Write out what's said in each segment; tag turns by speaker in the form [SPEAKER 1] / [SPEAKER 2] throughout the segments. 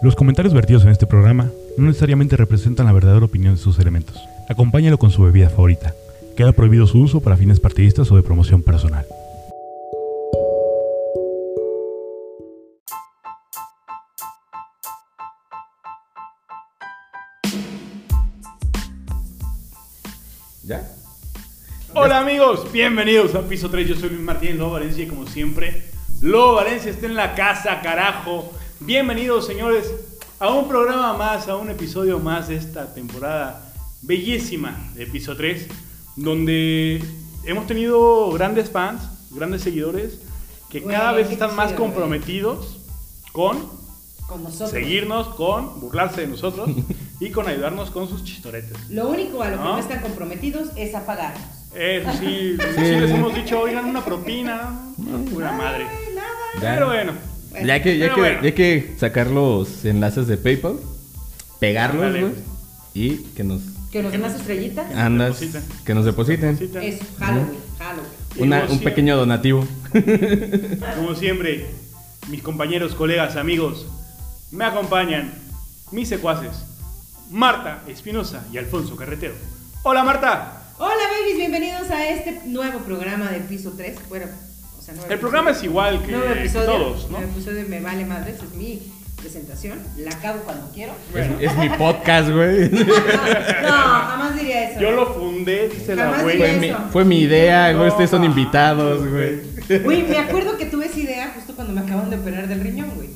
[SPEAKER 1] Los comentarios vertidos en este programa no necesariamente representan la verdadera opinión de sus elementos. Acompáñalo con su bebida favorita. Queda prohibido su uso para fines partidistas o de promoción personal.
[SPEAKER 2] ¿Ya?
[SPEAKER 3] Hola amigos, bienvenidos a Piso 3, yo soy Luis Martínez Lobo Valencia y como siempre, Lobo Valencia está en la casa, carajo. Bienvenidos señores a un programa más, a un episodio más de esta temporada bellísima de Piso 3, donde hemos tenido grandes fans, grandes seguidores, que
[SPEAKER 4] Güey,
[SPEAKER 3] cada vez
[SPEAKER 4] qué
[SPEAKER 3] están más
[SPEAKER 4] chido, güey.
[SPEAKER 3] comprometidos con
[SPEAKER 4] con nosotros.
[SPEAKER 3] seguirnos, con burlarse de nosotros y con ayudarnos con sus chistoretes.
[SPEAKER 4] Lo único a lo que
[SPEAKER 3] ¿No?
[SPEAKER 4] no están comprometidos es a pagarnos.
[SPEAKER 3] Eso Eh, sí, sí les hemos dicho, oigan, una propina, una madre.
[SPEAKER 4] Nada.
[SPEAKER 2] Ya.
[SPEAKER 3] Pero bueno,
[SPEAKER 4] Bueno,
[SPEAKER 2] Ya que, ya,
[SPEAKER 3] pero
[SPEAKER 2] que,
[SPEAKER 3] bueno.
[SPEAKER 2] ya que sacar los enlaces de PayPal, pegarlos,
[SPEAKER 3] Ándale.
[SPEAKER 2] güey, y que nos
[SPEAKER 4] Que nos
[SPEAKER 3] Que
[SPEAKER 4] den las
[SPEAKER 3] nos-
[SPEAKER 4] estrellitas.
[SPEAKER 3] nos
[SPEAKER 2] andas,
[SPEAKER 3] depositen.
[SPEAKER 2] que nos depositen
[SPEAKER 3] cita,
[SPEAKER 4] Eso, Halloween, Halloween.
[SPEAKER 2] una-
[SPEAKER 3] Y
[SPEAKER 2] un
[SPEAKER 3] sí.
[SPEAKER 2] pequeño donativo.
[SPEAKER 3] como siempre, mis compañeros, colegas, amigos, me acompañan mis secuaces, Marta Espinosa y Alfonso Carretero. Hola Marta,
[SPEAKER 4] Hola babies, bienvenidos a este nuevo programa de Piso 3. Bueno, o sea, nuevo
[SPEAKER 3] el programa es
[SPEAKER 4] episodio.
[SPEAKER 3] igual que,
[SPEAKER 4] Nuevo
[SPEAKER 3] que
[SPEAKER 4] episodio.
[SPEAKER 3] todos, ¿no?
[SPEAKER 4] Nuevo episodio me vale madres, es mi presentación. La acabo cuando quiero.
[SPEAKER 2] Es, es mi podcast, güey.
[SPEAKER 4] no, jamás diría eso.
[SPEAKER 3] Yo lo fundé, dice la
[SPEAKER 4] Jamás
[SPEAKER 3] abuela.
[SPEAKER 2] fue, mi,
[SPEAKER 4] eso.
[SPEAKER 2] fue mi idea, güey.
[SPEAKER 3] No,
[SPEAKER 2] Ustedes son
[SPEAKER 3] ma.
[SPEAKER 2] invitados, güey.
[SPEAKER 4] Güey, me acuerdo que tuve esa idea justo cuando me acaban de operar del riñón, güey.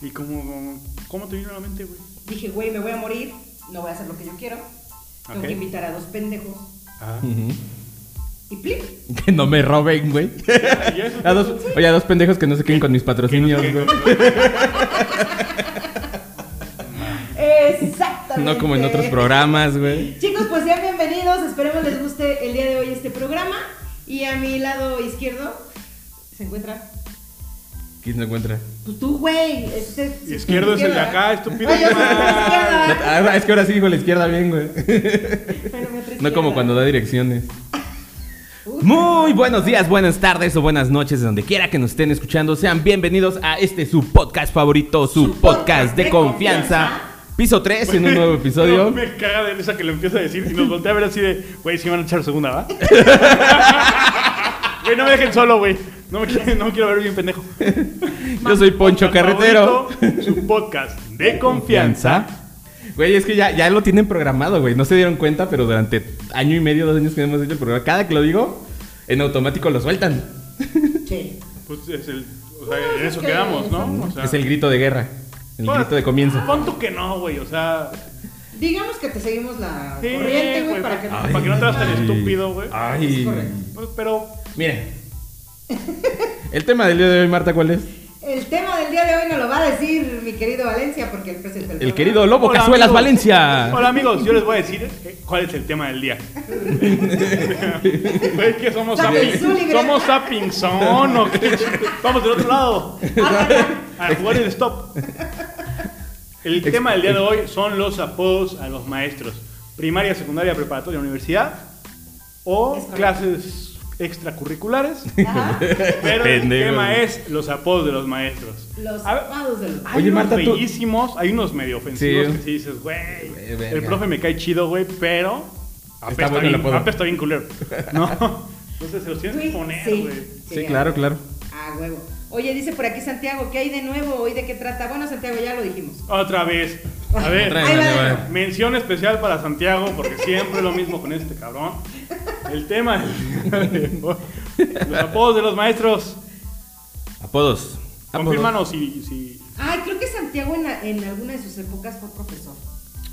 [SPEAKER 3] ¿Y cómo, cómo te vino a la mente, güey?
[SPEAKER 4] Dije, güey, me voy a morir, no voy a hacer lo que yo quiero. Tengo
[SPEAKER 3] Ok.
[SPEAKER 4] que invitar a dos pendejos.
[SPEAKER 3] Ah,
[SPEAKER 2] Ujú.
[SPEAKER 4] Y plip,
[SPEAKER 2] Que no me roben, güey.
[SPEAKER 3] y Ah, eso
[SPEAKER 2] A dos, oye, a dos pendejos que no se queden con mis patrocinios, güey.
[SPEAKER 4] Exactamente.
[SPEAKER 2] No como en otros programas, güey.
[SPEAKER 4] Chicos, pues sean bienvenidos. Esperemos les guste el día de hoy este programa. Y a mi lado izquierdo se encuentra.
[SPEAKER 2] ¿Quién se encuentra?
[SPEAKER 4] Pues tú, güey. Este,
[SPEAKER 3] Izquierdo es el de acá, estúpido.
[SPEAKER 4] Oye, yo soy de la izquierda.
[SPEAKER 2] Ah, es que ahora sí dijo la izquierda bien, güey.
[SPEAKER 4] Bueno, mi otra
[SPEAKER 2] No como
[SPEAKER 4] izquierda.
[SPEAKER 2] cuando da direcciones.
[SPEAKER 4] Uf.
[SPEAKER 2] Muy buenos días, buenas tardes o buenas noches, de donde quiera que nos estén escuchando. Sean bienvenidos a este su podcast favorito, su,
[SPEAKER 4] Su
[SPEAKER 2] podcast,
[SPEAKER 4] podcast
[SPEAKER 2] de,
[SPEAKER 4] de
[SPEAKER 2] confianza. Piso 3 en un nuevo
[SPEAKER 3] No,
[SPEAKER 2] episodio.
[SPEAKER 3] me caga de risa que lo empieza a decir y nos voltea a ver así de, güey, si van a echar segunda, ¿va? Güey, no me dejen solo, güey. No me, quieren- no me quiero ver bien pendejo.
[SPEAKER 2] Yo soy Poncho Carretero.
[SPEAKER 3] Favorito, Su podcast de confianza.
[SPEAKER 2] Confianza. Güey, es que ya, ya lo tienen programado, güey. No se dieron cuenta, pero durante año y medio, dos años que hemos hecho el programa, cada que lo digo, en automático lo sueltan.
[SPEAKER 4] Sí.
[SPEAKER 3] Pues es el, o sea, en
[SPEAKER 4] es
[SPEAKER 3] eso
[SPEAKER 4] que
[SPEAKER 3] quedamos, ¿no? O sea,
[SPEAKER 2] es el grito de guerra, el
[SPEAKER 3] bueno,
[SPEAKER 2] grito de comienzo.
[SPEAKER 3] Pon tú que no, güey, o sea...
[SPEAKER 4] Digamos que te seguimos la
[SPEAKER 3] Sí,
[SPEAKER 4] corriente,
[SPEAKER 3] güey,
[SPEAKER 4] güey, para
[SPEAKER 2] Ah.
[SPEAKER 4] que
[SPEAKER 3] Ay. Para que no te veas tan
[SPEAKER 2] Ay.
[SPEAKER 3] estúpido, güey.
[SPEAKER 2] Ay.
[SPEAKER 4] Es correcto.
[SPEAKER 3] pues, Pero
[SPEAKER 2] Mira. El tema del día de hoy, Marta, ¿cuál es?
[SPEAKER 4] El tema del día de hoy no lo va a decir mi querido Valencia porque él presenta el
[SPEAKER 2] El
[SPEAKER 4] programa.
[SPEAKER 2] querido Lobo
[SPEAKER 3] Hola,
[SPEAKER 2] Cazuelas
[SPEAKER 3] amigos.
[SPEAKER 2] Valencia.
[SPEAKER 3] Hola amigos, yo les voy a decir eh, cuál es el tema del día. es que somos
[SPEAKER 4] Sapiens,
[SPEAKER 3] sapin-
[SPEAKER 4] su libre-
[SPEAKER 3] somos sapinzón o qué ch- Vamos del otro lado. A jugar el stop. El
[SPEAKER 2] Ex-
[SPEAKER 3] tema del día de hoy son los apodos a los maestros. Primaria, secundaria, preparatoria, universidad
[SPEAKER 4] Es
[SPEAKER 3] o
[SPEAKER 4] correcto.
[SPEAKER 3] clases extracurriculares.
[SPEAKER 4] Ajá.
[SPEAKER 3] Pero el
[SPEAKER 2] Pendejo.
[SPEAKER 3] tema es los apodos de los maestros.
[SPEAKER 4] Los
[SPEAKER 3] A ver, Ah,
[SPEAKER 4] apados de los.
[SPEAKER 3] hay
[SPEAKER 2] Oye,
[SPEAKER 3] unos
[SPEAKER 2] Marta, tú-
[SPEAKER 3] bellísimos, hay unos medio ofensivos
[SPEAKER 2] Sí.
[SPEAKER 3] que sí dices, güey,
[SPEAKER 2] Güey, verga.
[SPEAKER 3] el profe me cae chido, güey, pero apesta,
[SPEAKER 2] bueno el
[SPEAKER 3] bien,
[SPEAKER 2] apodo.
[SPEAKER 3] apesta bien culero. No, entonces se los tienes que
[SPEAKER 4] Güey,
[SPEAKER 3] poner,
[SPEAKER 4] sí,
[SPEAKER 3] güey.
[SPEAKER 2] Sí, claro, claro.
[SPEAKER 4] Ah, huevo. Oye, dice por aquí Santiago, ¿qué hay de nuevo? ¿Hoy de qué trata? Bueno, Santiago, ya lo dijimos.
[SPEAKER 3] Otra vez, a ver,
[SPEAKER 2] Otra vez,
[SPEAKER 4] Ahí va
[SPEAKER 2] ahí
[SPEAKER 4] de
[SPEAKER 2] va.
[SPEAKER 4] nuevo.
[SPEAKER 3] mención especial para Santiago, porque siempre lo mismo con este cabrón. El tema de los apodos de los maestros.
[SPEAKER 2] Apodos. Apodos.
[SPEAKER 3] Confírmanos si... si
[SPEAKER 4] Ay, creo que Santiago en, la- en alguna de sus épocas fue profesor.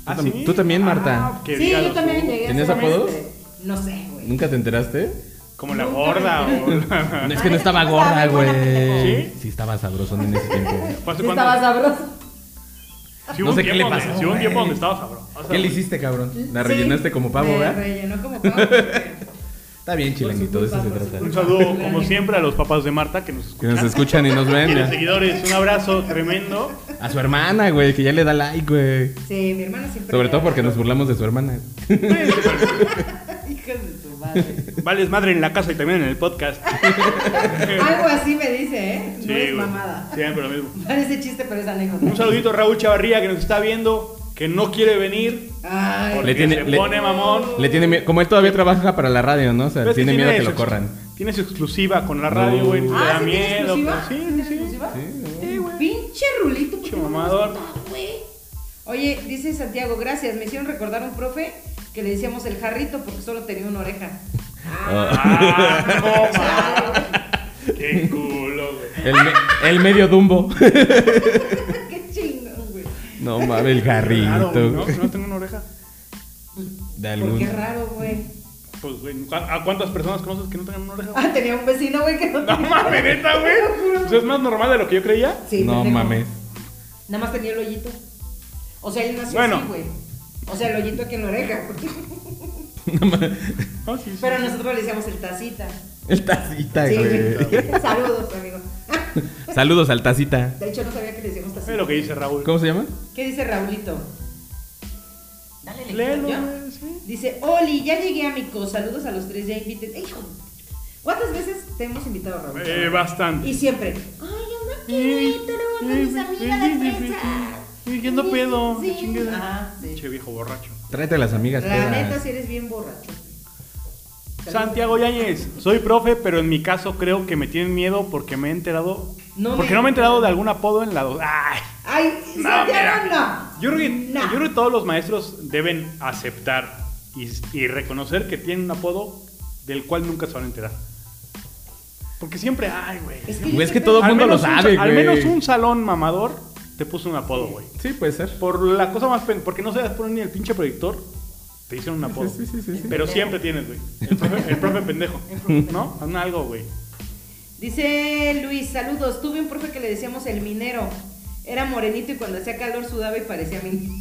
[SPEAKER 2] Tú tam- tú también, Marta.
[SPEAKER 3] Ah, que
[SPEAKER 4] sí,
[SPEAKER 3] diga
[SPEAKER 4] yo
[SPEAKER 3] lo
[SPEAKER 4] también
[SPEAKER 3] suyo.
[SPEAKER 4] llegué a
[SPEAKER 2] ¿Tenías
[SPEAKER 4] ser,
[SPEAKER 2] apodos?
[SPEAKER 4] este, No sé, güey.
[SPEAKER 2] ¿Nunca te enteraste?
[SPEAKER 3] Como la
[SPEAKER 4] Nunca
[SPEAKER 3] gorda
[SPEAKER 4] me
[SPEAKER 3] o...
[SPEAKER 2] No, es que no estaba gorda, güey.
[SPEAKER 3] Ah. ¿Sí?
[SPEAKER 2] Sí, estaba sabrosón en ese tiempo. güey.
[SPEAKER 3] ¿Fue hace
[SPEAKER 4] Sí
[SPEAKER 3] cuánto?
[SPEAKER 4] Estaba sabroso.
[SPEAKER 3] Sí, hubo
[SPEAKER 2] No sé
[SPEAKER 3] un
[SPEAKER 2] qué
[SPEAKER 3] tiempo
[SPEAKER 2] le
[SPEAKER 3] donde-
[SPEAKER 2] pasó,
[SPEAKER 3] sí, hubo un tiempo
[SPEAKER 2] güey.
[SPEAKER 3] donde estaba sabroso. O sea,
[SPEAKER 2] ¿Qué le hiciste, cabrón? La
[SPEAKER 4] Sí,
[SPEAKER 2] rellenaste como pavo,
[SPEAKER 4] me
[SPEAKER 2] ¿verdad?
[SPEAKER 4] rellenó como pavo. güey.
[SPEAKER 2] Está bien, chilanguito, de eso se trata.
[SPEAKER 3] Un saludo, como siempre, a los papás de Marta que nos
[SPEAKER 2] Que
[SPEAKER 3] escuchan.
[SPEAKER 2] nos escuchan y nos ven.
[SPEAKER 3] Fieles
[SPEAKER 2] ya.
[SPEAKER 3] seguidores, un abrazo tremendo.
[SPEAKER 2] A su hermana, güey, que ya le da like, güey.
[SPEAKER 4] Sí, mi hermana siempre.
[SPEAKER 2] Sobre todo porque nos burlamos de su hermana.
[SPEAKER 4] Hijas de tu madre.
[SPEAKER 3] Vales madre en la casa y también en el podcast.
[SPEAKER 4] Algo así me dice, ¿eh? No es
[SPEAKER 3] güey.
[SPEAKER 4] mamada.
[SPEAKER 3] Siempre lo mismo.
[SPEAKER 4] Parece chiste, pero es anécdota.
[SPEAKER 3] Un saludito a Raúl Chavarría que nos está viendo, que no quiere venir.
[SPEAKER 4] Ay,
[SPEAKER 3] Porque
[SPEAKER 2] tiene-
[SPEAKER 3] se
[SPEAKER 2] le-
[SPEAKER 3] pone mamón.
[SPEAKER 2] Le tiene miedo- Como él todavía trabaja para la radio, ¿no? O sea,
[SPEAKER 3] Pero es
[SPEAKER 2] tiene miedo a que
[SPEAKER 3] su
[SPEAKER 2] lo
[SPEAKER 3] ex-
[SPEAKER 2] corran.
[SPEAKER 3] Tiene su exclusiva con la radio, güey.
[SPEAKER 4] Ah,
[SPEAKER 3] te da
[SPEAKER 4] ¿sí tiene
[SPEAKER 3] miedo.
[SPEAKER 4] exclusiva?
[SPEAKER 3] pero Sí,
[SPEAKER 4] ¿Tiene
[SPEAKER 3] sí, sí.
[SPEAKER 4] exclusiva? Pinche rulito, ¿por qué
[SPEAKER 3] Pinche
[SPEAKER 4] no me
[SPEAKER 3] mamador.
[SPEAKER 4] gustaba, güey? Oye, dice Santiago, gracias, me hicieron recordar un profe que le decíamos el jarrito porque solo tenía una oreja.
[SPEAKER 3] Ah, no, ma.
[SPEAKER 4] Chale,
[SPEAKER 3] Qué culo, güey.
[SPEAKER 2] El, me- el medio Dumbo.
[SPEAKER 4] güey, qué chingón, güey.
[SPEAKER 2] No mames, el
[SPEAKER 3] Claro, güey, ¿no?
[SPEAKER 2] garrito.
[SPEAKER 3] no tengo una oreja.
[SPEAKER 2] De
[SPEAKER 4] Porque
[SPEAKER 2] algún.
[SPEAKER 4] raro, güey.
[SPEAKER 3] Pues, güey, ¿a a cuántas personas conoces que no tengan una oreja? güey?
[SPEAKER 4] Ah, tenía un vecino, güey, que no
[SPEAKER 3] No
[SPEAKER 4] tenía-
[SPEAKER 3] mames, neta, Ah, güey.
[SPEAKER 4] Te lo juro.
[SPEAKER 3] Pues es más normal de lo que yo creía.
[SPEAKER 4] Sí,
[SPEAKER 2] no
[SPEAKER 4] pendejo.
[SPEAKER 2] mames.
[SPEAKER 4] Nada más tenía el hoyito. O sea, él nació
[SPEAKER 3] Bueno.
[SPEAKER 4] así, güey. O sea, el hoyito aquí en la oreja, güey.
[SPEAKER 3] No, Ah, sí, sí.
[SPEAKER 4] Pero nosotros le decíamos el tacita.
[SPEAKER 2] El tacita,
[SPEAKER 4] Sí,
[SPEAKER 2] güey.
[SPEAKER 4] güey. Saludos, amigo.
[SPEAKER 2] Saludos al tacita.
[SPEAKER 4] De hecho, no sabía que le decíamos
[SPEAKER 3] Es
[SPEAKER 4] tacita.
[SPEAKER 3] lo que dice Raúl.
[SPEAKER 2] ¿Cómo se llama?
[SPEAKER 4] ¿Qué dice Raulito? Dale
[SPEAKER 3] Léelo,
[SPEAKER 4] ¿yo?
[SPEAKER 3] güey, sí.
[SPEAKER 4] Dice, Oli, ya llegué, amigos. Saludos a los tres, ya inviten. ¡Ey, hijo! ¿Cuántas veces te hemos invitado, Raúl?
[SPEAKER 3] Eh, bastante.
[SPEAKER 4] y siempre. ¡Ay, una quiero con mis amigas las fresas!
[SPEAKER 3] Sí, ¿Qué ando pedo?
[SPEAKER 4] Sí.
[SPEAKER 3] Chingada.
[SPEAKER 4] Ah, sí.
[SPEAKER 3] Che viejo borracho.
[SPEAKER 2] Tráete a las amigas.
[SPEAKER 4] La
[SPEAKER 2] pedas.
[SPEAKER 4] neta, si eres bien borracho.
[SPEAKER 3] Santiago Yáñez, soy profe, pero en mi caso creo que me tienen miedo porque me he enterado.
[SPEAKER 4] No me-
[SPEAKER 3] porque no me he enterado de algún apodo en la. do- ¡Ay!
[SPEAKER 4] ¡Ay,
[SPEAKER 3] No,
[SPEAKER 4] Santiago,
[SPEAKER 3] mira,
[SPEAKER 4] no!
[SPEAKER 3] Yo creo, que,
[SPEAKER 4] No.
[SPEAKER 3] yo creo que todos los maestros deben aceptar y, y reconocer que tienen un apodo del cual nunca se van a enterar. Porque siempre, ay, güey.
[SPEAKER 4] yo
[SPEAKER 2] Güey, es que
[SPEAKER 4] siempre-
[SPEAKER 2] todo-
[SPEAKER 3] Al
[SPEAKER 2] mundo lo
[SPEAKER 3] menos un
[SPEAKER 2] sabe,
[SPEAKER 3] sa- Al
[SPEAKER 2] güey.
[SPEAKER 3] menos un salón mamador te puso un apodo, güey.
[SPEAKER 2] Sí, puede ser.
[SPEAKER 3] Por la cosa más pen... Porque no se las ponen ni el pinche proyector, te hicieron un apodo.
[SPEAKER 2] Sí, sí, sí, sí.
[SPEAKER 3] Pero siempre tienes, güey. El profe, el profe pendejo. ¿No? Hazme algo, güey.
[SPEAKER 4] Dice Luis, saludos. Tuve un profe que le decíamos el minero. Era morenito y cuando hacía calor sudaba y parecía minero.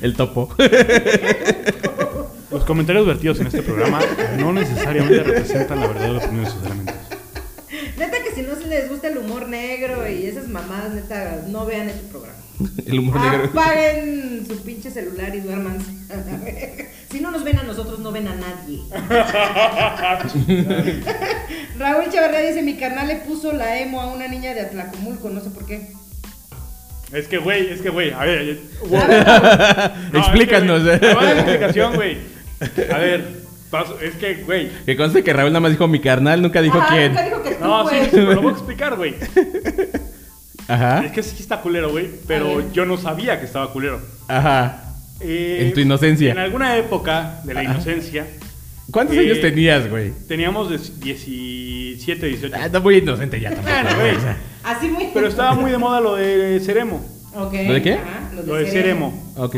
[SPEAKER 2] El topo.
[SPEAKER 3] Los comentarios vertidos en este programa no necesariamente representan la verdadera opinión de sus elementos.
[SPEAKER 4] Neta que si no se les gusta el humor negro y esas mamadas, neta, no vean este programa.
[SPEAKER 2] El humor
[SPEAKER 4] Ah,
[SPEAKER 2] negro.
[SPEAKER 4] Apaguen su pinche celular y duerman. si no nos ven a nosotros, no ven a nadie. Raúl Chavarría dice, mi carnal le puso la emo a una niña de Atlacomulco, no sé por qué.
[SPEAKER 3] Es que, güey, es que, güey. A ver, yo-
[SPEAKER 4] A ver, Raúl,
[SPEAKER 3] No,
[SPEAKER 2] Explícanos.
[SPEAKER 3] Es que, güey, te voy a dar la explicación, güey. A ver, paso- es que, güey.
[SPEAKER 2] Que conste que Raúl nada más dijo mi carnal, nunca dijo
[SPEAKER 4] ajá,
[SPEAKER 2] quién.
[SPEAKER 4] Ah, nunca dijo que tú,
[SPEAKER 3] No, sí,
[SPEAKER 4] güey.
[SPEAKER 3] sí, pero lo voy a explicar, güey. Es
[SPEAKER 2] Ajá.
[SPEAKER 3] que sí está culero, güey.
[SPEAKER 4] A
[SPEAKER 3] Pero
[SPEAKER 4] ver.
[SPEAKER 3] yo no sabía que estaba culero.
[SPEAKER 2] Ajá.
[SPEAKER 3] Eh,
[SPEAKER 2] En tu inocencia.
[SPEAKER 3] En alguna época de la inocencia,
[SPEAKER 2] ¿Cuántos
[SPEAKER 3] Eh,
[SPEAKER 2] años tenías, güey?
[SPEAKER 3] teníamos de- 17, 18.
[SPEAKER 2] Ah, está muy inocente ya
[SPEAKER 3] Bueno,
[SPEAKER 2] tampoco.
[SPEAKER 3] güey.
[SPEAKER 2] o sea.
[SPEAKER 4] Así muy...
[SPEAKER 3] Pero estaba muy de moda lo de Ceremo.
[SPEAKER 4] Ok,
[SPEAKER 2] ¿Lo de qué?
[SPEAKER 4] ajá,
[SPEAKER 3] Lo de ser emo.
[SPEAKER 2] Ok.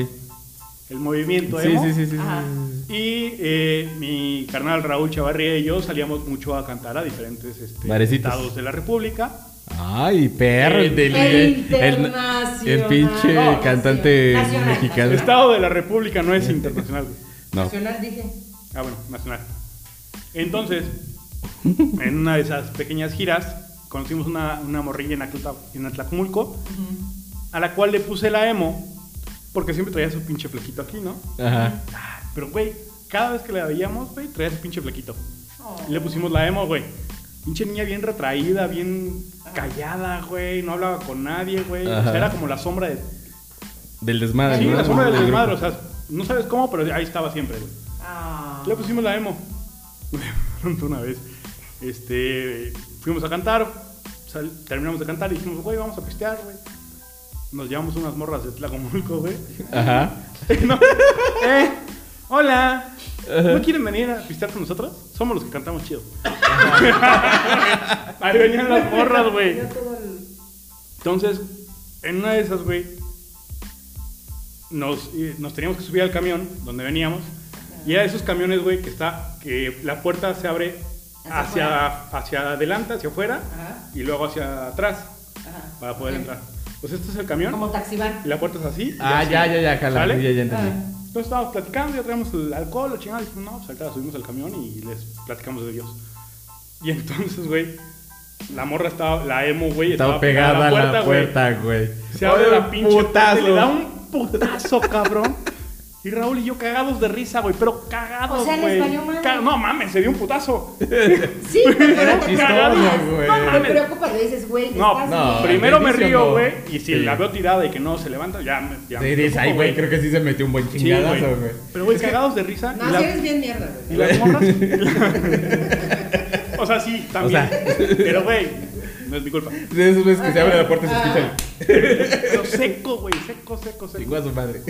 [SPEAKER 3] El movimiento
[SPEAKER 2] Sí,
[SPEAKER 3] emo.
[SPEAKER 2] sí, sí, sí, sí.
[SPEAKER 4] Ajá.
[SPEAKER 3] Y eh, mi carnal Raúl Chavarría y yo salíamos mucho a cantar a diferentes este,
[SPEAKER 2] Barecitos.
[SPEAKER 3] estados de la República.
[SPEAKER 2] Ay, perro, el del
[SPEAKER 4] El
[SPEAKER 2] el,
[SPEAKER 4] internacional.
[SPEAKER 2] pinche
[SPEAKER 4] No,
[SPEAKER 2] cantante
[SPEAKER 4] nacional,
[SPEAKER 2] mexicano.
[SPEAKER 4] nacional.
[SPEAKER 3] Estado de la República no es internacional. güey.
[SPEAKER 2] No.
[SPEAKER 4] Nacional dije.
[SPEAKER 3] Ah, bueno, nacional. Entonces, en una de esas pequeñas giras, conocimos una, una morrilla en, Acla- en Atlacomulco, a la cual le puse la emo, porque siempre traía su pinche flequito aquí, ¿no?
[SPEAKER 2] Ajá.
[SPEAKER 3] Pero, güey, cada vez que la veíamos, güey, traía su pinche flequito. Y le pusimos la emo, güey. Pinche niña bien retraída, bien callada, güey. No hablaba con nadie, güey. O sea,
[SPEAKER 2] Ajá.
[SPEAKER 3] era como la sombra de...
[SPEAKER 2] Del desmadre.
[SPEAKER 3] Sí,
[SPEAKER 2] ¿no?
[SPEAKER 3] la sombra del
[SPEAKER 2] grupo.
[SPEAKER 3] desmadre. O sea, no sabes cómo, pero ahí estaba siempre, güey.
[SPEAKER 4] Ah.
[SPEAKER 3] Le pusimos la emo. Una vez. Este. Fuimos a cantar. sal- terminamos de cantar y dijimos, güey, vamos a pistear, güey. Nos llevamos unas morras de Tlacomulco, güey.
[SPEAKER 2] Ajá.
[SPEAKER 3] No. Eh, hola. ¿No quieren venir a pistear con nosotros? Somos los que cantamos chido. Ahí venían las morras, güey.
[SPEAKER 4] Yo todo el-
[SPEAKER 3] Entonces, en una de esas, güey, nos, eh, nos teníamos que subir al camión donde veníamos. Y era de esos camiones, güey, que está, que la puerta se abre
[SPEAKER 4] Hacia
[SPEAKER 3] hacia, hacia adelante, hacia afuera,
[SPEAKER 4] Ajá.
[SPEAKER 3] y luego hacia atrás
[SPEAKER 4] Ajá.
[SPEAKER 3] para poder
[SPEAKER 4] Ok.
[SPEAKER 3] entrar. Pues este es el camión,
[SPEAKER 4] Como taxibar.
[SPEAKER 3] y la puerta es así. y
[SPEAKER 2] Ah,
[SPEAKER 3] así.
[SPEAKER 2] ya, ya, ya, jala.
[SPEAKER 3] ¿Sale?
[SPEAKER 2] Ya, ya entendí.
[SPEAKER 4] Ah.
[SPEAKER 3] Entonces estábamos platicando, ya traíamos el alcohol, la chingada, y dijimos, no, pues ahorita subimos al camión y les platicamos de Dios. Y entonces, güey, la morra estaba, la emo, güey,
[SPEAKER 2] Estaba pegada a la puerta, güey.
[SPEAKER 3] se abre
[SPEAKER 2] Ay,
[SPEAKER 3] la pinche
[SPEAKER 2] putazo.
[SPEAKER 3] puerta y le da un putazo, cabrón. Y Raúl y yo cagados de risa, güey, pero cagados,
[SPEAKER 4] O sea, les
[SPEAKER 3] güey.
[SPEAKER 4] valió madre.
[SPEAKER 3] Ca- no mames, se dio un putazo.
[SPEAKER 4] Sí, pero
[SPEAKER 3] Pero
[SPEAKER 4] te
[SPEAKER 3] cagado,
[SPEAKER 4] preocupas.
[SPEAKER 2] güey.
[SPEAKER 4] No, no, te
[SPEAKER 3] Mames.
[SPEAKER 4] preocupas, le dices, güey,
[SPEAKER 3] No,
[SPEAKER 4] estás
[SPEAKER 2] no,
[SPEAKER 4] bien.
[SPEAKER 3] Primero me
[SPEAKER 2] inicio
[SPEAKER 3] río,
[SPEAKER 2] Ah, no.
[SPEAKER 3] güey, y si
[SPEAKER 2] Sí.
[SPEAKER 3] la veo tirada y que no se levanta, ya me ya
[SPEAKER 2] Sí,
[SPEAKER 3] me
[SPEAKER 2] dices,
[SPEAKER 3] preocupo,
[SPEAKER 2] ay, güey, creo que sí se metió un buen
[SPEAKER 3] Sí, güey.
[SPEAKER 2] chingadazo, güey.
[SPEAKER 3] Pero, güey, cagados de risa.
[SPEAKER 4] No,
[SPEAKER 3] y la-
[SPEAKER 4] si eres bien mierda,
[SPEAKER 3] ¿Y
[SPEAKER 4] güey.
[SPEAKER 3] las morras? o sea, sí, también.
[SPEAKER 2] O sea.
[SPEAKER 3] Pero, güey, no es mi culpa.
[SPEAKER 2] De esas veces que se abre la puerta y
[SPEAKER 3] Ah.
[SPEAKER 2] se escucha el...
[SPEAKER 3] Pero seco, güey, seco, seco, seco.
[SPEAKER 2] Chingó a su madre.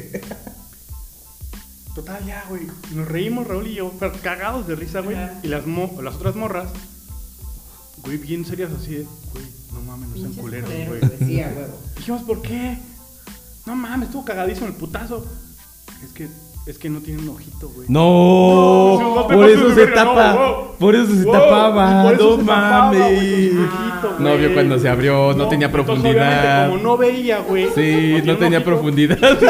[SPEAKER 3] Total, ya, güey. Nos reímos, Raúl y yo, pero cagados de risa, güey.
[SPEAKER 4] Ajá.
[SPEAKER 3] Y las, mo- las otras morras, güey, bien serias así de, güey, no mames, no sean
[SPEAKER 4] Pinches
[SPEAKER 3] culeros,
[SPEAKER 4] culeros,
[SPEAKER 3] güey.
[SPEAKER 4] güey. Sí, a huevo.
[SPEAKER 3] Dijimos, ¿por qué? No mames, estuvo cagadísimo el putazo. Es que, es que no tienen ojito, güey.
[SPEAKER 2] No,
[SPEAKER 3] Por eso se tapa.
[SPEAKER 2] Por eso
[SPEAKER 3] Wow, y por eso se tapaba, güey, con su ojito,
[SPEAKER 2] No
[SPEAKER 3] güey.
[SPEAKER 2] vio cuando se abrió, no tenía
[SPEAKER 3] entonces,
[SPEAKER 2] profundidad.
[SPEAKER 3] obviamente, Como no veía, güey.
[SPEAKER 2] Sí,
[SPEAKER 3] tiene
[SPEAKER 2] no
[SPEAKER 3] un
[SPEAKER 2] tenía
[SPEAKER 3] ojito,
[SPEAKER 2] profundidad.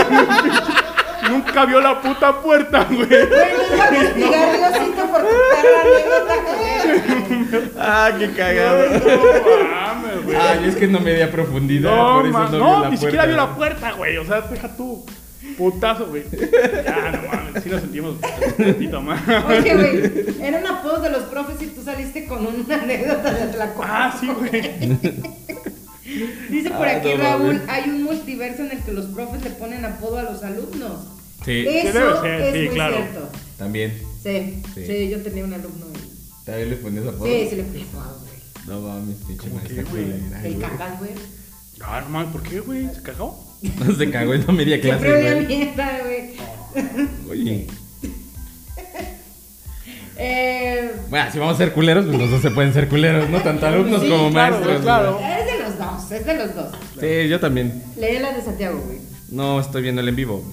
[SPEAKER 3] Nunca vio la puta puerta, güey.
[SPEAKER 4] Güey, nos va a castigar Diosito por contar la anécdota culera.
[SPEAKER 2] Ah, qué cagado.
[SPEAKER 3] No mames, güey.
[SPEAKER 2] Ay, es que no medía profundidad,
[SPEAKER 3] No,
[SPEAKER 2] por eso
[SPEAKER 3] ma-
[SPEAKER 2] no,
[SPEAKER 3] no,
[SPEAKER 2] vio la
[SPEAKER 3] ni siquiera vio
[SPEAKER 2] puerta.
[SPEAKER 3] la puerta, güey. O sea, deja tú. Putazo, güey. Ya, no mames, sí nos sentimos un poquito más.
[SPEAKER 4] Oye, güey, eran apodos de los profes y tú saliste con una anécdota de Tlacuache.
[SPEAKER 3] Ah, sí, güey.
[SPEAKER 4] Dice por
[SPEAKER 2] Ah,
[SPEAKER 4] aquí
[SPEAKER 2] no
[SPEAKER 4] Raúl,
[SPEAKER 2] mames.
[SPEAKER 4] hay un multiverso en el que los profes le ponen apodo a los alumnos.
[SPEAKER 2] Sí,
[SPEAKER 4] Eso
[SPEAKER 3] debe ser,
[SPEAKER 4] es
[SPEAKER 3] sí,
[SPEAKER 4] muy
[SPEAKER 3] claro.
[SPEAKER 4] cierto.
[SPEAKER 2] también.
[SPEAKER 4] Sí, sí,
[SPEAKER 2] Sí.
[SPEAKER 4] yo tenía un alumno. y-
[SPEAKER 2] También le ponías apodo.
[SPEAKER 4] Sí, se le ponía apodo, güey.
[SPEAKER 2] No mames, pinche maestra
[SPEAKER 3] que, güey?
[SPEAKER 2] culera,
[SPEAKER 4] El
[SPEAKER 2] güey.
[SPEAKER 4] cacas, güey.
[SPEAKER 3] Ah, No, no mames, ¿por qué, güey? ¿Se cagó?
[SPEAKER 2] No se cagó y no medía
[SPEAKER 4] Siempre olía
[SPEAKER 2] clase,
[SPEAKER 4] mierda, güey.
[SPEAKER 2] güey. Oye.
[SPEAKER 4] Eh,
[SPEAKER 2] Bueno, si vamos a ser culeros, pues los dos se pueden ser culeros, ¿no? Tanto alumnos
[SPEAKER 3] Sí,
[SPEAKER 2] como
[SPEAKER 3] claro,
[SPEAKER 2] maestros.
[SPEAKER 3] claro.
[SPEAKER 4] es de los dos, es de los dos.
[SPEAKER 2] güey. Sí, yo también.
[SPEAKER 4] Lee la de Santiago, güey.
[SPEAKER 2] No estoy viendo el en vivo.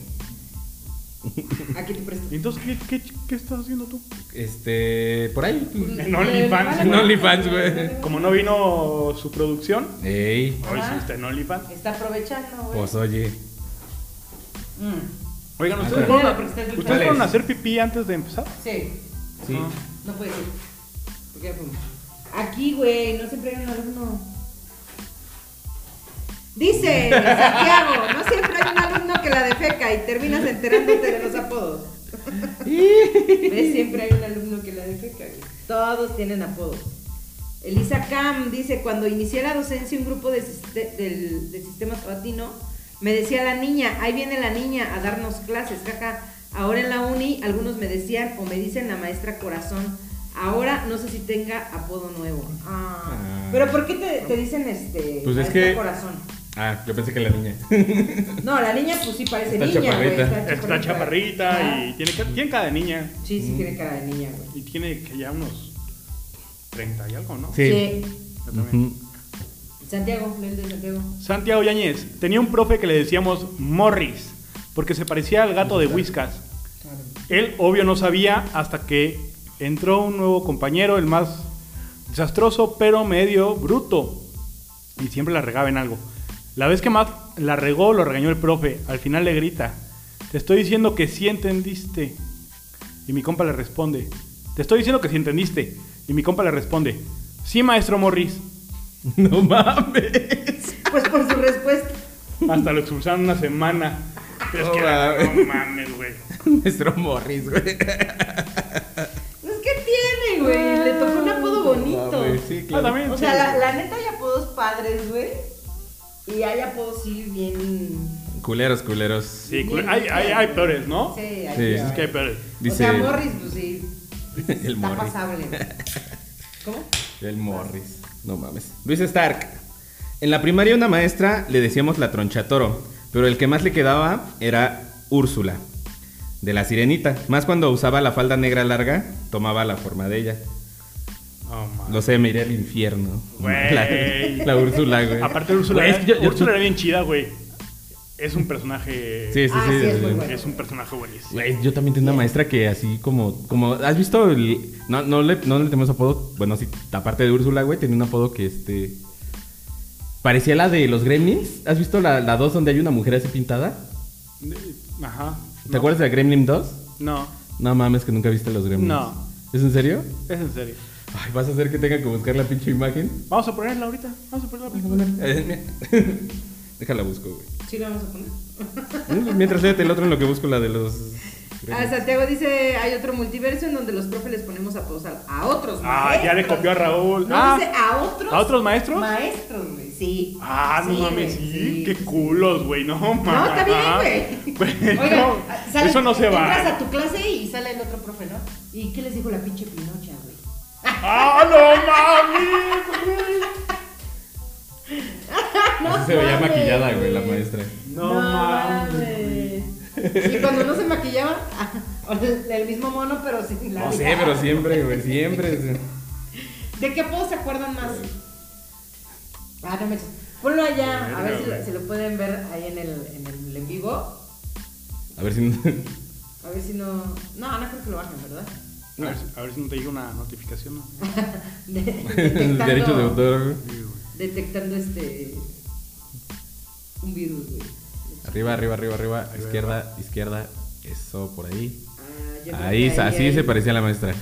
[SPEAKER 4] Aquí te presto.
[SPEAKER 3] ¿Y entonces qué, qué, qué estás haciendo tú?
[SPEAKER 2] Este. Por ahí.
[SPEAKER 3] En OnlyFans,
[SPEAKER 2] En OnlyFans, güey.
[SPEAKER 3] Como no vino su producción,
[SPEAKER 2] Ey.
[SPEAKER 3] hoy
[SPEAKER 4] Ajá.
[SPEAKER 3] sí está en OnlyFans.
[SPEAKER 4] Está aprovechando, güey.
[SPEAKER 2] Pues oye.
[SPEAKER 4] Mm,
[SPEAKER 3] Oigan,
[SPEAKER 2] Ah,
[SPEAKER 4] claro.
[SPEAKER 3] ¿ustedes, fueron, a,
[SPEAKER 4] Porque está escuchando.
[SPEAKER 3] ¿ustedes fueron a
[SPEAKER 2] ¿Cuál es?
[SPEAKER 3] hacer pipí antes de empezar?
[SPEAKER 4] Sí,
[SPEAKER 2] Sí.
[SPEAKER 3] Ah.
[SPEAKER 4] no puede ser. Porque ya fuimos. Aquí, güey, no siempre hay un alumno. Dice Santiago, no siempre hay un alumno que la defeca y terminas enterándote de los apodos. ¿Ves? Siempre hay un alumno que la defeca. güey. Todos tienen apodos. Elisa Cam dice, cuando inicié la docencia, un grupo de, siste- del, de sistema sabatino me decía la niña, ahí viene la niña a darnos clases, caca. Ahora en la uni, algunos me decían o me dicen la maestra corazón. Ahora no sé si tenga apodo nuevo. Ah.
[SPEAKER 2] Ah.
[SPEAKER 4] Pero ¿por qué te, te dicen este
[SPEAKER 2] Pues es
[SPEAKER 4] maestra
[SPEAKER 2] que-
[SPEAKER 4] corazón?
[SPEAKER 2] Ah, yo pensé que la niña.
[SPEAKER 4] No, la niña pues sí parece
[SPEAKER 2] Está
[SPEAKER 4] niña, güey.
[SPEAKER 2] chaparrita.
[SPEAKER 3] Está chaparrita y tiene, ca- tiene cara de niña.
[SPEAKER 4] Ah, Sí, sí
[SPEAKER 2] Mm.
[SPEAKER 4] tiene cara de niña, güey.
[SPEAKER 3] Y tiene que ya unos 30 y algo, ¿no?
[SPEAKER 4] Sí.
[SPEAKER 3] Yo también.
[SPEAKER 4] Santiago, lee el de Santiago.
[SPEAKER 3] Santiago Yáñez tenía un profe que le decíamos Morris, porque se parecía al gato de Whiskas. Él, obvio, no sabía hasta que entró un nuevo compañero, el más desastroso, pero medio bruto. Y siempre la regaba en algo. La vez que más la regó, lo regañó el profe. Al final le grita: Te estoy diciendo que sí entendiste. Y mi compa le responde: Te estoy diciendo que sí entendiste. Y mi compa le responde: Sí, maestro Morris.
[SPEAKER 2] No mames.
[SPEAKER 4] Pues por su respuesta.
[SPEAKER 3] Hasta lo expulsaron una semana. Pero es
[SPEAKER 2] No
[SPEAKER 3] que era-
[SPEAKER 2] mames.
[SPEAKER 3] no mames, güey.
[SPEAKER 2] Nuestro Morris, güey.
[SPEAKER 4] Pues ¿qué tiene, güey? Le tocó un apodo bonito.
[SPEAKER 2] Mames, Sí,
[SPEAKER 3] Ah,
[SPEAKER 2] claro.
[SPEAKER 3] también,
[SPEAKER 4] O
[SPEAKER 3] sí.
[SPEAKER 4] sea, la, la neta hay apodos padres, güey. Y hay apodos sí bien.
[SPEAKER 2] Culeros, culeros.
[SPEAKER 3] Sí, cul- hay, hay, hay peores, ¿no?
[SPEAKER 4] Sí, hay
[SPEAKER 2] Sí,
[SPEAKER 4] peores.
[SPEAKER 3] Es que hay peores.
[SPEAKER 2] Dice-
[SPEAKER 4] O sea, Morris, pues sí.
[SPEAKER 2] El
[SPEAKER 4] está
[SPEAKER 2] Morris.
[SPEAKER 4] pasable. ¿Cómo?
[SPEAKER 2] El Morris. No mames. Luis Stark. En la primaria una maestra le decíamos la tronchatoro, pero el que más le quedaba era Úrsula, de la sirenita. Más cuando usaba la falda negra larga, tomaba la forma de ella.
[SPEAKER 3] No, mames.
[SPEAKER 2] No sé, me iría al infierno.
[SPEAKER 3] Güey.
[SPEAKER 2] La, la Úrsula, güey.
[SPEAKER 3] Aparte Úrsula,
[SPEAKER 2] Güey,
[SPEAKER 3] era-
[SPEAKER 2] es que yo- yo-
[SPEAKER 3] Úrsula era bien chida, güey. Es un personaje.
[SPEAKER 2] Sí, sí,
[SPEAKER 4] Ah,
[SPEAKER 2] sí.
[SPEAKER 4] sí, es muy
[SPEAKER 2] güey.
[SPEAKER 4] bueno.
[SPEAKER 3] Es un personaje buenísimo.
[SPEAKER 2] Güey, yo también tengo una maestra que así como, como, ¿has visto? el- no, no le, no le tenemos apodo, bueno, sí, aparte de Úrsula, güey, tenía un apodo que este, parecía la de los Gremlins. ¿Has visto la, la 2 donde hay una mujer así pintada?
[SPEAKER 3] Ajá.
[SPEAKER 2] ¿Te
[SPEAKER 3] No.
[SPEAKER 2] acuerdas de la Gremlin 2?
[SPEAKER 3] No,
[SPEAKER 2] No mames, que nunca viste los Gremlins.
[SPEAKER 3] No.
[SPEAKER 2] ¿Es en serio?
[SPEAKER 3] es en serio.
[SPEAKER 2] Ay, vas a hacer que tenga que buscar la pinche imagen.
[SPEAKER 3] Vamos a ponerla ahorita. Vamos a ponerla.
[SPEAKER 2] Eh, mira. Déjala busco, güey.
[SPEAKER 4] Sí, la vamos a poner.
[SPEAKER 2] Mientras léete el otro en lo que busco la de los.
[SPEAKER 4] Ah, Santiago dice, hay otro multiverso en donde los profes les ponemos apodos a, a otros.
[SPEAKER 3] Ah, ya le
[SPEAKER 4] maestros".
[SPEAKER 3] copió a Raúl.
[SPEAKER 4] No,
[SPEAKER 3] Ah,
[SPEAKER 4] dice a otros.
[SPEAKER 3] ¿a otros maestros?
[SPEAKER 4] Maestros, güey, sí.
[SPEAKER 3] Ah, no
[SPEAKER 4] Sí,
[SPEAKER 3] mames,
[SPEAKER 4] güey,
[SPEAKER 3] sí, qué culos, güey, no mames.
[SPEAKER 4] está bien, güey. ah,
[SPEAKER 3] Bueno,
[SPEAKER 5] Oigan, sale-
[SPEAKER 3] eso no se
[SPEAKER 5] Entras
[SPEAKER 3] va.
[SPEAKER 5] a tu clase y sale el otro profe, ¿no? ¿Y qué les dijo la pinche pinocha, güey?
[SPEAKER 3] ¡Ah, no mames! güey.
[SPEAKER 2] Así se veía
[SPEAKER 4] mames.
[SPEAKER 2] maquillada, güey, la maestra.
[SPEAKER 3] No, mames.
[SPEAKER 4] Y cuando no se maquillaba, el mismo mono, pero sin la
[SPEAKER 2] No sé, pero siempre, güey, siempre. sí.
[SPEAKER 4] ¿De qué apodos se acuerdan más? Ah, no me Ponlo allá, a ver si lo, si lo pueden ver ahí en el, en el en vivo.
[SPEAKER 2] A ver si. no-
[SPEAKER 4] A ver si no. No, no creo que lo bajen, ¿verdad?
[SPEAKER 3] A ver, si- a ver si no te llega una notificación. ¿no?
[SPEAKER 4] De-
[SPEAKER 2] El
[SPEAKER 4] detectando,
[SPEAKER 2] derecho de autor, güey.
[SPEAKER 3] Sí, güey.
[SPEAKER 4] Detectando este. Un virus, güey.
[SPEAKER 2] Arriba, arriba, arriba, arriba. Izquierda, izquierda. Eso, por ahí.
[SPEAKER 4] Ah, yo creo
[SPEAKER 2] Ahí,
[SPEAKER 4] que
[SPEAKER 2] así
[SPEAKER 4] ahí-
[SPEAKER 2] se parecía a la maestra.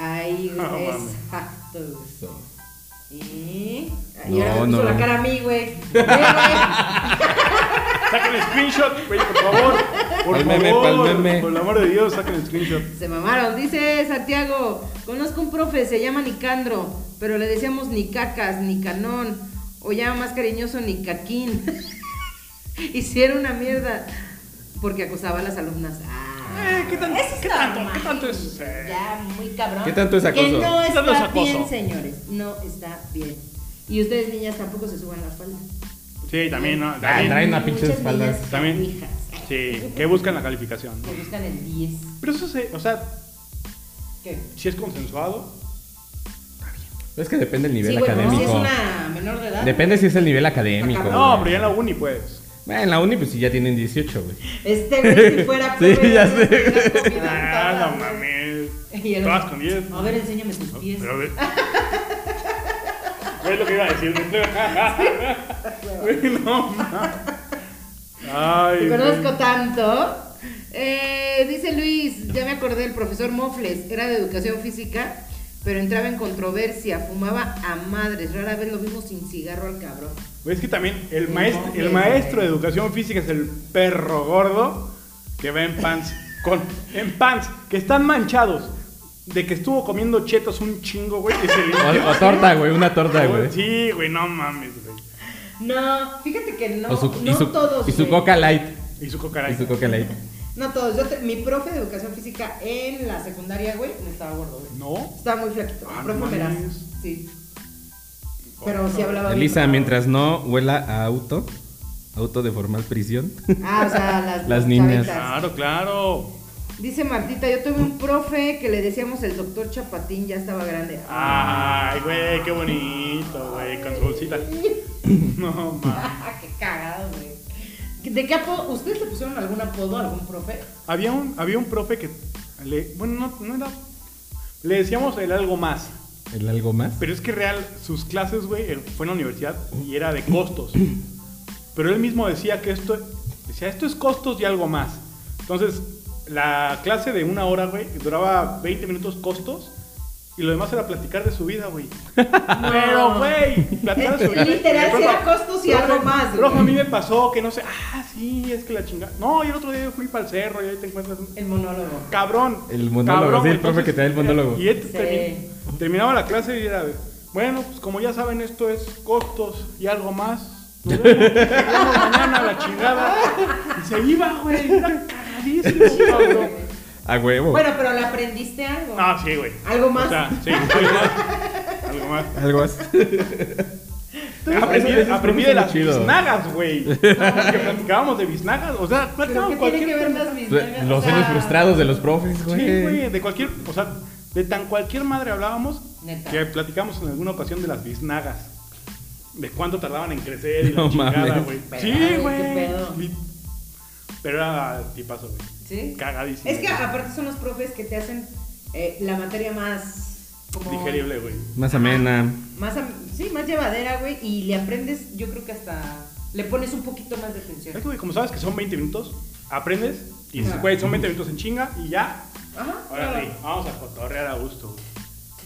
[SPEAKER 4] Ahí,
[SPEAKER 3] No mames.
[SPEAKER 4] exacto, güey.
[SPEAKER 2] Eso.
[SPEAKER 4] Y
[SPEAKER 2] No,
[SPEAKER 4] y ahora me puso
[SPEAKER 2] no.
[SPEAKER 4] la cara a mí, güey. Ve, güey.
[SPEAKER 3] Saquen el screenshot, güey, por favor. Por
[SPEAKER 2] Pa'l meme,
[SPEAKER 3] favor,
[SPEAKER 2] pa'l meme.
[SPEAKER 3] por el amor de Dios, saquen el screenshot.
[SPEAKER 4] Se mamaron, dice Santiago. Conozco un profe, se llama Nicandro, pero le decíamos ni cacas, ni canón, o ya más cariñoso, ni caquín. Hicieron una mierda porque acosaba a las alumnas. Ah.
[SPEAKER 3] Eh, ¿qué, tan-
[SPEAKER 5] Eso
[SPEAKER 3] qué
[SPEAKER 5] está
[SPEAKER 3] tanto?
[SPEAKER 5] mal,
[SPEAKER 3] ¿Qué tanto es? eh?
[SPEAKER 5] Ya, muy cabrón.
[SPEAKER 2] ¿Qué tanto es
[SPEAKER 4] Que
[SPEAKER 2] acoso?
[SPEAKER 4] no
[SPEAKER 3] Eso no es
[SPEAKER 4] está
[SPEAKER 3] acoso.
[SPEAKER 4] bien, señores, no está bien. Y ustedes, niñas, tampoco se suban la falda.
[SPEAKER 3] Sí, también, ¿no?
[SPEAKER 2] Ah, traen
[SPEAKER 3] También.
[SPEAKER 2] una pinche
[SPEAKER 4] Muchas
[SPEAKER 2] espalda.
[SPEAKER 4] niñas
[SPEAKER 3] También.
[SPEAKER 4] hijas.
[SPEAKER 3] Sí, que buscan la calificación. ¿no?
[SPEAKER 4] Me buscan el 10.
[SPEAKER 3] Pero eso se, o sea,
[SPEAKER 4] ¿Qué?
[SPEAKER 3] si es consensuado,
[SPEAKER 2] Es que depende del nivel
[SPEAKER 4] sí, bueno, si
[SPEAKER 2] académico.
[SPEAKER 4] es una menor de edad.
[SPEAKER 2] Depende si es el nivel académico.
[SPEAKER 4] Acá-
[SPEAKER 3] No,
[SPEAKER 2] güey.
[SPEAKER 3] pero ya en la uni, pues.
[SPEAKER 2] Bueno, en la uni, pues sí, ya tienen 18, güey.
[SPEAKER 4] Este güey, si fuera
[SPEAKER 2] Sí,
[SPEAKER 4] pobre,
[SPEAKER 2] ya
[SPEAKER 4] no
[SPEAKER 2] sé.
[SPEAKER 4] hubiera comido
[SPEAKER 3] Ah,
[SPEAKER 4] todas,
[SPEAKER 3] no
[SPEAKER 4] güey.
[SPEAKER 3] mames.
[SPEAKER 4] Y el-
[SPEAKER 3] Todas con 10.
[SPEAKER 5] A ver, enséñame tus pies.
[SPEAKER 3] Pero a ver. Güey, lo que iba a decir. güey. Güey, no mames. Ay,
[SPEAKER 4] Te
[SPEAKER 3] güey.
[SPEAKER 4] conozco tanto. Eh, dice Luis, ya me acordé, el profesor Mofles era de educación física, pero entraba en controversia, fumaba a madres, rara vez lo vimos sin cigarro al cabrón.
[SPEAKER 3] Güey, Pues es que también el
[SPEAKER 4] No
[SPEAKER 3] maestro, el
[SPEAKER 4] mames,
[SPEAKER 3] maestro
[SPEAKER 4] güey.
[SPEAKER 3] de educación física es el perro gordo que va en pants. Con, en pants, que están manchados. De que estuvo comiendo chetos un chingo, güey. Que se
[SPEAKER 2] O,
[SPEAKER 3] limpió.
[SPEAKER 2] o torta, güey, una torta, güey.
[SPEAKER 3] Sí, güey, no mames, güey.
[SPEAKER 4] No, fíjate que no,
[SPEAKER 2] O su-
[SPEAKER 4] no
[SPEAKER 2] y su,
[SPEAKER 4] todos.
[SPEAKER 2] y su
[SPEAKER 4] güey.
[SPEAKER 2] coca light.
[SPEAKER 3] Y su cucaracha.
[SPEAKER 2] Y su coca light.
[SPEAKER 4] No todos. Yo te- mi profe de educación física en la secundaria, güey, no estaba gordo, güey.
[SPEAKER 3] No.
[SPEAKER 4] Estaba muy flaquito.
[SPEAKER 3] Ah,
[SPEAKER 4] profe
[SPEAKER 3] no
[SPEAKER 4] Meraz,
[SPEAKER 3] mames. Oh,
[SPEAKER 4] Sí. Pero sí hablaba bien.
[SPEAKER 2] Elisa, mientras no huela a auto, auto de formal prisión.
[SPEAKER 4] Ah, o sea, las,
[SPEAKER 2] Las niñas.
[SPEAKER 4] chavitas.
[SPEAKER 3] Claro, claro.
[SPEAKER 4] Dice Martita, yo tuve un profe que le decíamos el doctor Chapatín, ya estaba grande.
[SPEAKER 3] Ay, güey, qué bonito, güey, Ah, con su bolsita. No, mames.
[SPEAKER 4] Ah, qué cagado, güey. ¿De qué apodo? ¿Ustedes le pusieron algún apodo a algún profe?
[SPEAKER 3] Había un, había un profe que le, bueno, no, no era, le decíamos el algo más,
[SPEAKER 2] ¿El algo más?
[SPEAKER 3] pero es que real, sus clases, güey, él fue en la universidad y era de costos. Pero él mismo decía que esto, decía, esto es costos y algo más. Entonces, la clase de una hora, güey, duraba 20 minutos costos y lo demás era platicar de su vida, güey. Pero, güey, platicar de su vida.
[SPEAKER 4] Literal,
[SPEAKER 3] Y
[SPEAKER 4] sí era
[SPEAKER 3] profe,
[SPEAKER 4] costos y algo más, güey.
[SPEAKER 3] Rojo, a mí me pasó que no sé, ah, sí, es que la chingada. No, y el otro día yo fui para el cerro y ahí te encuentras un
[SPEAKER 4] El monólogo.
[SPEAKER 3] cabrón.
[SPEAKER 2] El monólogo,
[SPEAKER 3] cabrón,
[SPEAKER 2] sí, el
[SPEAKER 3] güey,
[SPEAKER 2] profe que te da el monólogo.
[SPEAKER 3] Y él
[SPEAKER 4] Sí.
[SPEAKER 3] termi- terminaba la clase y era, de, bueno, pues como ya saben, esto es costos y algo más. Nos vemos, nos vemos mañana la chingada. Y se iba, güey, era cagadísimo, cabrón.
[SPEAKER 2] A huevo.
[SPEAKER 4] Bueno, pero le aprendiste algo.
[SPEAKER 3] Ah, sí, güey.
[SPEAKER 4] Algo más.
[SPEAKER 3] O sea, sí, algo más. Algo más.
[SPEAKER 2] Algo más.
[SPEAKER 3] Aprendí,
[SPEAKER 2] Eso- eso es
[SPEAKER 3] aprendí de
[SPEAKER 2] muy
[SPEAKER 3] las
[SPEAKER 2] chido.
[SPEAKER 3] biznagas, güey. Porque platicábamos de biznagas. O sea,
[SPEAKER 4] ¿Pero
[SPEAKER 3] platicábamos
[SPEAKER 4] qué tiene
[SPEAKER 3] cualquier
[SPEAKER 4] que ver
[SPEAKER 3] cosa.
[SPEAKER 4] las mis nalgas? O
[SPEAKER 2] Los
[SPEAKER 4] sea,
[SPEAKER 2] sueños frustrados de los profes, güey.
[SPEAKER 3] Sí, güey, de cualquier, o sea, de tan cualquier madre hablábamos
[SPEAKER 4] Neta.
[SPEAKER 3] que platicamos en alguna ocasión de las biznagas. De cuánto tardaban en crecer y
[SPEAKER 2] No
[SPEAKER 3] la chingada,
[SPEAKER 2] mames.
[SPEAKER 3] güey.
[SPEAKER 4] Pero,
[SPEAKER 3] Sí,
[SPEAKER 4] ay, qué pedo.
[SPEAKER 3] güey. Pero era tipazo, güey.
[SPEAKER 4] ¿Sí?
[SPEAKER 3] Cagadísimo.
[SPEAKER 4] Es que ah, aparte son los profes que te hacen eh, la materia más... Como
[SPEAKER 3] Digerible, güey.
[SPEAKER 2] Más amena.
[SPEAKER 4] Más, am- sí, más llevadera, güey. Y le aprendes, yo creo que hasta... Le pones un poquito más de
[SPEAKER 3] Es que,
[SPEAKER 4] atención.
[SPEAKER 3] güey, como sabes que son 20 minutos, aprendes y dices,
[SPEAKER 4] Ajá.
[SPEAKER 3] güey, son 20 minutos en chinga y ya.
[SPEAKER 4] Ajá.
[SPEAKER 3] Ahora sí, vamos a cotorrear a gusto, güey.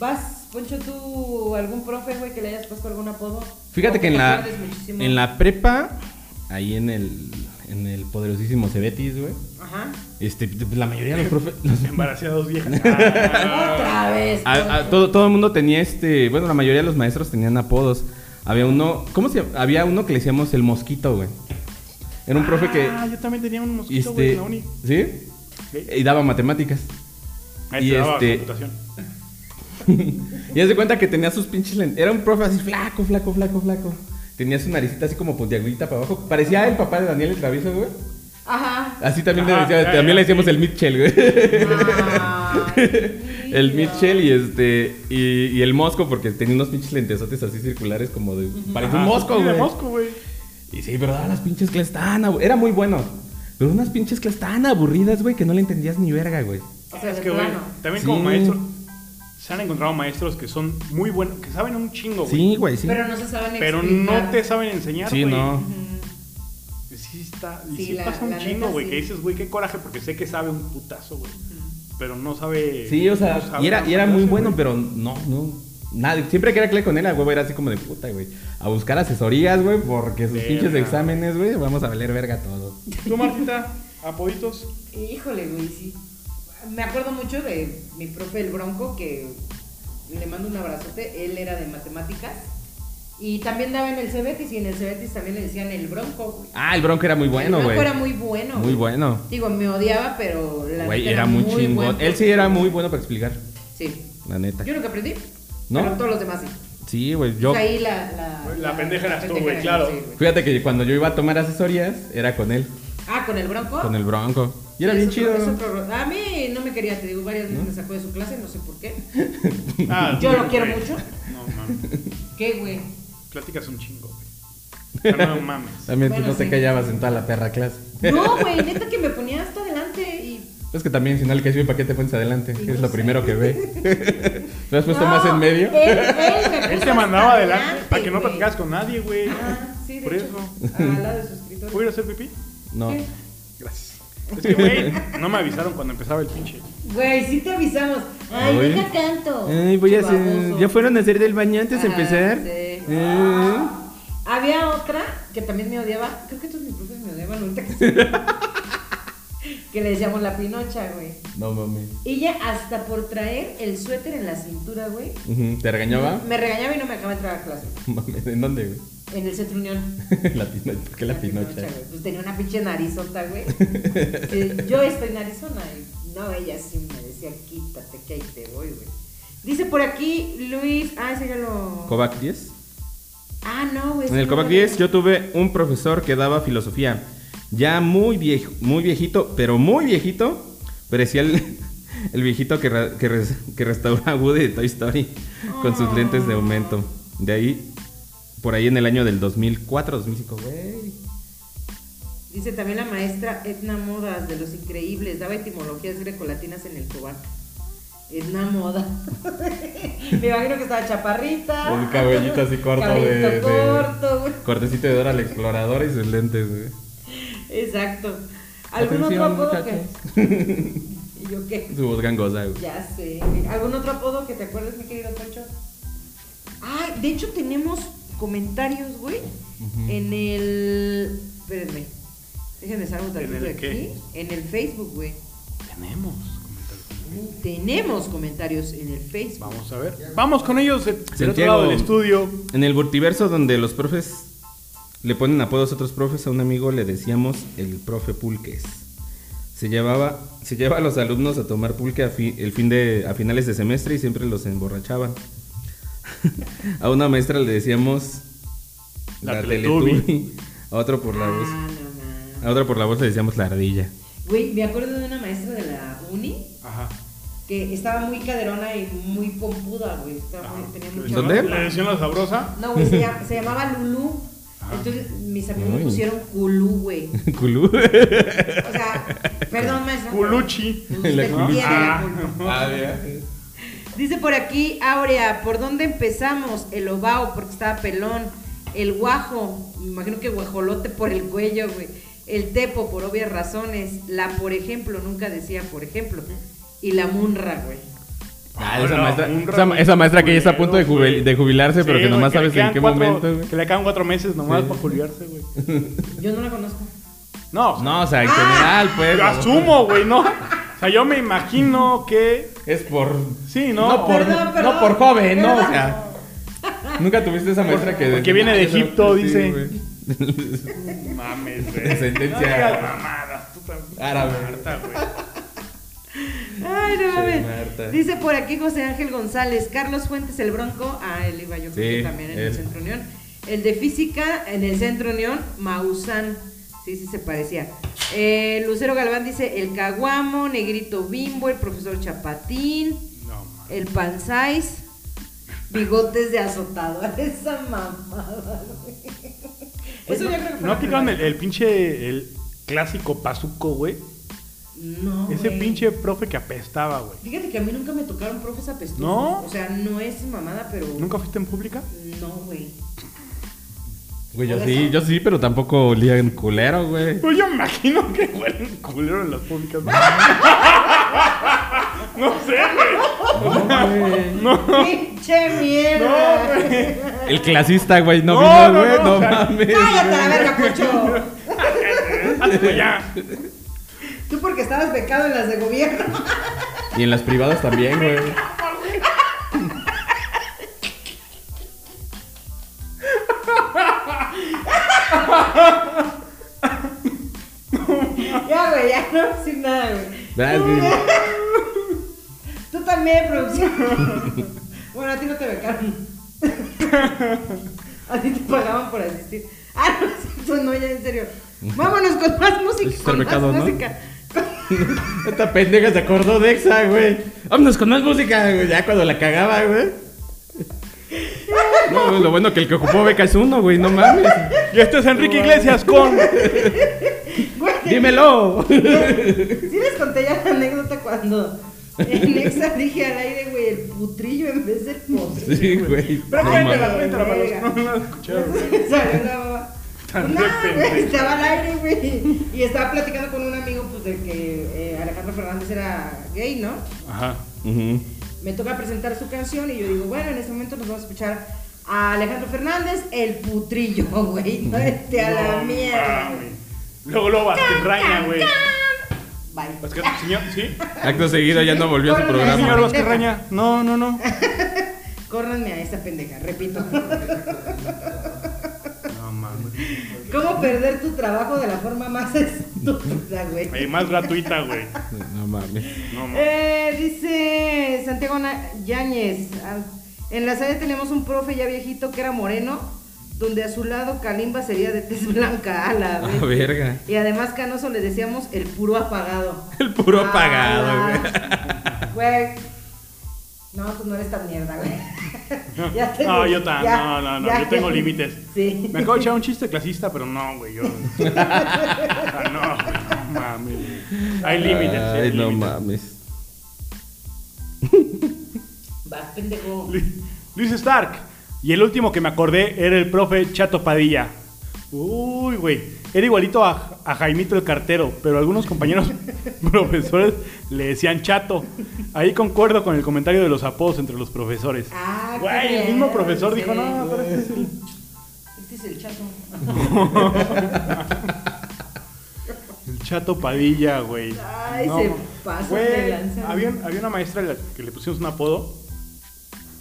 [SPEAKER 4] ¿Vas, Poncho, tú, algún profe, güey, que le hayas puesto algún apodo?
[SPEAKER 2] Fíjate
[SPEAKER 4] O
[SPEAKER 2] que en
[SPEAKER 4] te
[SPEAKER 2] la,
[SPEAKER 4] acuerdes muchísimo.
[SPEAKER 2] en la prepa, ahí en el, en el poderosísimo Cebetis, güey,
[SPEAKER 4] Ajá.
[SPEAKER 2] este, la mayoría de los profes... los-
[SPEAKER 3] Embaracé a dos viejas. Ah.
[SPEAKER 4] Otra vez.
[SPEAKER 2] a- a- todo, todo el mundo tenía este... Bueno, la mayoría de los maestros tenían apodos. Había uno... ¿Cómo se llama? Había uno que le decíamos el mosquito, güey. Era un profe que...
[SPEAKER 3] Ah, yo también tenía un mosquito, güey,
[SPEAKER 2] Este,
[SPEAKER 3] en la uni.
[SPEAKER 2] ¿Sí?
[SPEAKER 3] Sí.
[SPEAKER 2] Y daba matemáticas.
[SPEAKER 3] Ahí
[SPEAKER 2] y
[SPEAKER 3] te daba
[SPEAKER 2] este-
[SPEAKER 3] computación.
[SPEAKER 2] Y haz de cuenta que tenía sus pinches lentes. Era un profe así flaco, flaco, flaco, flaco. Tenía su naricita así como puntiagudita para abajo. Parecía el papá de Daniel el Travieso, güey. ah.
[SPEAKER 4] Ajá.
[SPEAKER 2] Así también,
[SPEAKER 3] Ajá,
[SPEAKER 2] le, decía-
[SPEAKER 3] ya,
[SPEAKER 2] también
[SPEAKER 3] ya,
[SPEAKER 2] le decíamos
[SPEAKER 3] sí.
[SPEAKER 2] el Mitchell, güey.
[SPEAKER 4] Ay,
[SPEAKER 2] El
[SPEAKER 4] mira.
[SPEAKER 2] Mitchell y este. Y, y el Mosco, porque tenía unos pinches lentesotes así circulares como de. Parecía un
[SPEAKER 3] Ajá,
[SPEAKER 2] mosco,
[SPEAKER 3] sí, de
[SPEAKER 2] güey.
[SPEAKER 3] mosco, güey.
[SPEAKER 2] Y sí, pero daba las pinches clases tan abu- Era muy bueno. Pero unas pinches clases tan aburridas, güey, que no le entendías ni verga, güey.
[SPEAKER 4] O sea,
[SPEAKER 3] Es
[SPEAKER 4] de
[SPEAKER 3] que, güey,
[SPEAKER 4] plano.
[SPEAKER 3] también
[SPEAKER 2] Sí.
[SPEAKER 3] como maestro, se han encontrado maestros que son muy buenos, que saben un chingo, Oh, güey.
[SPEAKER 2] Sí, güey, sí.
[SPEAKER 4] Pero no se saben
[SPEAKER 3] Pero
[SPEAKER 4] explicar.
[SPEAKER 3] no te saben enseñar, güey.
[SPEAKER 2] sí, no.
[SPEAKER 3] Sí, está, y
[SPEAKER 4] Sí,
[SPEAKER 3] sí
[SPEAKER 4] la-
[SPEAKER 3] pasa
[SPEAKER 4] la
[SPEAKER 3] un
[SPEAKER 4] neta,
[SPEAKER 3] chingo, güey,
[SPEAKER 4] sí.
[SPEAKER 3] que dices, güey, qué coraje, porque sé que sabe un putazo, güey. Pero no sabe...
[SPEAKER 2] Sí, o
[SPEAKER 3] no
[SPEAKER 2] sea,
[SPEAKER 3] sabe
[SPEAKER 2] y era, y era
[SPEAKER 3] nada
[SPEAKER 2] muy
[SPEAKER 3] más,
[SPEAKER 2] bueno,
[SPEAKER 3] güey.
[SPEAKER 2] pero no, no. Nada, siempre que era clase con él, a huevo era así como de puta, güey. A buscar asesorías, güey, porque sus
[SPEAKER 3] Verga.
[SPEAKER 2] pinches exámenes, güey, vamos a valer verga todo.
[SPEAKER 3] ¿Tú, Martita? ¿Apoditos?
[SPEAKER 4] Híjole, güey, sí. Me acuerdo mucho de mi profe El Bronco, que le mando un abrazote. Él era de matemáticas. Y también daba en el Cebetis, y en el Cebetis también le decían El Bronco, güey.
[SPEAKER 2] Ah, el bronco era muy bueno,
[SPEAKER 4] el Bronco
[SPEAKER 2] güey.
[SPEAKER 4] era muy bueno.
[SPEAKER 2] Muy
[SPEAKER 4] güey.
[SPEAKER 2] bueno.
[SPEAKER 4] Digo, me odiaba, pero la
[SPEAKER 2] Güey,
[SPEAKER 4] neta
[SPEAKER 2] era muy
[SPEAKER 4] buen
[SPEAKER 2] chingón. Él sí
[SPEAKER 4] profe.
[SPEAKER 2] era muy bueno para explicar,
[SPEAKER 4] Sí.
[SPEAKER 2] la neta.
[SPEAKER 4] Yo nunca aprendí.
[SPEAKER 2] ¿No?
[SPEAKER 4] Pero todos los demás sí.
[SPEAKER 2] Sí, güey, yo.
[SPEAKER 4] O sea, ahí la. La,
[SPEAKER 3] La pendeja eras tú,
[SPEAKER 4] pendeja
[SPEAKER 3] güey,
[SPEAKER 4] era
[SPEAKER 3] claro.
[SPEAKER 4] yo, sí, güey.
[SPEAKER 2] Fíjate que cuando yo iba a tomar asesorías, era con él,
[SPEAKER 4] Ah, con el Bronco.
[SPEAKER 2] con el bronco. Y era
[SPEAKER 4] Es
[SPEAKER 2] bien
[SPEAKER 4] otro-
[SPEAKER 2] chido.
[SPEAKER 4] es otro- a mí no me quería, te digo, varias veces me sacó de su clase, no sé por qué.
[SPEAKER 3] Ah,
[SPEAKER 4] Yo
[SPEAKER 3] sí,
[SPEAKER 4] lo quiero
[SPEAKER 3] güey.
[SPEAKER 4] mucho.
[SPEAKER 3] No, mames.
[SPEAKER 4] ¿Qué, güey?
[SPEAKER 3] Platicas un chingo, güey. Pero no mames.
[SPEAKER 2] También tú
[SPEAKER 4] Bueno,
[SPEAKER 2] no te
[SPEAKER 4] sí.
[SPEAKER 2] callabas en toda la perra clase.
[SPEAKER 4] No, güey, neta que me ponía hasta adelante y.
[SPEAKER 2] Es que también, si no le caes bien, ¿para qué te pones adelante?
[SPEAKER 4] Sí,
[SPEAKER 2] Es
[SPEAKER 4] no
[SPEAKER 2] lo
[SPEAKER 4] sé.
[SPEAKER 2] primero que ve. ¿Lo has puesto
[SPEAKER 4] No,
[SPEAKER 2] más en medio?
[SPEAKER 4] Él, él, me
[SPEAKER 3] Él
[SPEAKER 4] puso
[SPEAKER 3] te mandaba
[SPEAKER 4] hasta
[SPEAKER 3] adelante para que no
[SPEAKER 4] güey.
[SPEAKER 3] platicaras con nadie, güey.
[SPEAKER 4] Ah, sí, de
[SPEAKER 3] Por
[SPEAKER 4] hecho,
[SPEAKER 3] eso.
[SPEAKER 4] Al lado de su escritorio.
[SPEAKER 3] ¿Puedo ir a hacer pipí?
[SPEAKER 2] No.
[SPEAKER 4] ¿Qué?
[SPEAKER 3] Gracias. Es que, güey, no me avisaron cuando empezaba el pinche.
[SPEAKER 4] Güey, sí te avisamos. Ay,
[SPEAKER 2] Ay.
[SPEAKER 4] deja canto.
[SPEAKER 2] Ay, voy a hacer-
[SPEAKER 4] Baboso.
[SPEAKER 2] ¿Ya fueron a hacer del baño antes de
[SPEAKER 4] Ah,
[SPEAKER 2] empezar?
[SPEAKER 4] sí. Ah,
[SPEAKER 2] Eh.
[SPEAKER 4] Había otra que también me odiaba. Creo que todos mis profes me odiaban ahorita que sí. Que le decíamos la pinocha, güey.
[SPEAKER 2] No mami.
[SPEAKER 4] Ella hasta por traer el suéter en la cintura, güey.
[SPEAKER 2] Ujú, ¿Te regañaba?
[SPEAKER 4] Me regañaba y no me acababa de entrar a clase. güey.
[SPEAKER 2] Mames, ¿en dónde, güey?
[SPEAKER 4] En el Centro Unión.
[SPEAKER 2] la pinocha. ¿Por qué la pinocha?
[SPEAKER 4] güey. Pues tenía una pinche narizota, güey. Eh, yo estoy narizona. y No, ella sí me decía, quítate que ahí te voy, güey. Dice por aquí Luis. Ah, ese ya lo.
[SPEAKER 2] ¿Covac 10?
[SPEAKER 4] Ah, no, güey.
[SPEAKER 2] En el Covac 10 yo tuve un profesor que daba filosofía. Ya muy viejo, muy viejito, pero muy viejito. Parecía el, el viejito que, ra- que, res- que restaura a Woody de Toy Story con sus lentes de aumento. De ahí, por ahí en el año del 2004, 2005, güey.
[SPEAKER 4] Dice también la maestra Edna Modas de Los Increíbles. Daba etimologías grecolatinas en el Cobac. Edna Moda. me imagino que estaba chaparrita.
[SPEAKER 2] Un cabellito así corto
[SPEAKER 4] Cabellito
[SPEAKER 2] de- de-
[SPEAKER 4] corto, güey.
[SPEAKER 2] Cortecito de Dora la Exploradora y sus lentes, güey.
[SPEAKER 4] Exacto. ¿Algún
[SPEAKER 2] Atención,
[SPEAKER 4] otro apodo
[SPEAKER 2] muchachos.
[SPEAKER 4] que.? ¿Y yo qué?
[SPEAKER 2] Su voz gangosa, güey.
[SPEAKER 4] Ya sé. ¿Algún otro apodo que te acuerdes, mi querido Poncho? Ah, de hecho tenemos comentarios, güey. En el. Espérenme. Déjenme salgo tantito
[SPEAKER 3] el
[SPEAKER 4] de aquí.
[SPEAKER 3] qué?
[SPEAKER 4] En el Facebook, güey.
[SPEAKER 3] Tenemos comentarios.
[SPEAKER 4] Tenemos comentarios en el Facebook.
[SPEAKER 3] Vamos a ver. Vamos con ellos de- del otro
[SPEAKER 2] Santiago.
[SPEAKER 3] lado del estudio.
[SPEAKER 2] En el Burtiverso, donde los profes le ponen apodos a otros profes, a un amigo le decíamos el profe Pulques. Se, llevaba, se lleva a los alumnos a tomar pulque a, fi- el fin de, a finales de semestre y siempre los emborrachaban. a una maestra le decíamos
[SPEAKER 3] La Teletubby.
[SPEAKER 2] A otro por la voz.
[SPEAKER 4] Ah, no,
[SPEAKER 2] A
[SPEAKER 4] no.
[SPEAKER 2] otra por la voz le decíamos la ardilla.
[SPEAKER 4] Güey, me acuerdo de una maestra de la uni
[SPEAKER 3] Ajá.
[SPEAKER 4] que estaba muy caderona y muy pompuda, güey. Estaba
[SPEAKER 3] Ah,
[SPEAKER 4] muy- tenía mucha
[SPEAKER 2] ¿Dónde?
[SPEAKER 3] La edición La Sabrosa.
[SPEAKER 4] No, güey, se, llam- se llamaba Lulú.
[SPEAKER 3] Ajá.
[SPEAKER 4] Entonces mis amigos
[SPEAKER 2] Ah. Uy.
[SPEAKER 4] me pusieron Culú, güey.
[SPEAKER 2] Culú.
[SPEAKER 4] O sea, perdón, maestra.
[SPEAKER 3] Culuchi.
[SPEAKER 4] Usted
[SPEAKER 2] La
[SPEAKER 4] tiene
[SPEAKER 2] Culuchi.
[SPEAKER 4] la
[SPEAKER 3] Ah.
[SPEAKER 4] culpa.
[SPEAKER 2] Ay,
[SPEAKER 4] Dice por aquí, Aurea, ¿por dónde empezamos? El Obao, porque estaba pelón. El Guajo, me imagino que guajolote por el cuello, güey. El Tepo, por obvias razones. La, por ejemplo, nunca decía por ejemplo. Y la Munra, güey.
[SPEAKER 2] Ah, esa,
[SPEAKER 3] no,
[SPEAKER 2] maestra,
[SPEAKER 3] un
[SPEAKER 2] esa, esa maestra que ya está a punto de,
[SPEAKER 3] culero,
[SPEAKER 2] jubil-
[SPEAKER 3] güey.
[SPEAKER 2] de jubilarse, pero
[SPEAKER 3] Sí,
[SPEAKER 2] que nomás
[SPEAKER 3] güey,
[SPEAKER 2] sabes
[SPEAKER 3] le
[SPEAKER 2] en
[SPEAKER 3] quedan
[SPEAKER 2] qué
[SPEAKER 3] cuatro-
[SPEAKER 2] momento. güey.
[SPEAKER 3] Que le quedan cuatro meses nomás
[SPEAKER 2] Sí.
[SPEAKER 3] para jubilarse, güey.
[SPEAKER 4] Yo no la conozco.
[SPEAKER 3] No, o sea,
[SPEAKER 2] No, o sea, en general, pues.
[SPEAKER 3] yo asumo, güey, ¿no? O sea, yo me imagino que.
[SPEAKER 2] Es por.
[SPEAKER 3] Sí,
[SPEAKER 2] No,
[SPEAKER 3] ¿no?
[SPEAKER 2] por,
[SPEAKER 4] perdón,
[SPEAKER 2] no
[SPEAKER 4] perdón,
[SPEAKER 2] por joven, ¿no? O
[SPEAKER 4] perdón.
[SPEAKER 2] sea. Nunca tuviste esa maestra que.
[SPEAKER 3] porque viene de
[SPEAKER 2] Ay, esa-
[SPEAKER 3] Egipto,
[SPEAKER 2] sí,
[SPEAKER 3] dice.
[SPEAKER 2] güey.
[SPEAKER 3] Mames, güey.
[SPEAKER 2] Descendencia.
[SPEAKER 3] No digas mamadas, tú también.
[SPEAKER 2] Árabe.
[SPEAKER 3] Marta, güey.
[SPEAKER 4] Ay, no mames.
[SPEAKER 2] Marta.
[SPEAKER 4] Dice por aquí José Ángel González, Carlos Fuentes el Bronco, ah, él iba yo creo
[SPEAKER 2] Sí,
[SPEAKER 4] que también en
[SPEAKER 2] él.
[SPEAKER 4] el Centro Unión. El de Física en el Centro Unión, Maussan, sí, sí se parecía. Eh, Lucero Galván dice el Caguamo, Negrito Bimbo, el profesor Chapatín,
[SPEAKER 3] No, mames.
[SPEAKER 4] el Panzais, bigotes de azotador, esa mamada. güey. Eso yo creo que fue
[SPEAKER 3] ¿No
[SPEAKER 4] la
[SPEAKER 3] aplicaron el,
[SPEAKER 4] primaria.
[SPEAKER 3] el pinche. El clásico pazuco, güey?
[SPEAKER 4] No,
[SPEAKER 3] Ese
[SPEAKER 4] güey.
[SPEAKER 3] pinche profe que apestaba, güey.
[SPEAKER 4] Fíjate que a mí nunca me tocaron profes apestosos.
[SPEAKER 3] ¿No?
[SPEAKER 4] O sea, no es mamada, pero...
[SPEAKER 3] ¿Nunca fuiste en pública?
[SPEAKER 4] No, güey.
[SPEAKER 2] Güey, yo
[SPEAKER 4] Por
[SPEAKER 2] sí,
[SPEAKER 4] eso.
[SPEAKER 2] yo sí, pero tampoco olía en culero, güey.
[SPEAKER 3] Pues yo me imagino que huelen culero en las públicas. No, No sé, güey.
[SPEAKER 4] ¡Pinche
[SPEAKER 3] No,
[SPEAKER 4] mierda!
[SPEAKER 3] güey.
[SPEAKER 2] El clasista, güey, no,
[SPEAKER 3] No,
[SPEAKER 2] vino,
[SPEAKER 3] no,
[SPEAKER 2] güey.
[SPEAKER 3] no,
[SPEAKER 2] No,
[SPEAKER 3] o sea,
[SPEAKER 2] mames.
[SPEAKER 4] ¡Cállate a la verga, Poncho!
[SPEAKER 3] Hazlo Ah, ya.
[SPEAKER 4] Tú porque estabas becado en las de gobierno.
[SPEAKER 2] Y en las privadas también, güey.
[SPEAKER 4] Ya, güey, ya no sin nada, güey.
[SPEAKER 2] Ah, sí.
[SPEAKER 4] Tú también, producción. Bueno, a ti no te becaron. A ti te pagaban por asistir. Ah, no, sí, tú no, ya en serio. Vámonos con más música.
[SPEAKER 2] Es ser
[SPEAKER 4] con
[SPEAKER 2] becado,
[SPEAKER 4] más
[SPEAKER 2] ¿no?
[SPEAKER 4] música.
[SPEAKER 2] Esta pendeja se acordó de Exa, güey. Vámonos con más música, güey. Ya cuando la cagaba, güey. No, güey, lo bueno que el que ocupó beca es uno, güey, no mames. este
[SPEAKER 3] Y esto es Enrique Iglesias con.
[SPEAKER 4] Güey,
[SPEAKER 2] Dímelo.
[SPEAKER 4] Sí les conté ya la anécdota cuando en Exa dije al aire, güey, el putrillo en vez del potrillo.
[SPEAKER 2] Sí, güey.
[SPEAKER 3] Pero
[SPEAKER 2] No
[SPEAKER 3] cuéntala,
[SPEAKER 2] mames.
[SPEAKER 3] cuéntala para los que no la han escuchado.
[SPEAKER 4] Salió la baba.
[SPEAKER 3] Tan
[SPEAKER 4] No,
[SPEAKER 3] de pendejo.
[SPEAKER 4] güey, estaba al aire, güey. Y estaba platicando con un amigo, pues, de que eh, Alejandro Fernández era gay, ¿no?
[SPEAKER 3] Ajá.
[SPEAKER 2] Ujú.
[SPEAKER 4] Me toca presentar su canción y yo digo, bueno, en este momento nos vamos a escuchar a Alejandro Fernández, el putrillo, güey. No este a la
[SPEAKER 3] No
[SPEAKER 4] mierda.
[SPEAKER 3] mames. Luego, luego, Raña, güey.
[SPEAKER 4] Bye.
[SPEAKER 3] Vázquez- Señor, ¿sí?
[SPEAKER 2] Acto seguido ya no volvió a su
[SPEAKER 4] Hola,
[SPEAKER 3] Señor
[SPEAKER 2] programa.
[SPEAKER 3] Vázquez Raña. No, no, no.
[SPEAKER 4] Córranme a esta pendeja, repito.
[SPEAKER 3] No mames.
[SPEAKER 4] ¿Cómo perder tu trabajo de la forma más estúpida, güey?
[SPEAKER 3] Ey, más gratuita, güey.
[SPEAKER 2] No mames.
[SPEAKER 3] No mames.
[SPEAKER 4] Eh, dice Santiago Na- Yáñez. ah, En la sede tenemos un profe ya viejito que era moreno, donde a su lado Kalimba sería de tez blanca. A la
[SPEAKER 2] Ah,
[SPEAKER 4] vez.
[SPEAKER 2] verga.
[SPEAKER 4] Y además Canoso le decíamos el puro apagado.
[SPEAKER 2] El puro
[SPEAKER 4] Ah,
[SPEAKER 2] apagado, güey.
[SPEAKER 4] Güey. No, tú no eres tan mierda, güey. Ya tengo-
[SPEAKER 3] no, yo tan,
[SPEAKER 4] ya-
[SPEAKER 3] no, no, no,
[SPEAKER 4] ya-
[SPEAKER 3] yo tengo límites.
[SPEAKER 4] Sí.
[SPEAKER 3] Me acabo de echar un chiste clasista, pero no, güey, yo. O sea, no, güey, no mames. güey. Hay límites, sí, hay
[SPEAKER 2] Ay, no
[SPEAKER 3] límites.
[SPEAKER 2] mames.
[SPEAKER 4] Vas, pendejo.
[SPEAKER 3] Lu- Luis Stark. Y el último que me acordé era el profe Chato Padilla. Uy, güey. Era igualito a, a Jaimito el cartero, pero algunos compañeros profesores le decían chato. Ahí concuerdo con el comentario de los apodos entre los profesores.
[SPEAKER 4] Ah, qué
[SPEAKER 3] Güey, el
[SPEAKER 4] bien,
[SPEAKER 3] mismo profesor dijo,
[SPEAKER 4] sí.
[SPEAKER 3] no, pero este es el
[SPEAKER 4] Este es el chato.
[SPEAKER 3] El Chato Padilla, güey.
[SPEAKER 4] Ay, se pasó
[SPEAKER 3] Güey,
[SPEAKER 4] de lanza.
[SPEAKER 3] había, había una maestra a la que le pusimos un apodo.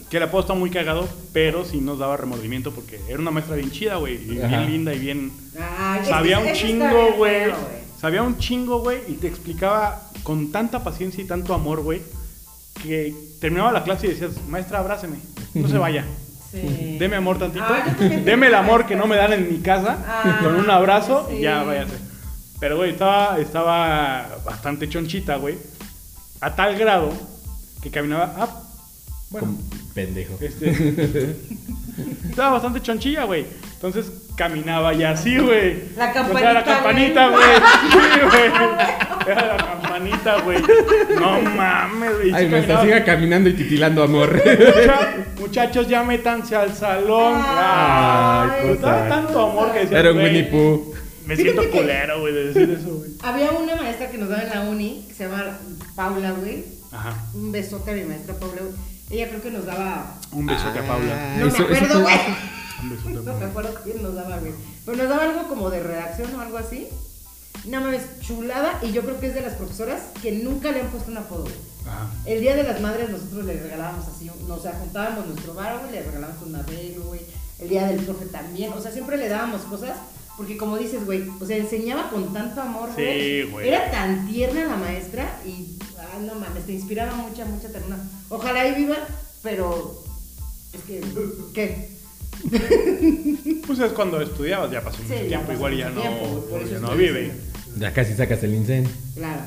[SPEAKER 3] Que el apodo está muy cagado, pero sí nos daba remordimiento porque era una maestra bien chida, güey. y
[SPEAKER 2] Ajá.
[SPEAKER 3] Bien linda y bien.
[SPEAKER 4] Ay, este-
[SPEAKER 3] Sabía un
[SPEAKER 4] este está
[SPEAKER 3] chingo,
[SPEAKER 4] bien
[SPEAKER 3] güey.
[SPEAKER 4] feo,
[SPEAKER 3] Sabía un chingo, güey. Y te explicaba con tanta paciencia y tanto amor, güey. Que terminaba la clase y decías, maestra, abráceme. No se vaya.
[SPEAKER 4] Sí.
[SPEAKER 3] Deme amor tantito.
[SPEAKER 4] Ah, yo también tengo
[SPEAKER 3] Deme el amor que
[SPEAKER 4] maestras.
[SPEAKER 3] no me dan en mi casa.
[SPEAKER 4] Ah,
[SPEAKER 3] con un abrazo y
[SPEAKER 4] sí.
[SPEAKER 3] ya váyase. Pero, güey, estaba, estaba bastante chonchita, güey. A tal grado que caminaba. Ah, bueno.
[SPEAKER 2] Pendejo.
[SPEAKER 3] Este, estaba bastante chonchilla, güey. Entonces caminaba y así, güey.
[SPEAKER 4] La
[SPEAKER 3] O sea,
[SPEAKER 4] campanita,
[SPEAKER 3] la campanita, güey. Sí, güey. Era la campanita, güey. No mames, güey.
[SPEAKER 2] Ay,
[SPEAKER 3] Sí
[SPEAKER 2] maestra,
[SPEAKER 3] caminaba.
[SPEAKER 2] siga caminando y titilando amor.
[SPEAKER 3] Mucha- muchachos, ya métanse al salón.
[SPEAKER 4] Ay,
[SPEAKER 3] Ay, pues, daba
[SPEAKER 2] puta.
[SPEAKER 3] tanto amor que decía.
[SPEAKER 2] Era un
[SPEAKER 3] güey,
[SPEAKER 2] Winnie Pooh.
[SPEAKER 3] Me
[SPEAKER 4] Fíjate
[SPEAKER 3] siento
[SPEAKER 4] que-
[SPEAKER 3] culero, güey, de decir eso, güey.
[SPEAKER 4] Había una maestra que nos daba en la uni, que se llama Paula, güey.
[SPEAKER 3] Ajá.
[SPEAKER 4] Un besote a mi maestra Paula. Ella creo que nos daba.
[SPEAKER 3] Un besote a Paula.
[SPEAKER 4] No
[SPEAKER 2] Eso- eso
[SPEAKER 4] me acuerdo,
[SPEAKER 2] fue-
[SPEAKER 4] güey.
[SPEAKER 3] Un besote a
[SPEAKER 4] No me
[SPEAKER 3] Paula.
[SPEAKER 4] acuerdo quién nos daba, güey. Pero nos daba algo como de redacción o algo así. Una mames chulada. Y yo creo que es de las profesoras que nunca le han puesto un apodo. güey.
[SPEAKER 3] Ajá.
[SPEAKER 4] El día de las madres nosotros le regalábamos así, un- o sea, juntábamos nuestro bar, güey, le regalábamos un arreglo, güey. El día del profe también, o sea, siempre le dábamos cosas, porque como dices, güey, o sea, enseñaba con tanto amor,
[SPEAKER 3] Sí,
[SPEAKER 4] güey.
[SPEAKER 3] güey.
[SPEAKER 4] Era tan tierna la maestra y, ay, no mames, te inspiraba mucha, mucha ternura. Ojalá y viva, pero es que, ¿qué?
[SPEAKER 3] Pues es cuando estudiabas, ya pasó
[SPEAKER 4] Sí,
[SPEAKER 3] mucho
[SPEAKER 4] ya
[SPEAKER 3] tiempo,
[SPEAKER 4] pasó
[SPEAKER 3] igual ya
[SPEAKER 4] mucho
[SPEAKER 3] no,
[SPEAKER 4] tiempo, güey, por eso
[SPEAKER 3] ya no
[SPEAKER 4] estoy
[SPEAKER 3] vive.
[SPEAKER 4] diciendo.
[SPEAKER 2] Ya casi sacas el incendio.
[SPEAKER 4] Claro,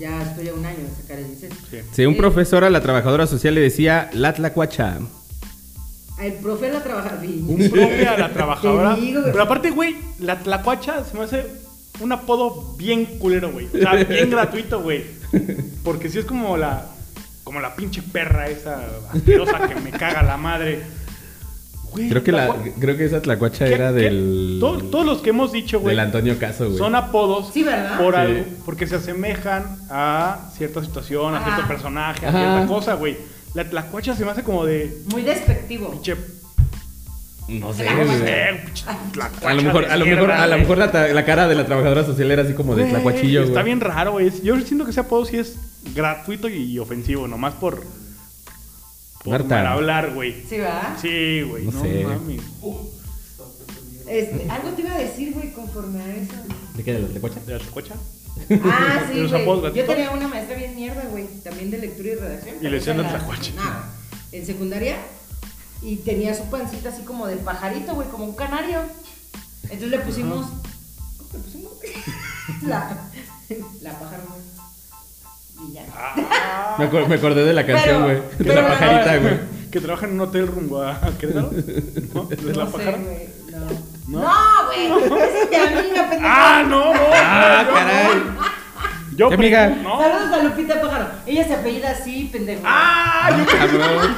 [SPEAKER 4] ya estoy a un año de sacar el licenciado.
[SPEAKER 3] Sí.
[SPEAKER 2] Sí, un
[SPEAKER 4] Eh,
[SPEAKER 2] profesor a la trabajadora social le decía la tlacuacha.
[SPEAKER 4] El profe la trabaja bien.
[SPEAKER 3] Un profe a la trabajadora.
[SPEAKER 4] Te digo, güey.
[SPEAKER 3] Pero aparte, güey, la tlacuacha se me hace un apodo bien culero, güey. O sea, bien gratuito, güey. Porque si es como la. Como la pinche perra esa asquerosa que me caga la madre. Güey,
[SPEAKER 2] Creo que, la,
[SPEAKER 3] tlacua-
[SPEAKER 2] creo que esa tlacuacha
[SPEAKER 3] ¿Qué-
[SPEAKER 2] era
[SPEAKER 3] qué?
[SPEAKER 2] del.
[SPEAKER 3] Todo- todos los que hemos dicho, güey.
[SPEAKER 2] Del Antonio Caso, güey.
[SPEAKER 3] Son apodos
[SPEAKER 4] Sí, ¿verdad?
[SPEAKER 3] por
[SPEAKER 2] Sí.
[SPEAKER 3] algo, porque se asemejan a cierta situación, a
[SPEAKER 4] Ajá.
[SPEAKER 3] cierto personaje, a
[SPEAKER 2] Ajá.
[SPEAKER 3] cierta cosa, güey. La tlacuacha se me hace como de
[SPEAKER 4] Muy despectivo.
[SPEAKER 3] pinche
[SPEAKER 2] No sé,
[SPEAKER 3] no
[SPEAKER 2] güey.
[SPEAKER 3] sé, pinche tlacuacha
[SPEAKER 2] A lo mejor,
[SPEAKER 3] de
[SPEAKER 2] a lo mejor, a lo
[SPEAKER 3] mierda,
[SPEAKER 2] mejor la, ta- la cara de la trabajadora social era así como de
[SPEAKER 3] güey.
[SPEAKER 2] tlacuachillo, güey.
[SPEAKER 3] Está bien raro, güey. Yo siento que ese apodo sí es gratuito y ofensivo, nomás por, por
[SPEAKER 2] Marta.
[SPEAKER 3] mal hablar, güey.
[SPEAKER 4] Sí, ¿verdad?
[SPEAKER 3] Sí, güey,
[SPEAKER 2] No
[SPEAKER 3] no,
[SPEAKER 2] sé.
[SPEAKER 3] mames.
[SPEAKER 4] Este, algo te iba a decir, güey, conforme a eso.
[SPEAKER 2] ¿De qué? ¿De la tlacuacha?
[SPEAKER 3] ¿De la tlacuacha?
[SPEAKER 4] Ah,
[SPEAKER 3] De
[SPEAKER 4] sí,
[SPEAKER 3] los apodos
[SPEAKER 4] güey. Yo
[SPEAKER 3] gratuitos.
[SPEAKER 4] tenía una maestra bien mierda, güey, también de lectura y redacción.
[SPEAKER 3] Y le decían
[SPEAKER 4] En
[SPEAKER 3] la tlacuache.
[SPEAKER 4] Nada, en secundaria. Y tenía su pancita así como de pajarito, güey, como un canario. Entonces le pusimos... ¿Cómo le pusimos? la, la pájaro, güey. Y ya.
[SPEAKER 3] Ah,
[SPEAKER 2] Me, acuer- me acordé de la canción, güey.
[SPEAKER 4] Pero-
[SPEAKER 2] De la
[SPEAKER 4] pero-
[SPEAKER 2] pajarita, güey.
[SPEAKER 3] Que trabaja en un hotel rumbo a Querétaro. ¿No? ¿De la
[SPEAKER 4] no sé,
[SPEAKER 3] pájara?
[SPEAKER 4] güey.
[SPEAKER 3] ¿No?
[SPEAKER 4] No. No, güey. Es que a mí me apetece.
[SPEAKER 3] ¡Ah, no! no
[SPEAKER 2] Ah,
[SPEAKER 3] no,
[SPEAKER 2] caray.
[SPEAKER 3] no. Yo,
[SPEAKER 2] ¿Qué, amiga?
[SPEAKER 3] pre- ¿no?
[SPEAKER 4] Saludos a Lupita Pájaro. Ella se apellida así, pendejo.
[SPEAKER 3] ¡Ah!
[SPEAKER 2] Ah, cabrón.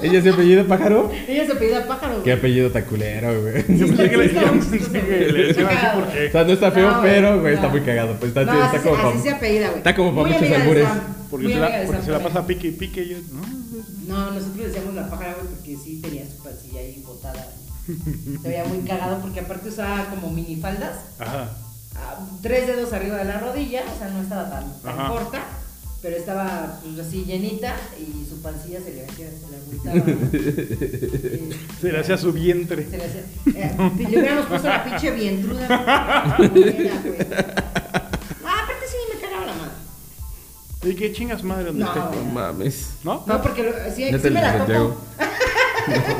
[SPEAKER 2] ¿Ella se apellida pájaro?
[SPEAKER 4] Ella se apellida Pájaro,
[SPEAKER 2] Qué
[SPEAKER 4] güey.
[SPEAKER 2] apellido taculero, güey.
[SPEAKER 3] Yo pensé que le
[SPEAKER 4] Está
[SPEAKER 3] decían
[SPEAKER 4] chistoso.
[SPEAKER 3] que le decían así
[SPEAKER 2] O
[SPEAKER 3] porque.
[SPEAKER 2] sea, no está feo,
[SPEAKER 4] No, güey,
[SPEAKER 2] pero, güey,
[SPEAKER 4] no.
[SPEAKER 2] está muy cagado. Pues está,
[SPEAKER 4] No,
[SPEAKER 2] chido,
[SPEAKER 4] así,
[SPEAKER 2] está como
[SPEAKER 4] así
[SPEAKER 2] pa-
[SPEAKER 4] se apellida, güey.
[SPEAKER 2] Está como para
[SPEAKER 4] Muy
[SPEAKER 2] muchos
[SPEAKER 4] amiga de
[SPEAKER 2] albures.
[SPEAKER 4] Sam,
[SPEAKER 3] Porque
[SPEAKER 4] muy
[SPEAKER 3] se, la,
[SPEAKER 4] amiga de
[SPEAKER 3] porque
[SPEAKER 4] Sam
[SPEAKER 3] se la
[SPEAKER 4] también.
[SPEAKER 3] pasa pique y pique y yo, ¿no?
[SPEAKER 4] No, nosotros decíamos la pájara, güey, porque sí tenía su pancilla ahí botada. güey. Se veía muy cagado porque aparte usaba como minifaldas,
[SPEAKER 3] Ajá.
[SPEAKER 4] ah, tres dedos arriba de la rodilla, o sea, no estaba tan, tan
[SPEAKER 3] Ajá.
[SPEAKER 4] corta, pero estaba pues así llenita y su pancilla se le hacía, se le agüitaba. Eh,
[SPEAKER 3] Se le hacía su vientre.
[SPEAKER 4] Se le hacía. eh, le hubiéramos puesto la pinche vientruda. Mira, güey. No, aparte sí me cagaba la mano.
[SPEAKER 3] ¿Y qué chingas madre donde
[SPEAKER 4] No,
[SPEAKER 3] esté?
[SPEAKER 4] güey.
[SPEAKER 2] No mames.
[SPEAKER 3] ¿No?
[SPEAKER 4] No, porque lo- sí,
[SPEAKER 2] Ya
[SPEAKER 4] sí
[SPEAKER 2] te
[SPEAKER 4] me
[SPEAKER 2] la
[SPEAKER 4] la
[SPEAKER 2] Santiago.
[SPEAKER 4] topo.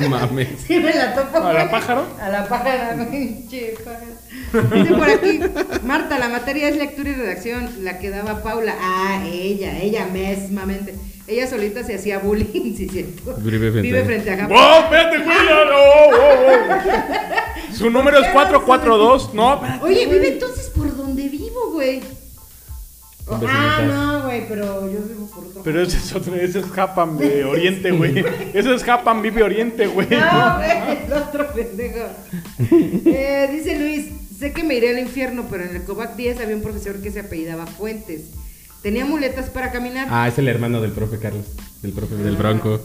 [SPEAKER 2] No mames.
[SPEAKER 4] Sí me la topo.
[SPEAKER 3] ¿A la
[SPEAKER 4] güey.
[SPEAKER 3] pájaro?
[SPEAKER 4] A la pájara, güey. Che, pájaro. Dice por aquí, Marta, la materia es lectura y redacción, la que daba Paula. Ah, ella, ella mesmamente. Ella solita se hacía bullying, sí, cierto.
[SPEAKER 2] Vive frente a-
[SPEAKER 4] frente a Japón.
[SPEAKER 3] ¡Wow! ¡Oh, ¡Espérate, güey! ¡No! ¡Wow! wow! oh! Su número es 442. No, espérate.
[SPEAKER 4] Oye, vive entonces por donde vivo, güey.
[SPEAKER 2] Con
[SPEAKER 4] Oh, ah,
[SPEAKER 2] vecinitas.
[SPEAKER 4] no, güey, pero yo vivo por otro.
[SPEAKER 3] Pero ese es otro, ese es Japan de Oriente, güey. Ese es Japan Vive Oriente, güey.
[SPEAKER 4] No, güey, el otro pendejo. Eh, dice Luis, sé que me iré al infierno, pero en el Cobac 10 había un profesor que se apellidaba Fuentes. Tenía muletas para caminar,
[SPEAKER 2] Ah, es el hermano del profe Carlos. Del profe del Bronco.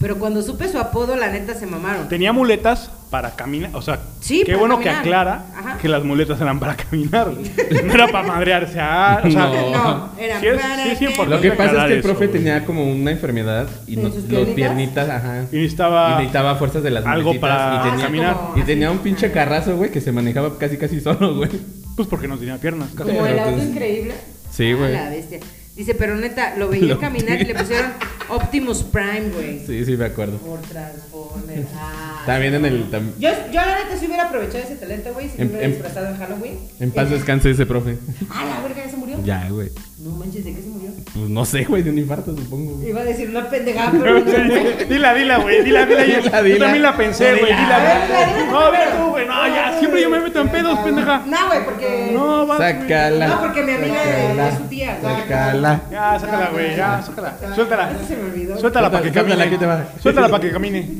[SPEAKER 4] pero cuando supe su apodo, la neta se mamaron.
[SPEAKER 3] Tenía muletas para caminar, o sea,
[SPEAKER 4] Sí,
[SPEAKER 3] qué
[SPEAKER 4] para
[SPEAKER 3] bueno que
[SPEAKER 4] caminar.
[SPEAKER 3] aclara
[SPEAKER 4] Ajá.
[SPEAKER 3] que las muletas eran para caminar, no era para madrearse, ah, o sea,
[SPEAKER 2] No.
[SPEAKER 4] No, era
[SPEAKER 3] sí es-
[SPEAKER 4] para
[SPEAKER 3] sí es
[SPEAKER 4] que-
[SPEAKER 3] importante
[SPEAKER 2] Lo que pasa es
[SPEAKER 3] aclarar
[SPEAKER 2] que el
[SPEAKER 3] eso,
[SPEAKER 2] profe
[SPEAKER 3] güey.
[SPEAKER 2] tenía como una enfermedad y
[SPEAKER 4] ¿En
[SPEAKER 2] no,
[SPEAKER 4] sus
[SPEAKER 2] los
[SPEAKER 4] piernitas?
[SPEAKER 2] piernitas, ajá.
[SPEAKER 3] y necesitaba,
[SPEAKER 2] Y necesitaba fuerzas de las
[SPEAKER 3] algo
[SPEAKER 2] muletitas
[SPEAKER 3] para
[SPEAKER 2] y tenía,
[SPEAKER 4] caminar. Ah,
[SPEAKER 2] Y
[SPEAKER 4] como-
[SPEAKER 2] tenía un pinche carrazo, güey, que se manejaba casi casi solo, güey.
[SPEAKER 3] pues porque no tenía piernas, casi.
[SPEAKER 4] Como el auto
[SPEAKER 2] entonces-
[SPEAKER 4] increíble.
[SPEAKER 2] Sí, güey.
[SPEAKER 4] Ah, la bestia. Dice, pero neta, lo veía
[SPEAKER 2] Lo-
[SPEAKER 4] caminar y le pusieron Optimus Prime, güey.
[SPEAKER 2] Sí, sí, me acuerdo.
[SPEAKER 4] Por Transformer. Ah,
[SPEAKER 2] También en el... tam-
[SPEAKER 4] Yo, yo la neta sí hubiera aprovechado ese talento, güey, si me
[SPEAKER 2] En-
[SPEAKER 4] hubiera
[SPEAKER 2] en-
[SPEAKER 4] disfrazado en Halloween.
[SPEAKER 2] en paz
[SPEAKER 4] Eh,
[SPEAKER 2] descanse ese profe.
[SPEAKER 4] Ah, la verga, ya se murió.
[SPEAKER 2] Ya, güey.
[SPEAKER 4] No manches, ¿de qué se murió?
[SPEAKER 2] Pues no sé, güey, de un infarto, supongo, güey.
[SPEAKER 4] Iba a decir una pendejada, pero no.
[SPEAKER 3] Dila, dila, güey, dila, dila. Yo,
[SPEAKER 2] Dila,
[SPEAKER 3] yo
[SPEAKER 2] dila.
[SPEAKER 3] también la pensé, güey,
[SPEAKER 2] Dila.
[SPEAKER 3] dila.
[SPEAKER 4] A ver, dila, dila,
[SPEAKER 3] No, mira
[SPEAKER 4] dila.
[SPEAKER 3] tú, güey, no, ya, siempre yo me meto en pedos, pendeja.
[SPEAKER 4] No, güey, porque.
[SPEAKER 3] No, vas, güey.
[SPEAKER 2] Sácala.
[SPEAKER 4] No, porque mi amiga
[SPEAKER 2] Sácala.
[SPEAKER 4] es su tía, güey.
[SPEAKER 2] Sácala.
[SPEAKER 3] Ya, sácala, güey, ya, sácala. Suéltala.
[SPEAKER 4] Eso se me olvidó.
[SPEAKER 3] Suéltala para que
[SPEAKER 2] Suéltala, aquí te
[SPEAKER 3] camine.
[SPEAKER 2] va.
[SPEAKER 3] Suéltala para que camine.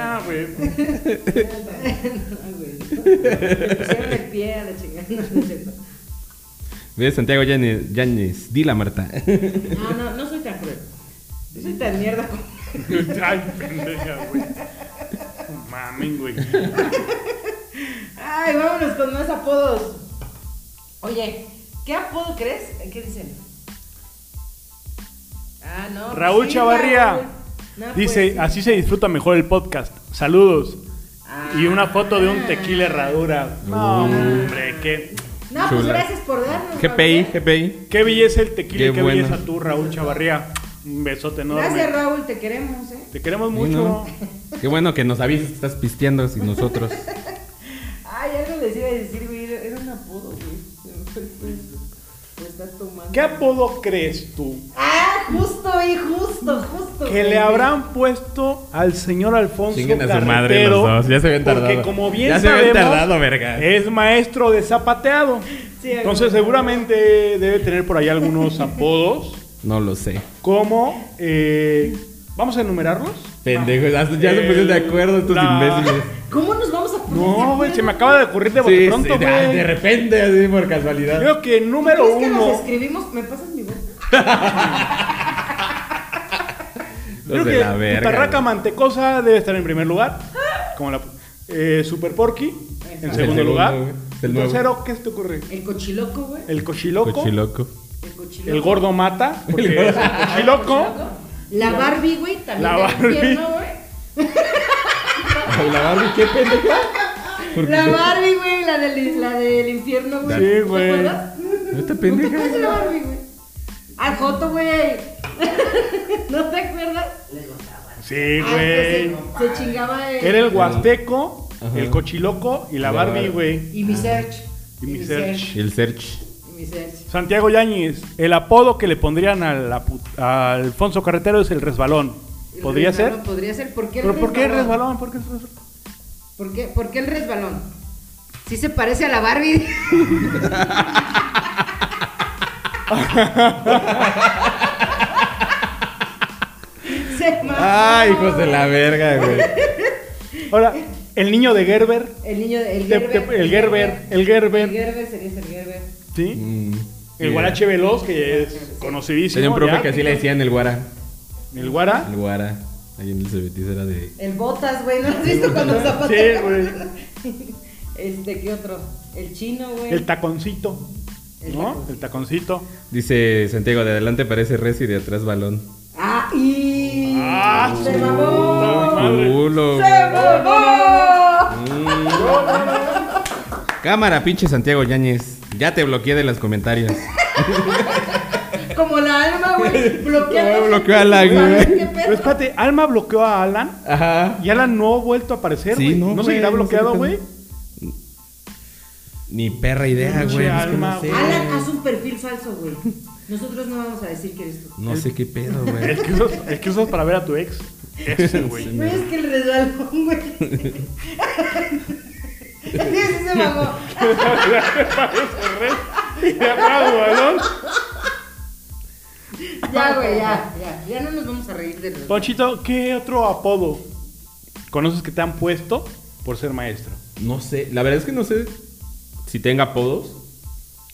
[SPEAKER 3] Ah, güey.
[SPEAKER 4] No, güey. Le pusieron el pie a la chingada. No, es cierto.
[SPEAKER 2] ¿Ves? Santiago Yanes, Yanes, dila Marta.
[SPEAKER 4] no, no, no soy Yo soy tan mierda como...
[SPEAKER 3] Ay, pendeja, güey. No Mamen, güey.
[SPEAKER 4] Ay, vámonos con más apodos. Oye, ¿qué apodo crees? ¿Qué dicen? Ah, no. pues
[SPEAKER 3] Raúl
[SPEAKER 4] sí,
[SPEAKER 3] Chavarría
[SPEAKER 4] Raúl. No, pues
[SPEAKER 3] Dice,
[SPEAKER 4] sí.
[SPEAKER 3] así se disfruta mejor el podcast. Saludos.
[SPEAKER 4] Ah.
[SPEAKER 3] Y una foto de un tequila herradura.
[SPEAKER 2] Uh.
[SPEAKER 3] No, hombre, qué,
[SPEAKER 4] No, pues
[SPEAKER 2] Chula.
[SPEAKER 4] gracias por darnos.
[SPEAKER 2] GPI,
[SPEAKER 4] Raúl, ¿eh?
[SPEAKER 2] GPI.
[SPEAKER 3] qué belleza el tequila y
[SPEAKER 2] Qué
[SPEAKER 3] qué
[SPEAKER 2] bueno.
[SPEAKER 3] belleza tú, Raúl Chavarría. Un besote enorme.
[SPEAKER 4] Gracias, Raúl, te queremos, ¿eh?
[SPEAKER 3] Te queremos
[SPEAKER 2] Sí,
[SPEAKER 3] mucho.
[SPEAKER 2] ¿no? Qué bueno que nos avisas que estás pisteando sin nosotros.
[SPEAKER 4] Ay, algo les iba a decir, güey. Era era un apodo, güey. Se me fue, güey. Lo estás tomando.
[SPEAKER 3] ¿Qué apodo crees tú
[SPEAKER 4] Ah, justo, y justo, justo.
[SPEAKER 3] que
[SPEAKER 4] güey.
[SPEAKER 3] le habrán puesto al señor Alfonso
[SPEAKER 2] Chinguen a
[SPEAKER 3] Carretero?
[SPEAKER 2] su madre los dos. Ya se habían tardado.
[SPEAKER 3] Porque como bien
[SPEAKER 2] ya se
[SPEAKER 3] sabemos,
[SPEAKER 2] habían tardado, verga.
[SPEAKER 3] es maestro de zapateado.
[SPEAKER 4] Sí,
[SPEAKER 3] Entonces
[SPEAKER 4] algo.
[SPEAKER 3] seguramente debe tener por ahí algunos apodos.
[SPEAKER 2] No lo sé.
[SPEAKER 3] Como, eh, vamos a enumerarlos.
[SPEAKER 2] Pendejo, hasta ya se
[SPEAKER 3] El-
[SPEAKER 2] pusieron de acuerdo estos
[SPEAKER 3] la-
[SPEAKER 2] imbéciles.
[SPEAKER 4] ¿Cómo nos vamos a poner?
[SPEAKER 3] No, güey, se me acaba de ocurrir de bote
[SPEAKER 2] Sí,
[SPEAKER 3] pronto,
[SPEAKER 2] sí, de, ah,
[SPEAKER 3] güey.
[SPEAKER 2] de repente, así por casualidad.
[SPEAKER 3] Creo que número
[SPEAKER 4] ¿Crees que
[SPEAKER 3] uno.
[SPEAKER 4] nos escribimos? ¿Me pasas mi voz?
[SPEAKER 2] Los
[SPEAKER 3] Creo
[SPEAKER 2] de la
[SPEAKER 3] que
[SPEAKER 2] verga.
[SPEAKER 3] Parraca
[SPEAKER 2] güey.
[SPEAKER 3] Mantecosa debe estar en primer lugar. Como la eh, Super Porky en
[SPEAKER 4] El
[SPEAKER 3] segundo
[SPEAKER 2] segundo,
[SPEAKER 3] lugar.
[SPEAKER 2] güey. Es el
[SPEAKER 3] El
[SPEAKER 2] nuevo.
[SPEAKER 3] tercero, ¿qué se te ocurre?
[SPEAKER 4] El cochiloco, güey.
[SPEAKER 3] El cochiloco.
[SPEAKER 2] Cochiloco.
[SPEAKER 4] El cochiloco.
[SPEAKER 3] El gordo mata. porque
[SPEAKER 2] El gordo-
[SPEAKER 3] es el cochiloco.
[SPEAKER 4] La Barbie, güey, también.
[SPEAKER 3] La
[SPEAKER 4] era
[SPEAKER 3] Barbie.
[SPEAKER 4] tierno, güey.
[SPEAKER 2] ¿La Barbie qué pendeja? Porque
[SPEAKER 4] La Barbie, güey, la del, la del infierno, güey.
[SPEAKER 3] Sí,
[SPEAKER 4] ¿Te
[SPEAKER 3] güey.
[SPEAKER 4] acuerdas?
[SPEAKER 2] ¿No te
[SPEAKER 4] ¿No te
[SPEAKER 2] pendeja?
[SPEAKER 4] acuerdas de la Barbie, güey? Al Joto, güey. ¿No te acuerdas?
[SPEAKER 3] Sí,
[SPEAKER 4] Ay, que
[SPEAKER 3] güey.
[SPEAKER 4] se, se chingaba el...
[SPEAKER 3] Era el huasteco,
[SPEAKER 2] Ajá.
[SPEAKER 3] el cochiloco y
[SPEAKER 2] La
[SPEAKER 3] la Barbie,
[SPEAKER 2] Barbie.
[SPEAKER 3] güey.
[SPEAKER 4] Y mi search.
[SPEAKER 3] Y mi search.
[SPEAKER 2] El search.
[SPEAKER 4] Y mi search.
[SPEAKER 3] Santiago Yáñez, el apodo que le pondrían a, la put- a Alfonso Carretero es el resbalón.
[SPEAKER 4] El
[SPEAKER 3] ¿Podría ser?
[SPEAKER 4] resbalón, Podría ser. ¿Por qué el
[SPEAKER 3] ¿Pero por qué
[SPEAKER 4] resbalón?
[SPEAKER 3] resbalón? ¿Por qué resbalón?
[SPEAKER 4] ¿Por qué, por qué el resbalón? Sí se parece a la Barbie. se mamó.
[SPEAKER 2] Ay, hijos de la verga, güey.
[SPEAKER 3] Ahora, el niño de Gerber.
[SPEAKER 4] El niño, el
[SPEAKER 3] Te-
[SPEAKER 4] Gerber.
[SPEAKER 3] te- el Gerber, el
[SPEAKER 4] El
[SPEAKER 3] Gerber,
[SPEAKER 4] Gerber sería el Gerber.
[SPEAKER 3] ¿sí?
[SPEAKER 2] Mm,
[SPEAKER 3] El
[SPEAKER 2] sí.
[SPEAKER 3] Guarache Veloz, que es conocidísimo.
[SPEAKER 2] Tenía un profe
[SPEAKER 3] ya.
[SPEAKER 2] que así le decían el Guara.
[SPEAKER 3] El Guara.
[SPEAKER 2] El Guara. Ahí en el Cebetis era de.
[SPEAKER 4] El Botas, güey, ¿no lo has visto cuando los zapatos?
[SPEAKER 3] Sí, güey.
[SPEAKER 4] Este, ¿qué otro? El chino, güey.
[SPEAKER 3] El taconcito.
[SPEAKER 4] El
[SPEAKER 3] ¿No?
[SPEAKER 4] taconcito.
[SPEAKER 3] El taconcito.
[SPEAKER 2] Dice Santiago, de adelante parece res y de atrás balón.
[SPEAKER 4] Ah, y.
[SPEAKER 3] Ah,
[SPEAKER 4] se
[SPEAKER 3] su puta
[SPEAKER 4] mamó.
[SPEAKER 3] Madre.
[SPEAKER 2] Culo,
[SPEAKER 4] Se
[SPEAKER 2] güey.
[SPEAKER 4] mamó.
[SPEAKER 2] Cámara, pinche Santiago Yáñez. Ya te bloqueé de los comentarios.
[SPEAKER 4] Como la alma, güey. Bloqueada.
[SPEAKER 2] No, bloqueó a la-
[SPEAKER 4] ¿Sabes qué
[SPEAKER 3] Pero
[SPEAKER 4] pedo?
[SPEAKER 3] espérate, Alma bloqueó a Alan.
[SPEAKER 2] Ajá.
[SPEAKER 3] Y Alan no ha vuelto a aparecer,
[SPEAKER 2] Sí,
[SPEAKER 3] güey.
[SPEAKER 2] no,
[SPEAKER 3] no,
[SPEAKER 2] güey, no
[SPEAKER 3] seguirá
[SPEAKER 2] sé
[SPEAKER 3] bloqueado,
[SPEAKER 2] qué pedo.
[SPEAKER 3] güey.
[SPEAKER 2] Ni perra idea,
[SPEAKER 3] Pinche
[SPEAKER 2] güey. Es que
[SPEAKER 3] alma,
[SPEAKER 2] no sé.
[SPEAKER 3] güey.
[SPEAKER 4] Alan, haz un perfil falso, güey. Nosotros no vamos a decir que eres tú.
[SPEAKER 2] No sé qué pedo,
[SPEAKER 3] El
[SPEAKER 2] güey.
[SPEAKER 3] que, usas, el que usas para ver a tu ex. Ese, güey.
[SPEAKER 4] Güey, es que el resbalón, güey. Sí, sí se mamó.
[SPEAKER 3] Y de atrás, balón.
[SPEAKER 4] Ya, güey, ya, ya. Ya no nos vamos a reír del resbalón.
[SPEAKER 3] Ponchito, ¿qué otro apodo conoces que te han puesto por ser maestro?
[SPEAKER 2] No sé. La verdad es que no sé si tenga apodos.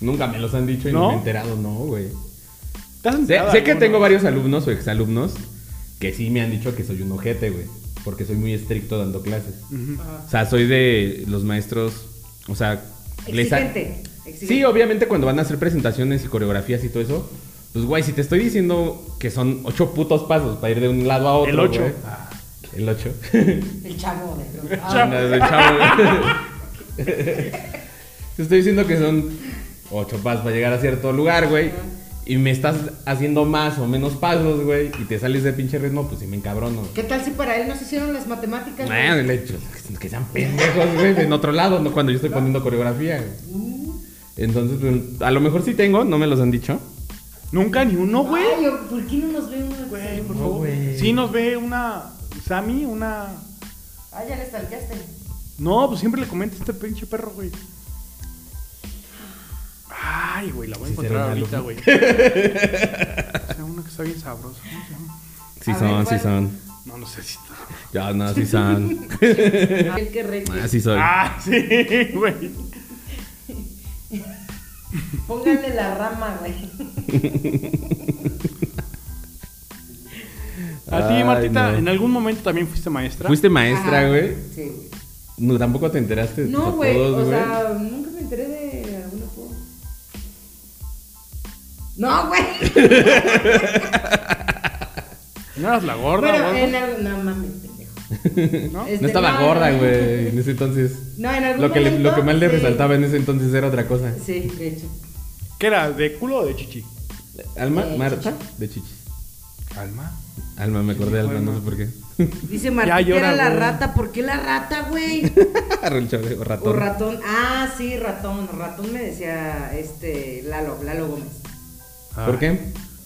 [SPEAKER 2] Nunca me los han dicho y no,
[SPEAKER 3] ¿No?
[SPEAKER 2] me he enterado, no, güey.
[SPEAKER 3] ¿Te has
[SPEAKER 2] Sé,
[SPEAKER 3] enterado
[SPEAKER 2] sé
[SPEAKER 3] de
[SPEAKER 2] que
[SPEAKER 3] alguno?
[SPEAKER 2] tengo varios alumnos o exalumnos que sí me han dicho que soy un ojete, güey. Porque soy muy estricto dando clases.
[SPEAKER 4] Ah,
[SPEAKER 2] O sea, soy de los maestros. O sea, les ha-
[SPEAKER 4] Exigente. exigente.
[SPEAKER 2] Sí, obviamente cuando van a hacer presentaciones y coreografías y todo eso, pues guay, si te estoy diciendo que son ocho putos pasos para ir de un lado a otro.
[SPEAKER 3] El ocho.
[SPEAKER 2] güey. Ah, el ocho.
[SPEAKER 4] El chavo de. Ah,
[SPEAKER 2] No, es el chavo, güey. te estoy diciendo que son ocho pasos para llegar a cierto lugar, güey. Y me estás haciendo más o menos pasos, güey. Y te sales de pinche ritmo, pues sí me encabrono. güey.
[SPEAKER 4] ¿Qué tal si para él nos hicieron las matemáticas? güey?
[SPEAKER 2] Bueno, el hecho, que sean pendejos, güey, en otro lado, no cuando yo estoy poniendo coreografía. güey. Entonces, pues, a lo mejor sí tengo, no me los han dicho.
[SPEAKER 3] Nunca ni uno, güey.
[SPEAKER 4] Ay, yo- ¿por qué no nos ve uno?
[SPEAKER 3] Güey, por
[SPEAKER 2] No,
[SPEAKER 3] favor.
[SPEAKER 2] güey.
[SPEAKER 3] Sí nos ve una Sammy, una
[SPEAKER 4] Ah, ya le stalkeaste.
[SPEAKER 3] No, pues siempre le comenta este pinche perro, güey. Ay, güey, la voy a
[SPEAKER 2] Sí,
[SPEAKER 3] encontrar
[SPEAKER 2] será una
[SPEAKER 3] ahorita,
[SPEAKER 2] loca.
[SPEAKER 3] güey. O sea, uno que está bien sabroso. ¿cómo se llama?
[SPEAKER 2] Sí
[SPEAKER 4] A ver,
[SPEAKER 2] son, sí
[SPEAKER 4] ¿cuál?
[SPEAKER 2] son.
[SPEAKER 3] No, no sé si está.
[SPEAKER 2] Ya, no, sí son.
[SPEAKER 4] Ah, El que rey.
[SPEAKER 2] Así soy.
[SPEAKER 3] Ah, sí, güey.
[SPEAKER 4] Póngale la rama, güey.
[SPEAKER 3] A ti,
[SPEAKER 2] Ay,
[SPEAKER 3] Martita,
[SPEAKER 2] no.
[SPEAKER 3] en algún momento también fuiste maestra.
[SPEAKER 2] ¿Fuiste maestra,
[SPEAKER 4] Ajá,
[SPEAKER 2] güey?
[SPEAKER 4] Sí, güey.
[SPEAKER 2] No, tampoco te enteraste de
[SPEAKER 4] No,
[SPEAKER 2] tus
[SPEAKER 4] güey,
[SPEAKER 2] apodos,
[SPEAKER 4] o sea, nunca me enteré de algún apodo. No, güey.
[SPEAKER 3] ¿No eras la gorda?
[SPEAKER 4] Bueno,
[SPEAKER 3] gordo?
[SPEAKER 4] en algún... No, mames, pendejo.
[SPEAKER 3] ¿No?
[SPEAKER 4] Este,
[SPEAKER 2] No estaba
[SPEAKER 4] no,
[SPEAKER 2] gorda,
[SPEAKER 4] no.
[SPEAKER 2] güey, en ese entonces.
[SPEAKER 4] No, en algún
[SPEAKER 2] Lo que, le-
[SPEAKER 4] momento,
[SPEAKER 2] lo que más le
[SPEAKER 4] sí.
[SPEAKER 2] resaltaba en ese entonces era otra cosa.
[SPEAKER 4] Sí, de hecho.
[SPEAKER 3] ¿Qué era? ¿De culo o de chichi?
[SPEAKER 2] ¿Alma?
[SPEAKER 4] De
[SPEAKER 2] ¿Marta? De chichis.
[SPEAKER 3] Alma.
[SPEAKER 2] Alma, me acordé de Alma, no sé
[SPEAKER 3] Alma.
[SPEAKER 2] por qué.
[SPEAKER 4] Dice Martita
[SPEAKER 3] llora,
[SPEAKER 4] era la
[SPEAKER 3] güey.
[SPEAKER 4] rata. ¿Por qué la rata, güey?
[SPEAKER 2] Arrel chave, o
[SPEAKER 4] O
[SPEAKER 2] ratón.
[SPEAKER 4] ratón. Ah, sí, ratón. Ratón me decía este Lalo, Lalo Gómez.
[SPEAKER 2] ¿Por qué?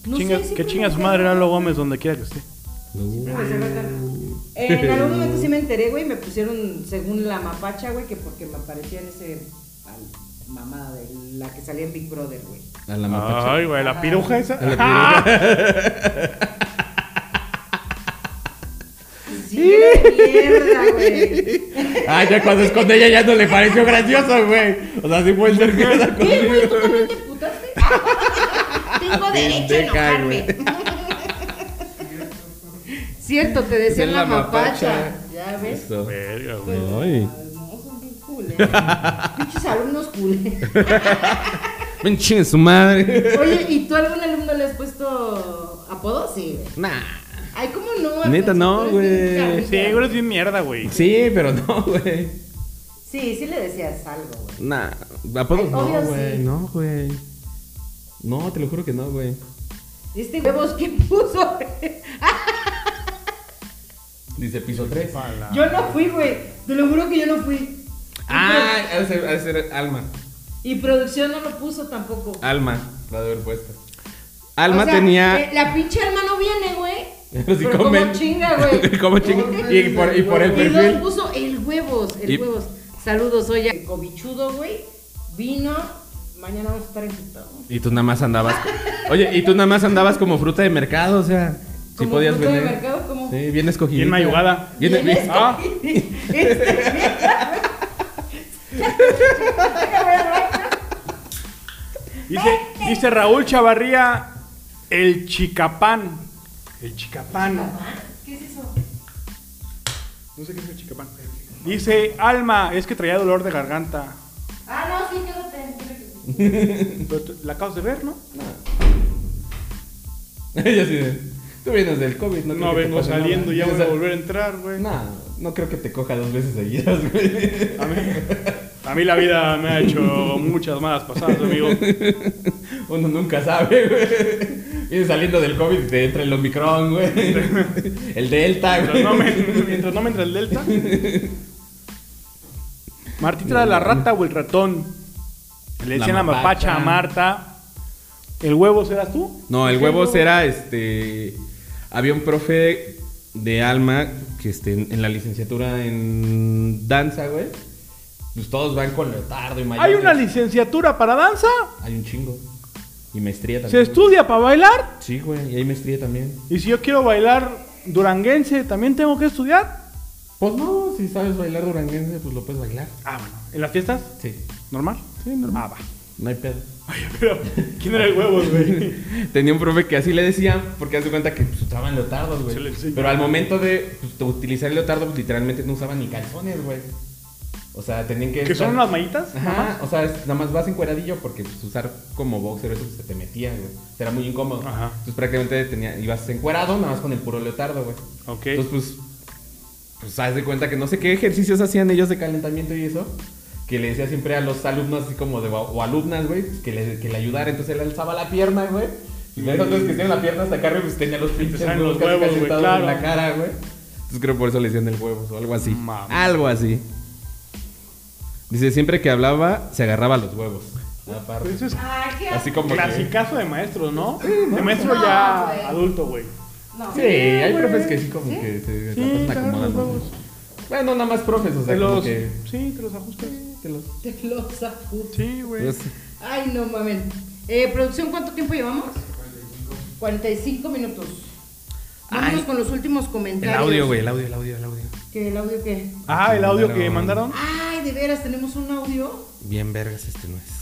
[SPEAKER 4] No
[SPEAKER 3] Ah, Chinga-
[SPEAKER 4] sé, siempre
[SPEAKER 3] que chinga
[SPEAKER 4] me
[SPEAKER 3] su
[SPEAKER 4] decía-
[SPEAKER 3] madre Lalo Gómez donde quiera que esté.
[SPEAKER 4] siempre me decía rata. En algún momento sí me enteré, güey, me pusieron según la mapacha, güey, que porque me aparecía en ese al- mamada de la que salía en Big Brother, güey.
[SPEAKER 2] A la mapacha.
[SPEAKER 3] Ay, güey, la piruja esa.
[SPEAKER 2] A la piruja.
[SPEAKER 4] Sí, de mierda, güey.
[SPEAKER 2] Ah, ya cuando es con ella ya no le pareció gracioso, güey. O sea, sí fue el nervioso
[SPEAKER 4] ¿Qué, güey? ¿Tú
[SPEAKER 2] conmigo.
[SPEAKER 4] también te putaste? Tengo derecho a
[SPEAKER 2] Pendeja,
[SPEAKER 4] enojarme. Cierto, te
[SPEAKER 2] Es
[SPEAKER 4] decían
[SPEAKER 2] en
[SPEAKER 4] la mapacha. Ya ves.
[SPEAKER 2] Eso.
[SPEAKER 3] Verga, güey.
[SPEAKER 2] Ay.
[SPEAKER 4] No, son bien culeros. Pinches alumnos culeros.
[SPEAKER 2] Ven chingue su madre.
[SPEAKER 4] Oye, ¿y tú a algún alumno le has puesto apodo? Sí, güey.
[SPEAKER 2] Nah.
[SPEAKER 4] Ay, ¿cómo no?
[SPEAKER 2] Neta,
[SPEAKER 4] Alfonso?
[SPEAKER 2] no,
[SPEAKER 4] Tú eres bien
[SPEAKER 2] güey.
[SPEAKER 4] carita.
[SPEAKER 3] Sí, güey, es bien mierda, güey.
[SPEAKER 2] Sí, pero no, güey.
[SPEAKER 4] Sí, sí le decías algo, güey.
[SPEAKER 2] Nah. Apodos
[SPEAKER 4] Ay,
[SPEAKER 2] no,
[SPEAKER 4] obvio
[SPEAKER 2] güey.
[SPEAKER 4] sí.
[SPEAKER 2] No, güey. No, te lo juro que no, güey.
[SPEAKER 4] Este huevos que puso, güey.
[SPEAKER 2] Dice piso 3.
[SPEAKER 4] Yo no fui, güey. Te lo juro que yo no fui.
[SPEAKER 2] Ah, ha de ser- ha de ser Alma.
[SPEAKER 4] Y producción no lo puso tampoco.
[SPEAKER 2] Alma. La de haber puesto. Alma
[SPEAKER 4] O sea,
[SPEAKER 2] tenía.
[SPEAKER 4] eh, La pinche alma no viene, güey.
[SPEAKER 2] Pero sí
[SPEAKER 4] como
[SPEAKER 2] comen.
[SPEAKER 4] chinga, güey.
[SPEAKER 2] Como chinga. Y por- y por el
[SPEAKER 4] Y
[SPEAKER 2] perfil.
[SPEAKER 4] dos puso el huevos, el
[SPEAKER 2] Y-
[SPEAKER 4] huevos. Saludos, soy el cobichudo, güey. Vino. Mañana vamos a estar emputados.
[SPEAKER 2] Y tú nada más andabas. Oye, y tú nada más andabas como fruta de mercado, o sea. Si
[SPEAKER 4] ¿Como
[SPEAKER 2] podías
[SPEAKER 4] fruta de
[SPEAKER 2] vender.
[SPEAKER 4] mercado? ¿Cómo?
[SPEAKER 2] Sí, bien escogida.
[SPEAKER 3] Bien mayugada.
[SPEAKER 2] Bien,
[SPEAKER 4] Bien
[SPEAKER 2] bien-
[SPEAKER 4] escogida.
[SPEAKER 3] Ah,
[SPEAKER 4] Este,
[SPEAKER 3] dice, dice Raúl Chavarría, el chicapán. El chicapán.
[SPEAKER 4] ¿Qué es eso?
[SPEAKER 3] No sé qué es el chicapán. Dice, Alma, es que traía dolor de garganta.
[SPEAKER 4] Ah, no, sí, que lo tengo.
[SPEAKER 3] Pero tú- La acabas de ver, ¿no?
[SPEAKER 2] Yo sí de, Tú vienes del COVID, no creo
[SPEAKER 3] No
[SPEAKER 2] que te
[SPEAKER 3] vengo
[SPEAKER 2] pase
[SPEAKER 3] saliendo,
[SPEAKER 2] nada".
[SPEAKER 3] ya
[SPEAKER 2] O
[SPEAKER 3] voy
[SPEAKER 2] sea,
[SPEAKER 3] a volver a entrar, güey.
[SPEAKER 2] No, no creo que te coja dos veces seguidas, güey.
[SPEAKER 3] A mí, a mí la vida me ha hecho muchas malas pasadas, amigo.
[SPEAKER 2] Uno nunca sabe, güey. Vienes saliendo del COVID y te entra el Omicron, güey. El Delta,
[SPEAKER 3] Mientras
[SPEAKER 2] güey.
[SPEAKER 3] no me, mientras no me entra el delta. Martita era la rata o el ratón. Le
[SPEAKER 2] La
[SPEAKER 3] decían la mapacha
[SPEAKER 2] mapacha.
[SPEAKER 3] a Marta. ¿El huevo serás tú?
[SPEAKER 2] No, el huevos era este. Había un profe de alma que este, en la licenciatura en danza, güey. Pues todos van con leotardo y mayor.
[SPEAKER 3] ¿Hay una licenciatura para danza?
[SPEAKER 2] Hay un chingo. Y maestría
[SPEAKER 3] ¿Se
[SPEAKER 2] también.
[SPEAKER 3] estudia para bailar?
[SPEAKER 2] Sí, güey. Y hay maestría también.
[SPEAKER 3] ¿Y si yo quiero bailar duranguense, también tengo que estudiar?
[SPEAKER 2] Pues no, si sabes bailar duranguense, pues lo puedes bailar.
[SPEAKER 3] Ah, bueno. ¿En las fiestas?
[SPEAKER 2] Sí.
[SPEAKER 3] ¿Normal? Sí, normal. Ah, va.
[SPEAKER 2] No hay pedo.
[SPEAKER 3] Oye, pero ¿quién era el huevo, güey?
[SPEAKER 2] Tenía un profe que así le decía, porque hace cuenta que pues, usaban leotardos,
[SPEAKER 3] Se le
[SPEAKER 2] güey.
[SPEAKER 3] enseñó.
[SPEAKER 2] Pero al momento de, pues, de utilizar el leotardo, pues literalmente no usaban ni calzones, güey. O sea, tenían que.
[SPEAKER 3] ¿Que
[SPEAKER 2] usar-
[SPEAKER 3] son unas mallitas?
[SPEAKER 2] Ajá, o sea, es- nada más vas encueradillo porque pues, usar como boxer eso pues, se te metía, güey. Era muy incómodo.
[SPEAKER 3] Ajá.
[SPEAKER 2] Entonces prácticamente tenía, ibas encuerado nada más con el puro leotardo, güey.
[SPEAKER 3] Ok.
[SPEAKER 2] Entonces, pues, pues haz de cuenta que no sé qué ejercicios hacían ellos de calentamiento y eso. Que le decía siempre a los alumnos así como de, o alumnas, güey, pues, que le, que le ayudara. Entonces él alzaba la pierna, güey. Y luego, entonces que tiene la pierna hasta acá, güey, pues tenía los pinches
[SPEAKER 3] salen los
[SPEAKER 2] casi
[SPEAKER 3] huevos, güey,
[SPEAKER 2] cachetados
[SPEAKER 3] claro.
[SPEAKER 2] en la cara, güey. Entonces creo por eso le decían el huevo o algo así.
[SPEAKER 3] Mames.
[SPEAKER 2] Algo así. Dice, siempre que hablaba, se agarraba los huevos. Aparte.
[SPEAKER 3] Eso es
[SPEAKER 4] Ah, ¿qué?
[SPEAKER 2] Así como que-
[SPEAKER 3] clasicazo de maestro, ¿no? De maestro ya
[SPEAKER 4] No, güey.
[SPEAKER 3] adulto, güey.
[SPEAKER 4] No.
[SPEAKER 2] Sí, hay profes que sí como que se
[SPEAKER 3] Sí,
[SPEAKER 2] la
[SPEAKER 3] te
[SPEAKER 2] pasan
[SPEAKER 3] agarran los
[SPEAKER 2] acomodando.
[SPEAKER 3] huevos.
[SPEAKER 2] Bueno, nada más profes, o sea,
[SPEAKER 3] Te
[SPEAKER 2] como
[SPEAKER 3] los...
[SPEAKER 2] que...
[SPEAKER 3] Sí, te los ajustas.
[SPEAKER 2] te los-
[SPEAKER 4] Te lo saco.
[SPEAKER 3] Sí, güey.
[SPEAKER 2] pues,
[SPEAKER 4] Ay, no mames. Eh, producción, ¿cuánto tiempo llevamos? 45 minutos. Vámonos
[SPEAKER 2] Ay.
[SPEAKER 4] con los últimos
[SPEAKER 2] el
[SPEAKER 4] comentarios.
[SPEAKER 2] audio, güey, el audio, el audio, el audio.
[SPEAKER 4] ¿Qué, el audio qué?
[SPEAKER 3] Ah, el audio que
[SPEAKER 2] mandaron.
[SPEAKER 3] mandaron.
[SPEAKER 4] Ay, de veras, tenemos un audio.
[SPEAKER 2] Bien vergas este no es.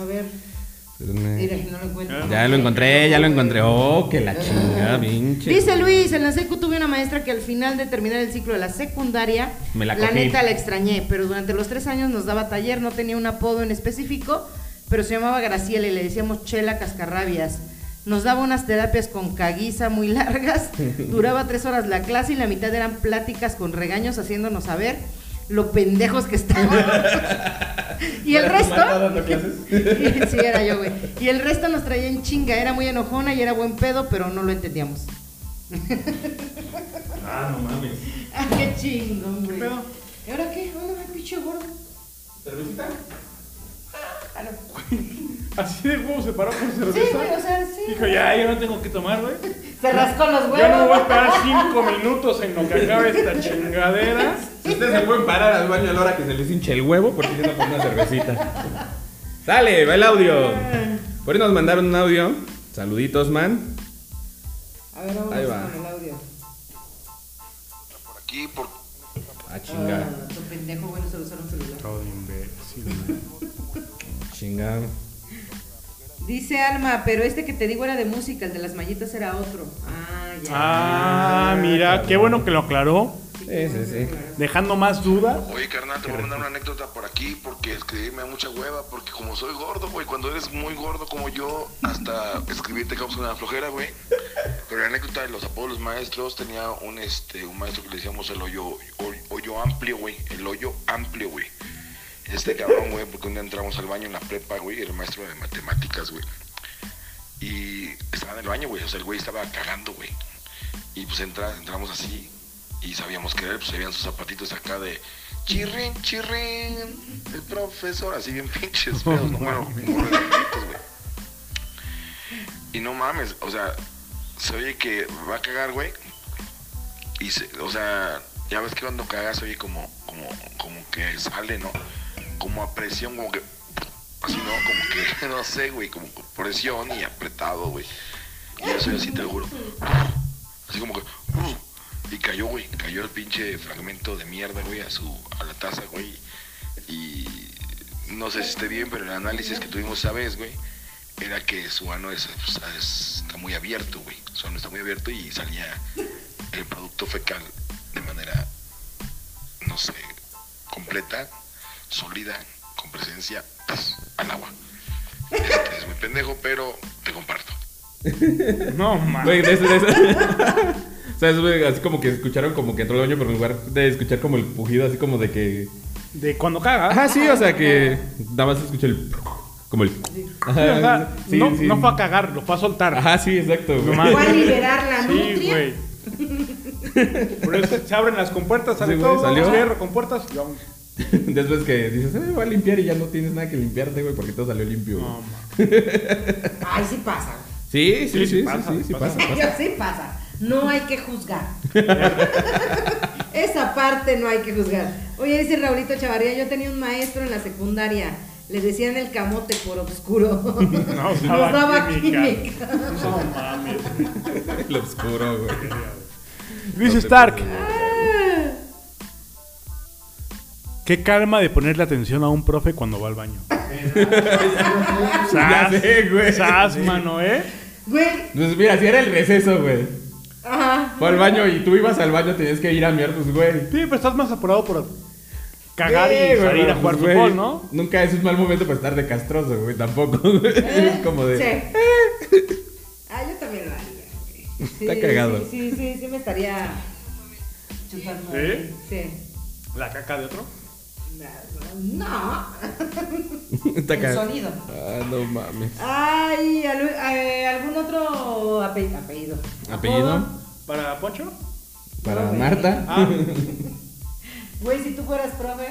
[SPEAKER 4] A ver. Mira, no lo encuentro.
[SPEAKER 2] Ya lo encontré, ya lo encontré. Oh, que la chingada, pinche.
[SPEAKER 4] Dice Luis, en la secu tuve una maestra que al final de terminar el ciclo de la secundaria,
[SPEAKER 2] Me la cogí.
[SPEAKER 4] neta la extrañé, pero durante los tres años nos daba taller, no tenía un apodo en específico, pero se llamaba Graciela y le decíamos Chela Cascarrabias. Nos daba unas terapias con caguiza muy largas, duraba tres horas la clase y la mitad eran pláticas con regaños haciéndonos saber lo pendejos que estábamos. y el
[SPEAKER 2] ¿Para tu
[SPEAKER 4] resto...
[SPEAKER 2] mamá dando clases?
[SPEAKER 4] sí, era yo, güey. Y el resto nos traía en chinga. Era muy enojona y era buen pedo, pero no lo entendíamos.
[SPEAKER 3] Ah, no mames.
[SPEAKER 4] Ah, qué chingón, güey.
[SPEAKER 3] ¿Qué pedo?
[SPEAKER 4] ¿Y ahora qué? ¿Dónde va el pinche gordo?
[SPEAKER 2] ¿Cervecita?
[SPEAKER 3] Así de huevo se paró con cerveza.
[SPEAKER 4] Sí, güey, o sea, sí.
[SPEAKER 3] Dijo, ya, yo no tengo que tomar, güey.
[SPEAKER 4] Se rascó los huevos.
[SPEAKER 3] Yo no me voy a esperar cinco minutos en lo que acabe esta chingadera.
[SPEAKER 2] Si ustedes se pueden parar al baño a la hora que se les hinche el huevo, porque yo no pongo una cervecita. Sale, va el audio. Por ahí nos mandaron un audio. Saluditos, man.
[SPEAKER 4] A ver, vamos
[SPEAKER 2] Ahí va.
[SPEAKER 4] con el audio.
[SPEAKER 6] por aquí, por
[SPEAKER 2] A chingar.
[SPEAKER 4] Ah, tu pendejo, güey, no se lo usaron celular.
[SPEAKER 2] Chingar.
[SPEAKER 4] Dice Alma, pero este que te digo era de música, el de las mallitas era otro. Ah, ya.
[SPEAKER 3] Ah, mira, qué bueno que lo aclaró.
[SPEAKER 2] Sí, sí, sí.
[SPEAKER 3] Dejando más dudas.
[SPEAKER 6] Oye, carnal, te voy a mandar una anécdota por aquí porque escribirme da mucha hueva, porque como soy gordo, güey, cuando eres muy gordo como yo, hasta escribir te causa una flojera, güey. Pero la anécdota de los apodos de los maestros, tenía un, este, un maestro que le decíamos el hoyo, hoy- hoyo amplio, güey, el hoyo amplio, güey. Este cabrón, güey, porque un día entramos al baño en la prepa, güey, era maestro de matemáticas, güey. Y estaba en el baño, güey, o sea, el güey estaba cagando, güey. Y pues entra- entramos así y sabíamos que era él, pues se veían sus zapatitos acá de chirrin, chirrin, el profesor, así bien pinches feos, no bueno, como redonditos, güey. Y no mames, o sea, se oye que va a cagar, güey. Y se, o sea, ya ves que cuando cagas se oye como, como, como que sale, ¿no? Como a presión, como que así no, como que, no sé, güey, como con presión y apretado, güey. Y eso yo sí te lo juro. Así como que. uh, Y cayó, güey, cayó el pinche fragmento de mierda, güey, a su, a la taza, güey. Y no sé si esté bien, pero el análisis que tuvimos esa vez, güey, era que su ano es- es- está muy abierto, güey. Su ano está muy abierto y salía el producto fecal de manera, no sé, completa, sólida, con presencia ¡tas! al agua. Este es muy pendejo, pero te comparto.
[SPEAKER 3] No mames.
[SPEAKER 2] Güey, de eso, de eso. O sea, es, güey, así como que escucharon como que entró el baño, pero en lugar de escuchar como el pujido, así como de que.
[SPEAKER 3] De cuando caga.
[SPEAKER 2] Ajá, sí, o sea que. Nada más escuché el. Como el.
[SPEAKER 3] Sí, o sea,
[SPEAKER 2] Ajá, sí,
[SPEAKER 3] no,
[SPEAKER 2] sí.
[SPEAKER 3] no fue a cagar, lo fue a soltar.
[SPEAKER 2] Ajá, sí, exacto. güey.
[SPEAKER 3] No mames.
[SPEAKER 7] Fue a liberar la
[SPEAKER 3] Sí,
[SPEAKER 7] nutria.
[SPEAKER 3] güey. Por eso se abren las compuertas, sale
[SPEAKER 2] Sí, güey,
[SPEAKER 3] todo,
[SPEAKER 2] salió.
[SPEAKER 3] cierra compuertas. y vamos.
[SPEAKER 2] Después que dices, eh, voy a limpiar y ya no tienes nada que limpiarte, güey, porque todo salió limpio. güey.
[SPEAKER 3] No, ma.
[SPEAKER 7] Ay, sí pasa.
[SPEAKER 2] Sí, sí, sí, sí, sí,
[SPEAKER 3] pasa,
[SPEAKER 2] sí, sí,
[SPEAKER 3] pasa.
[SPEAKER 2] pasa.
[SPEAKER 7] Yo sí pasa. No hay que juzgar. Esa parte no hay que juzgar.
[SPEAKER 4] Oye, dice Raulito Chavarría, yo tenía un maestro en la secundaria. Le decían el camote por obscuro.
[SPEAKER 3] No,
[SPEAKER 4] Nos
[SPEAKER 3] daba
[SPEAKER 4] daba
[SPEAKER 3] química.
[SPEAKER 4] química.
[SPEAKER 3] No mames.
[SPEAKER 2] Lo oscuro, güey.
[SPEAKER 3] Luis
[SPEAKER 2] No te
[SPEAKER 3] Stark.
[SPEAKER 2] preocupes.
[SPEAKER 3] Qué calma de ponerle atención a un profe cuando va al baño. Ah,
[SPEAKER 2] Ya sé, güey.
[SPEAKER 3] Sas, mano, ¿eh?
[SPEAKER 4] Güey,
[SPEAKER 2] Pues mira, si era el receso, güey. Fue al baño y tú ibas al baño, tenías que ir a mirar, pues, güey.
[SPEAKER 3] Sí, pero estás más apurado por cagar
[SPEAKER 2] Sí,
[SPEAKER 3] y
[SPEAKER 2] güey,
[SPEAKER 3] salir a
[SPEAKER 2] pues,
[SPEAKER 3] jugar
[SPEAKER 2] güey,
[SPEAKER 3] fútbol, ¿no?
[SPEAKER 2] Nunca es un mal momento para estar de castroso, güey, tampoco. güey.
[SPEAKER 4] Eh,
[SPEAKER 2] es como de.
[SPEAKER 4] sí. Ah, yo también lo haría. güey. Sí,
[SPEAKER 2] Está cagado.
[SPEAKER 4] Sí, sí, sí, sí me estaría chupando.
[SPEAKER 3] ¿Sí?
[SPEAKER 4] Sí.
[SPEAKER 3] La caca de otro.
[SPEAKER 4] No.
[SPEAKER 2] Está
[SPEAKER 4] El
[SPEAKER 2] ca-
[SPEAKER 4] sonido.
[SPEAKER 2] Ah, no mames.
[SPEAKER 4] Ay, alu- eh, ¿algún otro ape- apellido?
[SPEAKER 2] Apellido
[SPEAKER 4] Apodo.
[SPEAKER 3] ¿Para Poncho?
[SPEAKER 2] para
[SPEAKER 4] Profe.
[SPEAKER 2] Marta.
[SPEAKER 3] Ah,
[SPEAKER 4] Güey, si tú fueras profe,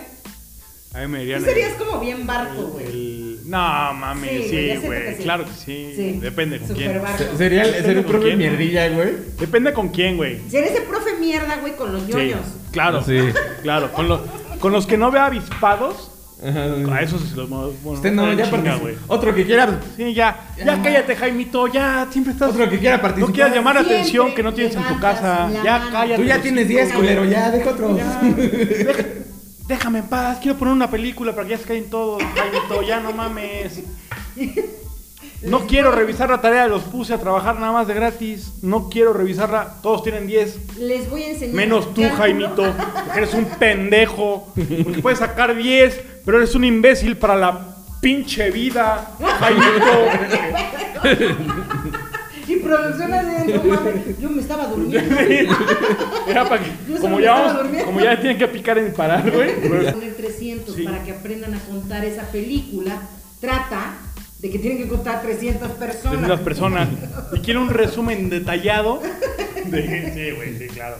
[SPEAKER 3] ahí me dirían.
[SPEAKER 4] tú
[SPEAKER 3] el-
[SPEAKER 4] serías como bien barco, güey.
[SPEAKER 3] el- No, mami,
[SPEAKER 4] Sí, güey,
[SPEAKER 3] sí,
[SPEAKER 4] ya siento
[SPEAKER 3] güey.
[SPEAKER 4] que sí.
[SPEAKER 3] Claro que sí.
[SPEAKER 4] Sí.
[SPEAKER 3] Depende con quién.
[SPEAKER 4] Superbarco.
[SPEAKER 2] Se- Sería el- sería un
[SPEAKER 3] ¿Con
[SPEAKER 2] profe
[SPEAKER 3] quién?
[SPEAKER 2] mierdilla, güey.
[SPEAKER 3] Depende con quién, güey.
[SPEAKER 4] Si eres el profe mierda, güey, con los
[SPEAKER 3] Sí,
[SPEAKER 4] ñoños.
[SPEAKER 3] claro.
[SPEAKER 2] Sí.
[SPEAKER 3] Claro, con los, con los que no vea avispados, a
[SPEAKER 2] Ajá.
[SPEAKER 3] esos se los bueno,
[SPEAKER 2] Usted no,
[SPEAKER 3] en
[SPEAKER 2] ya
[SPEAKER 3] Ah, chinga,
[SPEAKER 2] participa.
[SPEAKER 3] güey.
[SPEAKER 2] Otro que quiera.
[SPEAKER 3] Sí, ya, ya, cállate, Jaimito, ya, siempre estás.
[SPEAKER 2] Otro que quiera participar.
[SPEAKER 3] No quieras llamar la
[SPEAKER 4] Siempre
[SPEAKER 3] atención que no tienes en tu
[SPEAKER 4] levantas
[SPEAKER 3] casa.
[SPEAKER 4] la
[SPEAKER 3] Ya,
[SPEAKER 4] mano.
[SPEAKER 3] cállate.
[SPEAKER 2] Tú ya
[SPEAKER 3] los
[SPEAKER 2] tienes
[SPEAKER 3] cinco,
[SPEAKER 2] 10, culero, ya, deja otro.
[SPEAKER 3] ya. Deja- Déjame en paz, quiero poner una película para que ya se callen todos, Jaimito, ya no mames. No quiero revisar la tarea, los puse a trabajar nada más de gratis. No quiero revisarla, todos tienen 10.
[SPEAKER 8] Les voy a enseñar.
[SPEAKER 3] Menos tú,
[SPEAKER 8] cálculo.
[SPEAKER 3] Jaimito, porque eres un pendejo. Porque puedes sacar 10, pero eres un imbécil para la pinche vida, Jaimito.
[SPEAKER 4] Y producción así, no mames, yo me estaba durmiendo.
[SPEAKER 3] Era para
[SPEAKER 4] Yo
[SPEAKER 3] que,
[SPEAKER 4] solo
[SPEAKER 3] como
[SPEAKER 4] me
[SPEAKER 3] ya,
[SPEAKER 4] estaba
[SPEAKER 3] vamos-
[SPEAKER 4] durmiendo.
[SPEAKER 3] como ya tienen que picar en parar, güey.
[SPEAKER 4] poner 300
[SPEAKER 3] Sí.
[SPEAKER 4] para que aprendan a contar esa película trata de que tienen que contar 300 personas.
[SPEAKER 3] las personas. Y quiero un resumen detallado. de- sí, güey, sí, claro.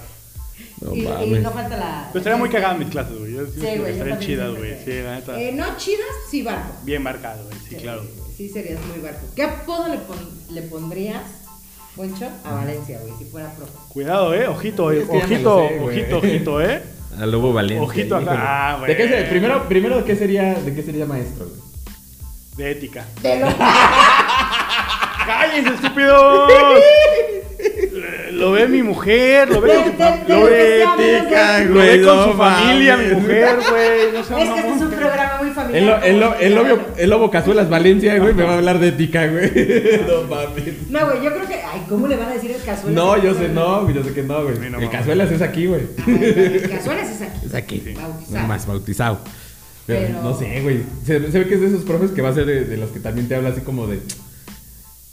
[SPEAKER 9] No
[SPEAKER 4] y, y
[SPEAKER 9] mames.
[SPEAKER 4] no falta la.
[SPEAKER 3] Pero estaría muy cagada mis clases, güey. Yo
[SPEAKER 4] Sí, güey.
[SPEAKER 3] siento que
[SPEAKER 4] yo también
[SPEAKER 3] Estarían chidas,
[SPEAKER 4] siento
[SPEAKER 3] güey.
[SPEAKER 4] que-
[SPEAKER 3] Sí, la neta.
[SPEAKER 4] Eh, no chidas, sí barco.
[SPEAKER 3] Bien marcado, güey. Sí, claro.
[SPEAKER 4] Eh, Sí, serías muy barco. ¿Qué apodo le, pon- le pondrías, Poncho, a Valencia, güey, si fuera profe?
[SPEAKER 3] Cuidado, eh. Ojito, eh.
[SPEAKER 9] Es que ya me
[SPEAKER 3] Ojito,
[SPEAKER 9] lo sé, güey.
[SPEAKER 3] ojito, ojito, eh.
[SPEAKER 9] A Lobo Valiente.
[SPEAKER 3] Ojito acá.
[SPEAKER 9] híjole.
[SPEAKER 3] Ah, güey.
[SPEAKER 2] ¿De qué se- primero, primero ¿de qué sería, de qué sería maestro? güey?
[SPEAKER 3] De ética.
[SPEAKER 4] De lo
[SPEAKER 3] ¡Cállense, estúpidos! lo ve mi mujer, lo ve
[SPEAKER 4] Del-
[SPEAKER 3] con su
[SPEAKER 4] del-
[SPEAKER 3] fam-
[SPEAKER 4] del
[SPEAKER 3] lo ve-
[SPEAKER 4] que sea
[SPEAKER 9] ética,
[SPEAKER 4] menos-
[SPEAKER 3] lo ve
[SPEAKER 9] Güey,
[SPEAKER 3] con
[SPEAKER 9] no
[SPEAKER 3] su familia, mi
[SPEAKER 9] mames.
[SPEAKER 3] mujer, güey. No
[SPEAKER 4] Es que
[SPEAKER 3] mamón.
[SPEAKER 4] este es un programa muy familiar.
[SPEAKER 2] El, lo- el, lo- el,
[SPEAKER 4] obvio.
[SPEAKER 2] obvio, el lobo Cazuelas Valencia, güey, me va a hablar de ética, güey. No mames.
[SPEAKER 4] No, güey, yo creo que. Ay, ¿cómo le van a decir el cazuelas?
[SPEAKER 2] No, yo sé, no, güey, yo sé que no, güey.
[SPEAKER 3] Sí, no
[SPEAKER 2] el
[SPEAKER 3] mames.
[SPEAKER 2] Cazuelas es aquí, güey.
[SPEAKER 4] Ay, El cazuelas es aquí.
[SPEAKER 9] Es aquí.
[SPEAKER 4] Bautizado.
[SPEAKER 9] No más, bautizado.
[SPEAKER 2] Pero,
[SPEAKER 4] Pero-
[SPEAKER 2] no sé, güey. Se, se ve que es de esos profes que va a ser de, de los que también te habla así como de.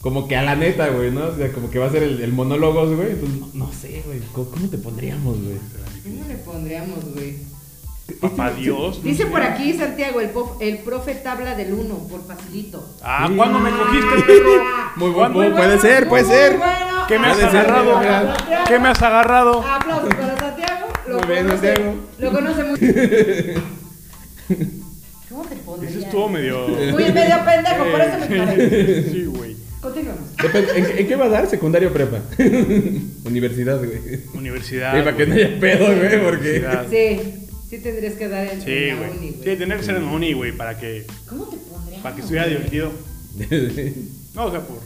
[SPEAKER 2] Como que a la neta, güey, ¿no? O sea, como que va a ser el, el monólogos, güey. Entonces, no, no sé, güey. ¿Cómo, cómo te pondríamos, güey?
[SPEAKER 4] ¿Cómo le pondríamos, güey?
[SPEAKER 3] Papá Dios.
[SPEAKER 4] Dice por aquí Santiago, el, pof- el profe tabla del 1, por facilito.
[SPEAKER 3] Ah, ¿cuándo me cogiste, perro?
[SPEAKER 2] Muy buen
[SPEAKER 3] ¿Cuándo?
[SPEAKER 2] punto, puede ser, puede
[SPEAKER 4] Muy
[SPEAKER 2] ser.
[SPEAKER 4] bueno. Ah,
[SPEAKER 3] ¿Qué me has
[SPEAKER 2] Puede ser,
[SPEAKER 3] agarrado?
[SPEAKER 2] mira.
[SPEAKER 3] ¿Qué me has agarrado?
[SPEAKER 4] Aplausos para Santiago. Lo
[SPEAKER 2] Muy bien,
[SPEAKER 4] conoce-
[SPEAKER 2] Santiago.
[SPEAKER 4] Lo conoce mucho. ¿Cómo te pondrías?
[SPEAKER 3] Eso estuvo medio.
[SPEAKER 4] Muy medio pendejo, por eso me paré.
[SPEAKER 3] Sí, güey.
[SPEAKER 4] Continuamos.
[SPEAKER 2] Depende, ¿en, en qué va a dar? ¿Secundaria o prepa? Universidad, güey. Sí,
[SPEAKER 3] Universidad.
[SPEAKER 2] para que no
[SPEAKER 3] güey.
[SPEAKER 2] haya pedo, güey, porque.
[SPEAKER 3] Universidad.
[SPEAKER 4] Sí, sí tendrías que dar el
[SPEAKER 3] Sí, güey. Sí, tener que ser en uni, güey, para que,
[SPEAKER 4] ¿Cómo te pondrías?
[SPEAKER 3] para que estuviera divertido. No, o sea, por.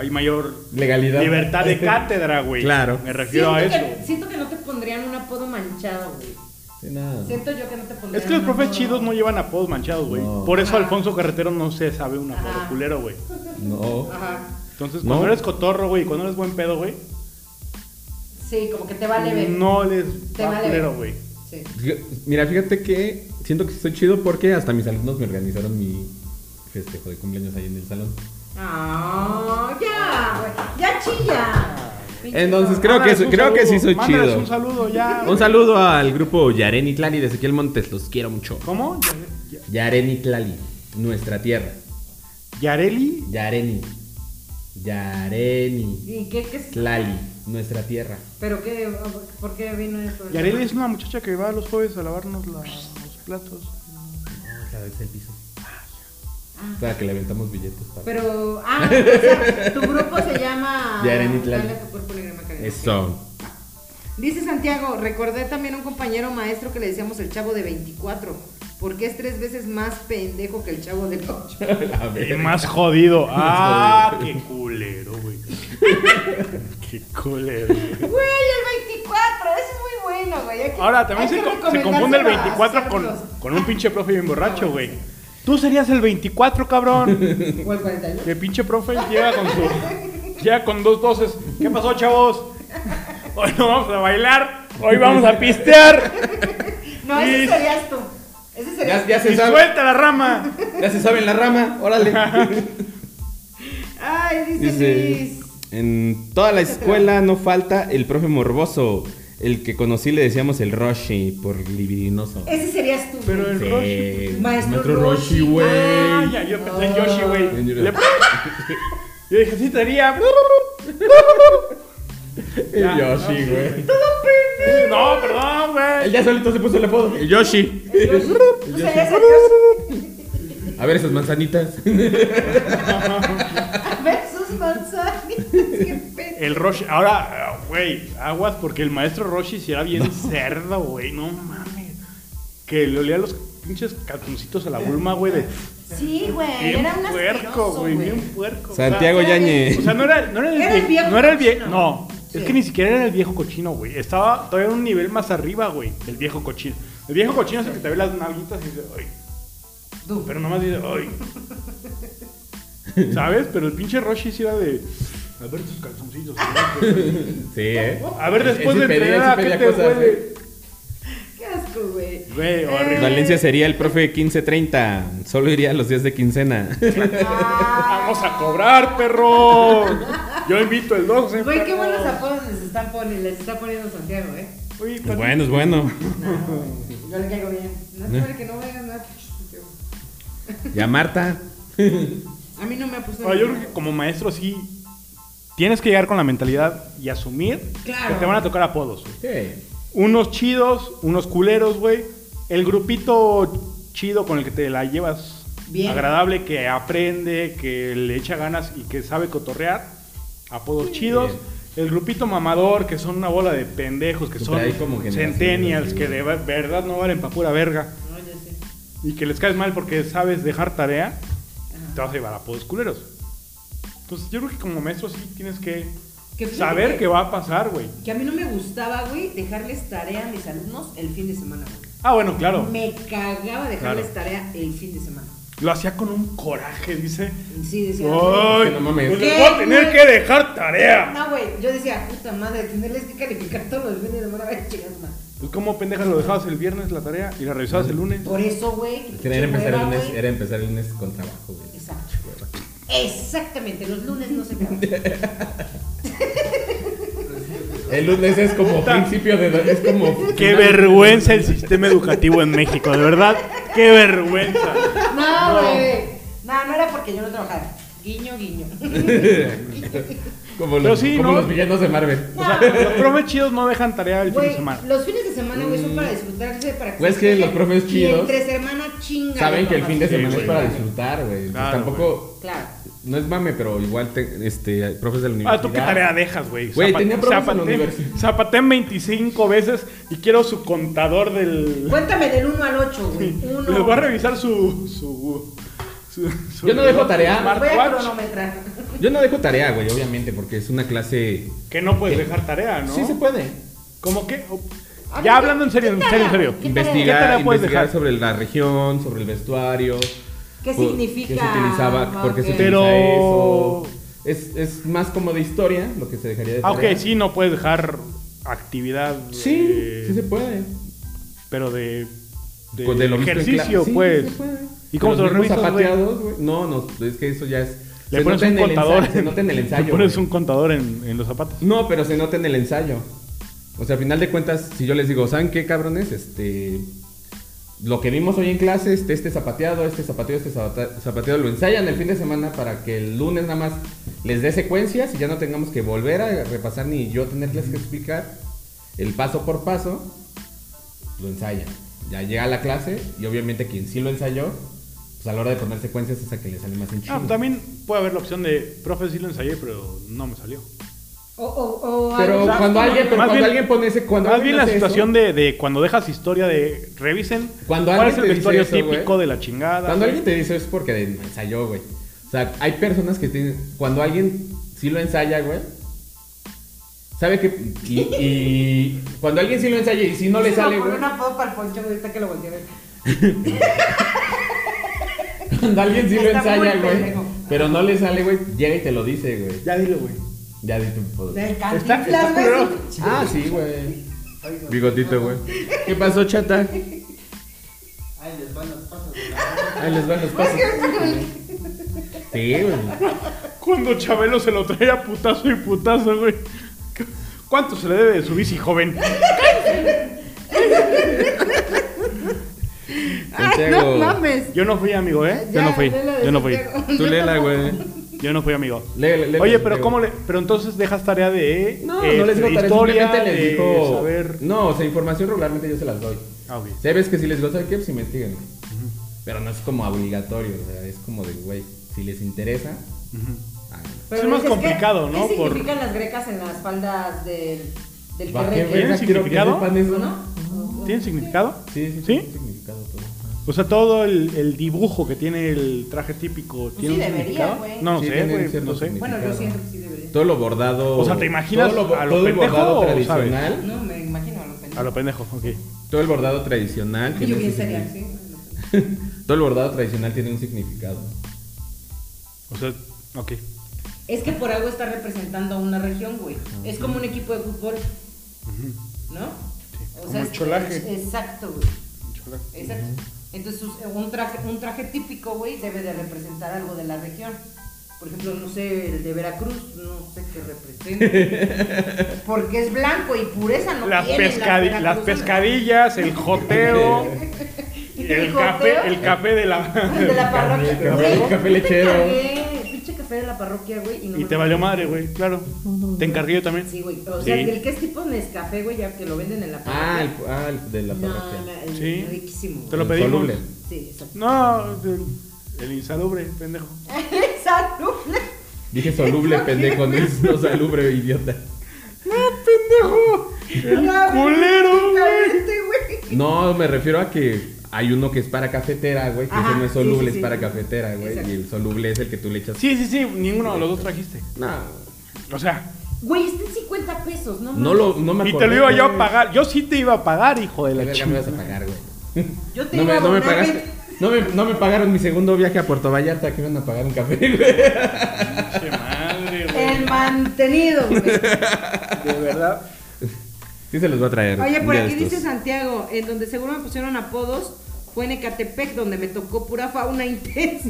[SPEAKER 3] Hay mayor
[SPEAKER 2] Legalidad.
[SPEAKER 3] libertad de cátedra, güey.
[SPEAKER 2] Claro.
[SPEAKER 3] Me refiero
[SPEAKER 4] Siento
[SPEAKER 3] a eso.
[SPEAKER 4] que, siento que no te pondrían un apodo manchado, güey.
[SPEAKER 2] Sí, nada.
[SPEAKER 4] Siento yo que no te pondrían
[SPEAKER 3] Es que los
[SPEAKER 4] un
[SPEAKER 3] profes
[SPEAKER 4] apodo.
[SPEAKER 3] chidos no llevan apodos manchados, güey.
[SPEAKER 2] No.
[SPEAKER 3] Por eso Alfonso Carretero no se sabe un apodo
[SPEAKER 4] Ajá.
[SPEAKER 3] culero, güey.
[SPEAKER 2] No.
[SPEAKER 4] Ajá.
[SPEAKER 3] Entonces,
[SPEAKER 2] No.
[SPEAKER 3] cuando eres cotorro, güey, cuando eres buen pedo, güey,
[SPEAKER 4] Sí, como que te vale ver.
[SPEAKER 3] no les
[SPEAKER 4] Te
[SPEAKER 3] va
[SPEAKER 4] vale
[SPEAKER 3] culero,
[SPEAKER 4] ver.
[SPEAKER 3] güey.
[SPEAKER 4] Sí.
[SPEAKER 2] Mira, fíjate que siento que estoy chido porque hasta mis alumnos me organizaron mi festejo de cumpleaños ahí en el salón.
[SPEAKER 4] Ah, ya, güey. Ya chilla. Pinche
[SPEAKER 2] Entonces creo
[SPEAKER 4] cabrón.
[SPEAKER 2] que,
[SPEAKER 3] Mándales
[SPEAKER 2] so-
[SPEAKER 3] un
[SPEAKER 2] creo que
[SPEAKER 3] saludo,
[SPEAKER 2] sí soy
[SPEAKER 3] mándales
[SPEAKER 2] chido.
[SPEAKER 3] un saludo ya.
[SPEAKER 2] Un
[SPEAKER 3] güey.
[SPEAKER 2] saludo al grupo Yaren y Clali de Ezequiel Montes, los quiero mucho.
[SPEAKER 3] ¿Cómo? Ya- ya-
[SPEAKER 2] Yaren y Clali, nuestra tierra.
[SPEAKER 3] Yareli.
[SPEAKER 2] Yareni. Yareni.
[SPEAKER 4] ¿Y qué, qué es?
[SPEAKER 2] Clali, nuestra tierra.
[SPEAKER 4] ¿Pero qué? ¿Por qué vino eso?
[SPEAKER 3] Yareli es una muchacha que va los jueves a lavarnos la- los platos.
[SPEAKER 2] Cada vez el piso. O sea, que le aventamos billetes para.
[SPEAKER 4] Pero, ah, o sea, tu grupo se llama...
[SPEAKER 2] Yaren y Tlali.
[SPEAKER 4] Dale tu cuerpo alegre, Macarena.
[SPEAKER 2] Eso.
[SPEAKER 4] Dice Santiago, recordé también a un compañero maestro que le decíamos el chavo de 24, porque es tres veces más pendejo que el chavo del 8.
[SPEAKER 2] La
[SPEAKER 3] El
[SPEAKER 2] verga.
[SPEAKER 3] más jodido. Ah, qué culero, güey. qué culero. güey.
[SPEAKER 4] Güey, el 24, eso es muy bueno, güey. Hay que-
[SPEAKER 3] Ahora, también
[SPEAKER 4] hay
[SPEAKER 3] se,
[SPEAKER 4] que
[SPEAKER 3] co- se confunde el
[SPEAKER 4] recomendárselo a
[SPEAKER 3] 24 con,
[SPEAKER 4] sus
[SPEAKER 3] con un pinche profe bien borracho, güey. Tú serías el 24, cabrón.
[SPEAKER 4] amigos. O el 41.
[SPEAKER 3] Que pinche profe llega con su. Llega con dos doces. ¿Qué pasó, chavos? Hoy no vamos a bailar. Hoy vamos a pistear.
[SPEAKER 4] No, ese
[SPEAKER 3] Sí.
[SPEAKER 4] serías tú. Ese serías
[SPEAKER 2] Ya, ya
[SPEAKER 3] Y
[SPEAKER 2] se sabe.
[SPEAKER 3] suelta la rama.
[SPEAKER 2] Ya se sabe en la rama. Órale.
[SPEAKER 4] Ay, dice,
[SPEAKER 2] Dice,
[SPEAKER 4] Luis.
[SPEAKER 2] en toda la escuela no falta el profe morboso, el que conocí le decíamos el Roshi por libidinoso.
[SPEAKER 4] Ese serías tú.
[SPEAKER 3] Pero
[SPEAKER 4] güey.
[SPEAKER 3] el
[SPEAKER 2] Sí,
[SPEAKER 3] Roshi.
[SPEAKER 4] Maestro
[SPEAKER 2] Maestro Roshi,
[SPEAKER 4] Roshi.
[SPEAKER 2] güey.
[SPEAKER 3] Ah, ya, yo pensé en Yoshi, güey. Le- Yo dije, sí, sería.
[SPEAKER 2] El Yoshi, güey.
[SPEAKER 3] No, perdón, güey.
[SPEAKER 2] Él ya solito se puso el apodo. El Yoshi.
[SPEAKER 4] Tú serías el Dios.
[SPEAKER 2] A ver esas manzanitas.
[SPEAKER 4] Versus Manzani. Qué pena.
[SPEAKER 3] El Roshi, ahora, eh, güey, aguas, porque el maestro Roshi si era bien cerdo, güey, no mames. Que le olía los pinches cartoncitos a la Bulma, güey, de.
[SPEAKER 4] Sí, güey.
[SPEAKER 3] Bien
[SPEAKER 4] Era un
[SPEAKER 3] puerco,
[SPEAKER 4] asqueroso,
[SPEAKER 3] güey, bien puerco. O sea,
[SPEAKER 2] Santiago
[SPEAKER 3] O
[SPEAKER 2] Yañez.
[SPEAKER 3] sea, no era, no era el,
[SPEAKER 4] Era el
[SPEAKER 3] vie-
[SPEAKER 4] viejo
[SPEAKER 3] No era el vie-
[SPEAKER 4] cochino.
[SPEAKER 3] No,
[SPEAKER 4] Sí.
[SPEAKER 3] es que ni siquiera era el viejo cochino, güey. Estaba todavía un nivel más arriba, güey, el viejo cochino. El viejo cochino es el que te ve las nalguitas y dice, ay.
[SPEAKER 4] Du.
[SPEAKER 3] Pero nomás dice, ay. ¿Sabes? Pero el pinche Roshi sí era de. A ver tus calzoncillos. a ver,
[SPEAKER 2] Sí, ¿eh?
[SPEAKER 3] A ver,
[SPEAKER 2] Él
[SPEAKER 3] después
[SPEAKER 2] sí
[SPEAKER 3] de
[SPEAKER 2] pedía, él sí
[SPEAKER 3] entrenar, ¿a qué
[SPEAKER 2] pedía
[SPEAKER 3] te
[SPEAKER 2] cosas, ¿eh?
[SPEAKER 3] huele?
[SPEAKER 10] Qué asco, güey.
[SPEAKER 4] Eh,
[SPEAKER 3] Güey, horrible.
[SPEAKER 11] Valencia sería el profe 1530. Solo iría los días de quincena.
[SPEAKER 4] ah,
[SPEAKER 3] Vamos a cobrar, perro. Yo invito el 12.
[SPEAKER 10] Güey, qué
[SPEAKER 3] perro.
[SPEAKER 10] buenos apodos les están poniendo, les está poniendo Santiago, ¿eh?
[SPEAKER 3] Uy,
[SPEAKER 11] Es
[SPEAKER 3] Pati,
[SPEAKER 11] bueno, es bueno.
[SPEAKER 10] Yo le caigo bien.
[SPEAKER 4] No es para que no vayan a...
[SPEAKER 11] Ya Marta.
[SPEAKER 4] A mí no me ha puesto...
[SPEAKER 3] Ahora, Ah, yo creo que como maestro sí tienes que llegar con la mentalidad y asumir
[SPEAKER 4] Claro.
[SPEAKER 3] que te van a tocar apodos. güey.
[SPEAKER 2] Sí.
[SPEAKER 3] Unos chidos, unos culeros, güey. El grupito chido con el que te la llevas.
[SPEAKER 4] Bien.
[SPEAKER 3] Agradable, que aprende, que le echa ganas y que sabe cotorrear. Apodos chidos. El grupito mamador, que son una bola de pendejos, que
[SPEAKER 2] Que
[SPEAKER 3] son
[SPEAKER 2] trae como generaciones,
[SPEAKER 3] centennials,
[SPEAKER 2] sí.
[SPEAKER 3] que de verdad no valen para pura verga.
[SPEAKER 4] No, ya sé.
[SPEAKER 3] y que les caes mal porque sabes dejar tarea, te vas a llevar a podos culeros. Entonces, yo creo que como maestro sí tienes que
[SPEAKER 4] Que fíjate
[SPEAKER 3] saber
[SPEAKER 4] que-
[SPEAKER 3] qué va a pasar, güey.
[SPEAKER 4] Que a mí no me gustaba, güey, dejarles tarea a mis alumnos el fin de semana, güey.
[SPEAKER 3] Ah, bueno, claro.
[SPEAKER 4] Me cagaba dejarles tarea el fin de semana.
[SPEAKER 3] Lo hacía con un coraje, dice.
[SPEAKER 4] Sí, decía...
[SPEAKER 3] ¡Ay!
[SPEAKER 2] no mames.
[SPEAKER 3] pues
[SPEAKER 4] ¿Qué,
[SPEAKER 3] les voy a tener
[SPEAKER 4] güey?
[SPEAKER 3] que dejar tarea.
[SPEAKER 4] No, güey, yo decía, puta madre, tenerles que calificar todos los fines de semana, güey, chingas madre.
[SPEAKER 3] Pues, ¿cómo pendejas lo dejabas el viernes la tarea y la revisabas el lunes?
[SPEAKER 4] Por eso, güey.
[SPEAKER 2] Es que Era empezar, el
[SPEAKER 4] hueva,
[SPEAKER 2] lunes,
[SPEAKER 4] güey.
[SPEAKER 2] era empezar el lunes con trabajo, güey.
[SPEAKER 4] Exacto. Exactamente, los lunes no se acaban.
[SPEAKER 2] El lunes es como principio de... Es como...
[SPEAKER 3] ¡Qué vergüenza el sistema educativo en México! De verdad, ¡qué vergüenza!
[SPEAKER 4] No, güey. No, no era porque yo no trabajara. Guiño, guiño.
[SPEAKER 2] Como,
[SPEAKER 3] Pero
[SPEAKER 2] los,
[SPEAKER 3] sí,
[SPEAKER 2] como
[SPEAKER 3] ¿no?
[SPEAKER 2] los villanos de Marvel.
[SPEAKER 3] O sea, los profes chidos no dejan tarea el fin de
[SPEAKER 4] Güey,
[SPEAKER 3] semana.
[SPEAKER 4] los fines de semana, güey, son para disfrutarse, para
[SPEAKER 2] Güey, es Mm. que
[SPEAKER 4] se
[SPEAKER 2] los profes
[SPEAKER 4] Y
[SPEAKER 2] chidos
[SPEAKER 4] entre semana chinga.
[SPEAKER 2] Saben que el fin de
[SPEAKER 3] Sí,
[SPEAKER 2] semana
[SPEAKER 3] güey.
[SPEAKER 2] es para disfrutar, güey.
[SPEAKER 3] Claro,
[SPEAKER 2] tampoco...
[SPEAKER 4] Claro.
[SPEAKER 2] No es mame, pero igual te, este, hay profes de la
[SPEAKER 3] Ah,
[SPEAKER 2] universidad.
[SPEAKER 3] ¿tú qué tarea dejas, güey?
[SPEAKER 2] Güey,
[SPEAKER 3] Zapate-
[SPEAKER 2] tenía profes en la universidad.
[SPEAKER 3] zapateé 25 veces y quiero su contador del...
[SPEAKER 4] Cuéntame del 1 al 8, güey.
[SPEAKER 3] Les voy
[SPEAKER 4] 1.
[SPEAKER 3] a revisar su... su, su- su-
[SPEAKER 2] Yo no dejo tarea.
[SPEAKER 4] Voy a
[SPEAKER 3] Smartwatch,
[SPEAKER 4] cronometrar.
[SPEAKER 2] Yo no dejo tarea, güey, obviamente, porque es una clase...
[SPEAKER 3] que no puedes dejar tarea, ¿no?
[SPEAKER 2] Sí se puede.
[SPEAKER 3] ¿Cómo que?
[SPEAKER 4] A ver,
[SPEAKER 3] Ya hablando en serio, en
[SPEAKER 4] ¿qué
[SPEAKER 3] serio,
[SPEAKER 4] tarea?
[SPEAKER 3] en serio.
[SPEAKER 4] ¿Qué
[SPEAKER 2] Investigar,
[SPEAKER 3] tarea puedes
[SPEAKER 2] investigar
[SPEAKER 3] dejar?
[SPEAKER 2] sobre la región, sobre el vestuario.
[SPEAKER 4] ¿Qué
[SPEAKER 2] por-
[SPEAKER 4] significa?
[SPEAKER 2] ¿Qué se utilizaba? ¿Por qué se
[SPEAKER 4] Ok.
[SPEAKER 2] utiliza
[SPEAKER 3] Pero-
[SPEAKER 2] eso? Es, es más como de historia lo que se dejaría de
[SPEAKER 3] Ah,
[SPEAKER 2] tarea.
[SPEAKER 3] ok, sí, no puedes dejar actividad...
[SPEAKER 2] Sí,
[SPEAKER 3] eh,
[SPEAKER 2] sí se puede.
[SPEAKER 3] Pero de... de
[SPEAKER 2] Con- de lo mismo en
[SPEAKER 3] ejercicio,
[SPEAKER 2] clase. Sí,
[SPEAKER 3] pues.
[SPEAKER 2] sí se puede.
[SPEAKER 3] ¿Y cómo
[SPEAKER 2] Los
[SPEAKER 3] te lo
[SPEAKER 2] mismos
[SPEAKER 3] revisas, güey?
[SPEAKER 2] zapateados, güey? No, no, es que eso ya es...
[SPEAKER 3] Le
[SPEAKER 2] se
[SPEAKER 3] pones
[SPEAKER 2] nota
[SPEAKER 3] un
[SPEAKER 2] en el ensayo-
[SPEAKER 3] contador.
[SPEAKER 2] Se nota en el ensayo.
[SPEAKER 3] Le pones
[SPEAKER 2] güey.
[SPEAKER 3] un contador en, en los zapatos.
[SPEAKER 2] No, pero se nota en el ensayo. O sea, al final de cuentas, si yo les digo, ¿saben qué, cabrones? Este. Lo que vimos hoy en clase, este, este zapateado, este zapateado, este zapata- zapateado, lo ensayan el fin de semana para que el lunes nada más les dé secuencias y ya no tengamos que volver a repasar ni yo tenerles que explicar el paso por paso. Lo ensayan. Ya llega a la clase y obviamente quien sí lo ensayó, pues a la hora de poner secuencias es a que le sale más en
[SPEAKER 3] Ah,
[SPEAKER 2] chingo.
[SPEAKER 3] también puede haber la opción de, profe, sí lo ensayé, pero no me salió.
[SPEAKER 4] O, o, o
[SPEAKER 2] Pero
[SPEAKER 4] algo-
[SPEAKER 2] cuando alguien, pero
[SPEAKER 3] Más
[SPEAKER 2] cuando
[SPEAKER 3] bien-
[SPEAKER 2] alguien pone ese. Cuando
[SPEAKER 3] Más
[SPEAKER 2] alguien
[SPEAKER 3] bien la
[SPEAKER 2] hace eso-
[SPEAKER 3] situación de, de cuando dejas historia de revisen
[SPEAKER 2] Cuando
[SPEAKER 3] cuál
[SPEAKER 2] alguien
[SPEAKER 3] es
[SPEAKER 2] te
[SPEAKER 3] el
[SPEAKER 2] dice
[SPEAKER 3] vestuario
[SPEAKER 2] eso,
[SPEAKER 3] típico
[SPEAKER 2] güey.
[SPEAKER 3] de la chingada.
[SPEAKER 2] Cuando
[SPEAKER 3] güey.
[SPEAKER 2] alguien te dice eso es porque ensayó, güey. O sea, hay personas que tienen. Cuando alguien sí lo ensaya, güey. Sabe que. Y, y cuando alguien sí lo ensaya y si no le
[SPEAKER 4] Se me
[SPEAKER 2] sale,
[SPEAKER 4] ocurrió
[SPEAKER 2] güey.
[SPEAKER 4] un apodo para el poncho, güey, ahorita que lo volteé a ver.
[SPEAKER 2] Cuando alguien sí lo
[SPEAKER 4] Está muy
[SPEAKER 2] ensaya, güey.
[SPEAKER 4] pendejo.
[SPEAKER 2] Pero no le sale, güey. Llega y te lo dice, güey.
[SPEAKER 3] Ya dilo, güey.
[SPEAKER 2] Ya di tu poder.
[SPEAKER 4] Del Cantinflas, güey.
[SPEAKER 3] culero.
[SPEAKER 2] Ah, sí, güey. Bigotito, güey. ¿Qué pasó, chata? Ahí les van los pasos. Ahí les van los pasos. Sí, güey.
[SPEAKER 3] Cuando Chabelo se lo trae a putazo y putazo, güey. ¿Cu- ¿Cuánto se le debe de su bici, joven?
[SPEAKER 4] Ay,
[SPEAKER 2] Santiago.
[SPEAKER 4] Ah, no mames.
[SPEAKER 3] Yo no fui, amigo, ¿eh? Yo
[SPEAKER 4] Ya,
[SPEAKER 3] no fui.
[SPEAKER 4] ve la de
[SPEAKER 3] Yo no fui.
[SPEAKER 4] Santiago.
[SPEAKER 2] Tú léela, güey.
[SPEAKER 3] Yo no fui, amigo.
[SPEAKER 2] Léela, léela,
[SPEAKER 3] Oye, pero
[SPEAKER 2] Santiago.
[SPEAKER 3] ¿cómo le.? Pero entonces dejas tarea de.
[SPEAKER 2] No,
[SPEAKER 3] eh,
[SPEAKER 2] no les digo
[SPEAKER 3] de
[SPEAKER 2] tarea,
[SPEAKER 3] historia,
[SPEAKER 2] simplemente les
[SPEAKER 3] de
[SPEAKER 2] digo.
[SPEAKER 3] saber-
[SPEAKER 2] No, o sea, información regularmente yo se las doy.
[SPEAKER 3] Ah, ok.
[SPEAKER 2] Sabes que si les gusta el que pues investiguen. Pero no es como obligatorio, o sea, es como de, güey, si les interesa, ah, háganlo.
[SPEAKER 3] Es más
[SPEAKER 4] dices, ¿qué-
[SPEAKER 3] complicado, ¿no?
[SPEAKER 4] ¿Qué
[SPEAKER 3] Por-
[SPEAKER 4] significan las grecas en las faldas del, del
[SPEAKER 2] ¿Va qué
[SPEAKER 4] terreno?
[SPEAKER 2] verga quiero que
[SPEAKER 3] significado?
[SPEAKER 2] sepan eso?
[SPEAKER 4] ¿No?
[SPEAKER 3] ¿Tiene significado?
[SPEAKER 2] Sí, sí,
[SPEAKER 3] ¿Sí?
[SPEAKER 2] tiene significado todo.
[SPEAKER 3] O sea, todo el, el dibujo que tiene el traje típico tiene
[SPEAKER 4] Pues sí
[SPEAKER 3] un
[SPEAKER 4] debería,
[SPEAKER 3] significado?
[SPEAKER 4] güey.
[SPEAKER 3] No
[SPEAKER 2] Sí,
[SPEAKER 3] sé,
[SPEAKER 2] tienen
[SPEAKER 3] güey,
[SPEAKER 2] cierto
[SPEAKER 3] no sé.
[SPEAKER 2] significado.
[SPEAKER 4] Bueno, yo siento que sí debería.
[SPEAKER 2] Todo lo bordado.
[SPEAKER 3] O sea, ¿te imaginas
[SPEAKER 2] todo
[SPEAKER 3] a lo
[SPEAKER 2] todo el
[SPEAKER 3] pendejo
[SPEAKER 2] bordado
[SPEAKER 3] o sabes?
[SPEAKER 2] tradicional?
[SPEAKER 4] No, me imagino a los pendejos.
[SPEAKER 3] A lo pendejo, ok.
[SPEAKER 2] Todo el bordado tradicional. tiene
[SPEAKER 4] Yo
[SPEAKER 2] ese
[SPEAKER 4] bien sería,
[SPEAKER 2] significado.
[SPEAKER 4] sí.
[SPEAKER 2] Todo el bordado tradicional tiene un significado.
[SPEAKER 3] O O sea, ok.
[SPEAKER 4] Es que por algo está representando a una región, güey. Es como un equipo de fútbol. ¿No? O
[SPEAKER 12] Como el
[SPEAKER 4] es-
[SPEAKER 12] cholaje.
[SPEAKER 4] es- Exacto, güey.
[SPEAKER 12] Chula.
[SPEAKER 4] Exacto. Entonces, sus- eh, un traje, un traje típico, güey, debe de representar algo de la región. Por ejemplo, no sé, el de Veracruz, no sé qué representa. Porque es blanco y pureza no
[SPEAKER 3] Las,
[SPEAKER 4] tiene.
[SPEAKER 3] pescadi- las pescadillas, el joteo,
[SPEAKER 4] El,
[SPEAKER 3] el café, el café de la...
[SPEAKER 4] de la parroquia.
[SPEAKER 2] café,
[SPEAKER 4] Güey,
[SPEAKER 2] café
[SPEAKER 4] yo te
[SPEAKER 2] lechero.
[SPEAKER 4] encargué Pinche café de la parroquia, güey. Y, no
[SPEAKER 3] Y
[SPEAKER 4] me
[SPEAKER 3] te
[SPEAKER 4] lo-
[SPEAKER 3] valió madre, güey, claro. Te encargué yo también.
[SPEAKER 4] Sí, güey. O sea,
[SPEAKER 3] Sí.
[SPEAKER 4] el que es tipo Nescafé, güey, ya que lo venden en la
[SPEAKER 2] Ah,
[SPEAKER 4] parroquia.
[SPEAKER 2] el, ah, el de la
[SPEAKER 4] no,
[SPEAKER 2] parroquia.
[SPEAKER 4] no, el-
[SPEAKER 3] Sí.
[SPEAKER 4] riquísimo. güey.
[SPEAKER 3] Te lo
[SPEAKER 2] El
[SPEAKER 3] pedimos.
[SPEAKER 2] soluble.
[SPEAKER 4] Sí, exacto.
[SPEAKER 3] No, el, el insalubre, pendejo.
[SPEAKER 4] Salud.
[SPEAKER 2] Dije soluble, pendejo, no es no salubre, idiota.
[SPEAKER 3] ¡Culero, güey!
[SPEAKER 4] Este, güey.
[SPEAKER 2] No, me refiero a que hay uno que es para cafetera, güey, que
[SPEAKER 4] Ajá,
[SPEAKER 2] ese no es
[SPEAKER 4] sí,
[SPEAKER 2] soluble,
[SPEAKER 4] sí, sí.
[SPEAKER 2] es para cafetera, güey.
[SPEAKER 4] Exacto.
[SPEAKER 2] Y el soluble es el que tú le echas.
[SPEAKER 3] Sí, sí, sí, ninguno de los dos trajiste.
[SPEAKER 2] No,
[SPEAKER 3] O sea,
[SPEAKER 4] Güey, está en 50 pesos, ¿no?
[SPEAKER 2] no, lo, no me
[SPEAKER 3] y te lo
[SPEAKER 2] acordé,
[SPEAKER 3] iba yo a
[SPEAKER 2] güey.
[SPEAKER 3] pagar. Yo sí te iba a pagar, hijo de
[SPEAKER 2] ¿Qué
[SPEAKER 3] la
[SPEAKER 2] verga me
[SPEAKER 3] chingada.
[SPEAKER 2] vas a pagar, güey?
[SPEAKER 4] Yo te
[SPEAKER 2] No
[SPEAKER 4] iba
[SPEAKER 2] me,
[SPEAKER 4] a
[SPEAKER 2] no me
[SPEAKER 4] donar
[SPEAKER 2] pagaste. No me, no me pagaron mi segundo viaje a Puerto Vallarta, que me iban a pagar un café, güey.
[SPEAKER 3] Che madre, güey.
[SPEAKER 4] El mantenido, güey.
[SPEAKER 3] De verdad.
[SPEAKER 2] Sí se los va a traer.
[SPEAKER 13] Oye,
[SPEAKER 2] un
[SPEAKER 13] por
[SPEAKER 2] día
[SPEAKER 13] aquí
[SPEAKER 2] de estos.
[SPEAKER 13] dice Santiago, en donde seguro me pusieron apodos, fue en Ecatepec, donde me tocó pura fauna intensa.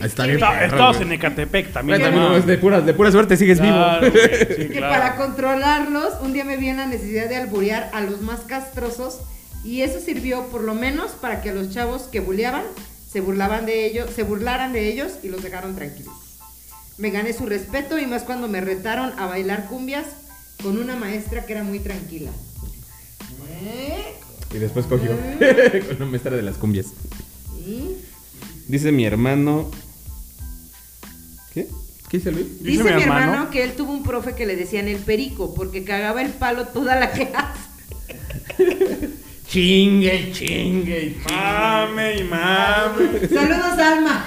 [SPEAKER 2] Ah, Está bien.
[SPEAKER 3] Está-
[SPEAKER 2] perro,
[SPEAKER 3] Estabas
[SPEAKER 2] güey.
[SPEAKER 3] en Ecatepec también.
[SPEAKER 2] Güey, también
[SPEAKER 3] ¿no?
[SPEAKER 2] no, es de pura, de pura suerte sigues
[SPEAKER 3] Claro,
[SPEAKER 2] vivo.
[SPEAKER 3] güey, sí,
[SPEAKER 13] Que
[SPEAKER 3] claro.
[SPEAKER 13] para controlarlos, un día me vi en la necesidad de alburear a los más castrosos y eso sirvió por lo menos para que los chavos que buleaban se burlaban de ellos, se burlaran de ellos y los dejaron tranquilos. Me gané su respeto y más cuando me retaron a bailar cumbias con una maestra que era muy tranquila.
[SPEAKER 4] ¿Eh?
[SPEAKER 2] Y después cogió con la maestra de las cumbias.
[SPEAKER 4] ¿Y?
[SPEAKER 2] Dice mi hermano. ¿Qué? ¿Qué dice Luis?
[SPEAKER 13] Dice, mi hermano, que él tuvo un profe que le decían el perico porque cagaba el palo toda la clase.
[SPEAKER 2] Chingue, chingue.
[SPEAKER 3] Mame y mame.
[SPEAKER 13] Saludos Alma.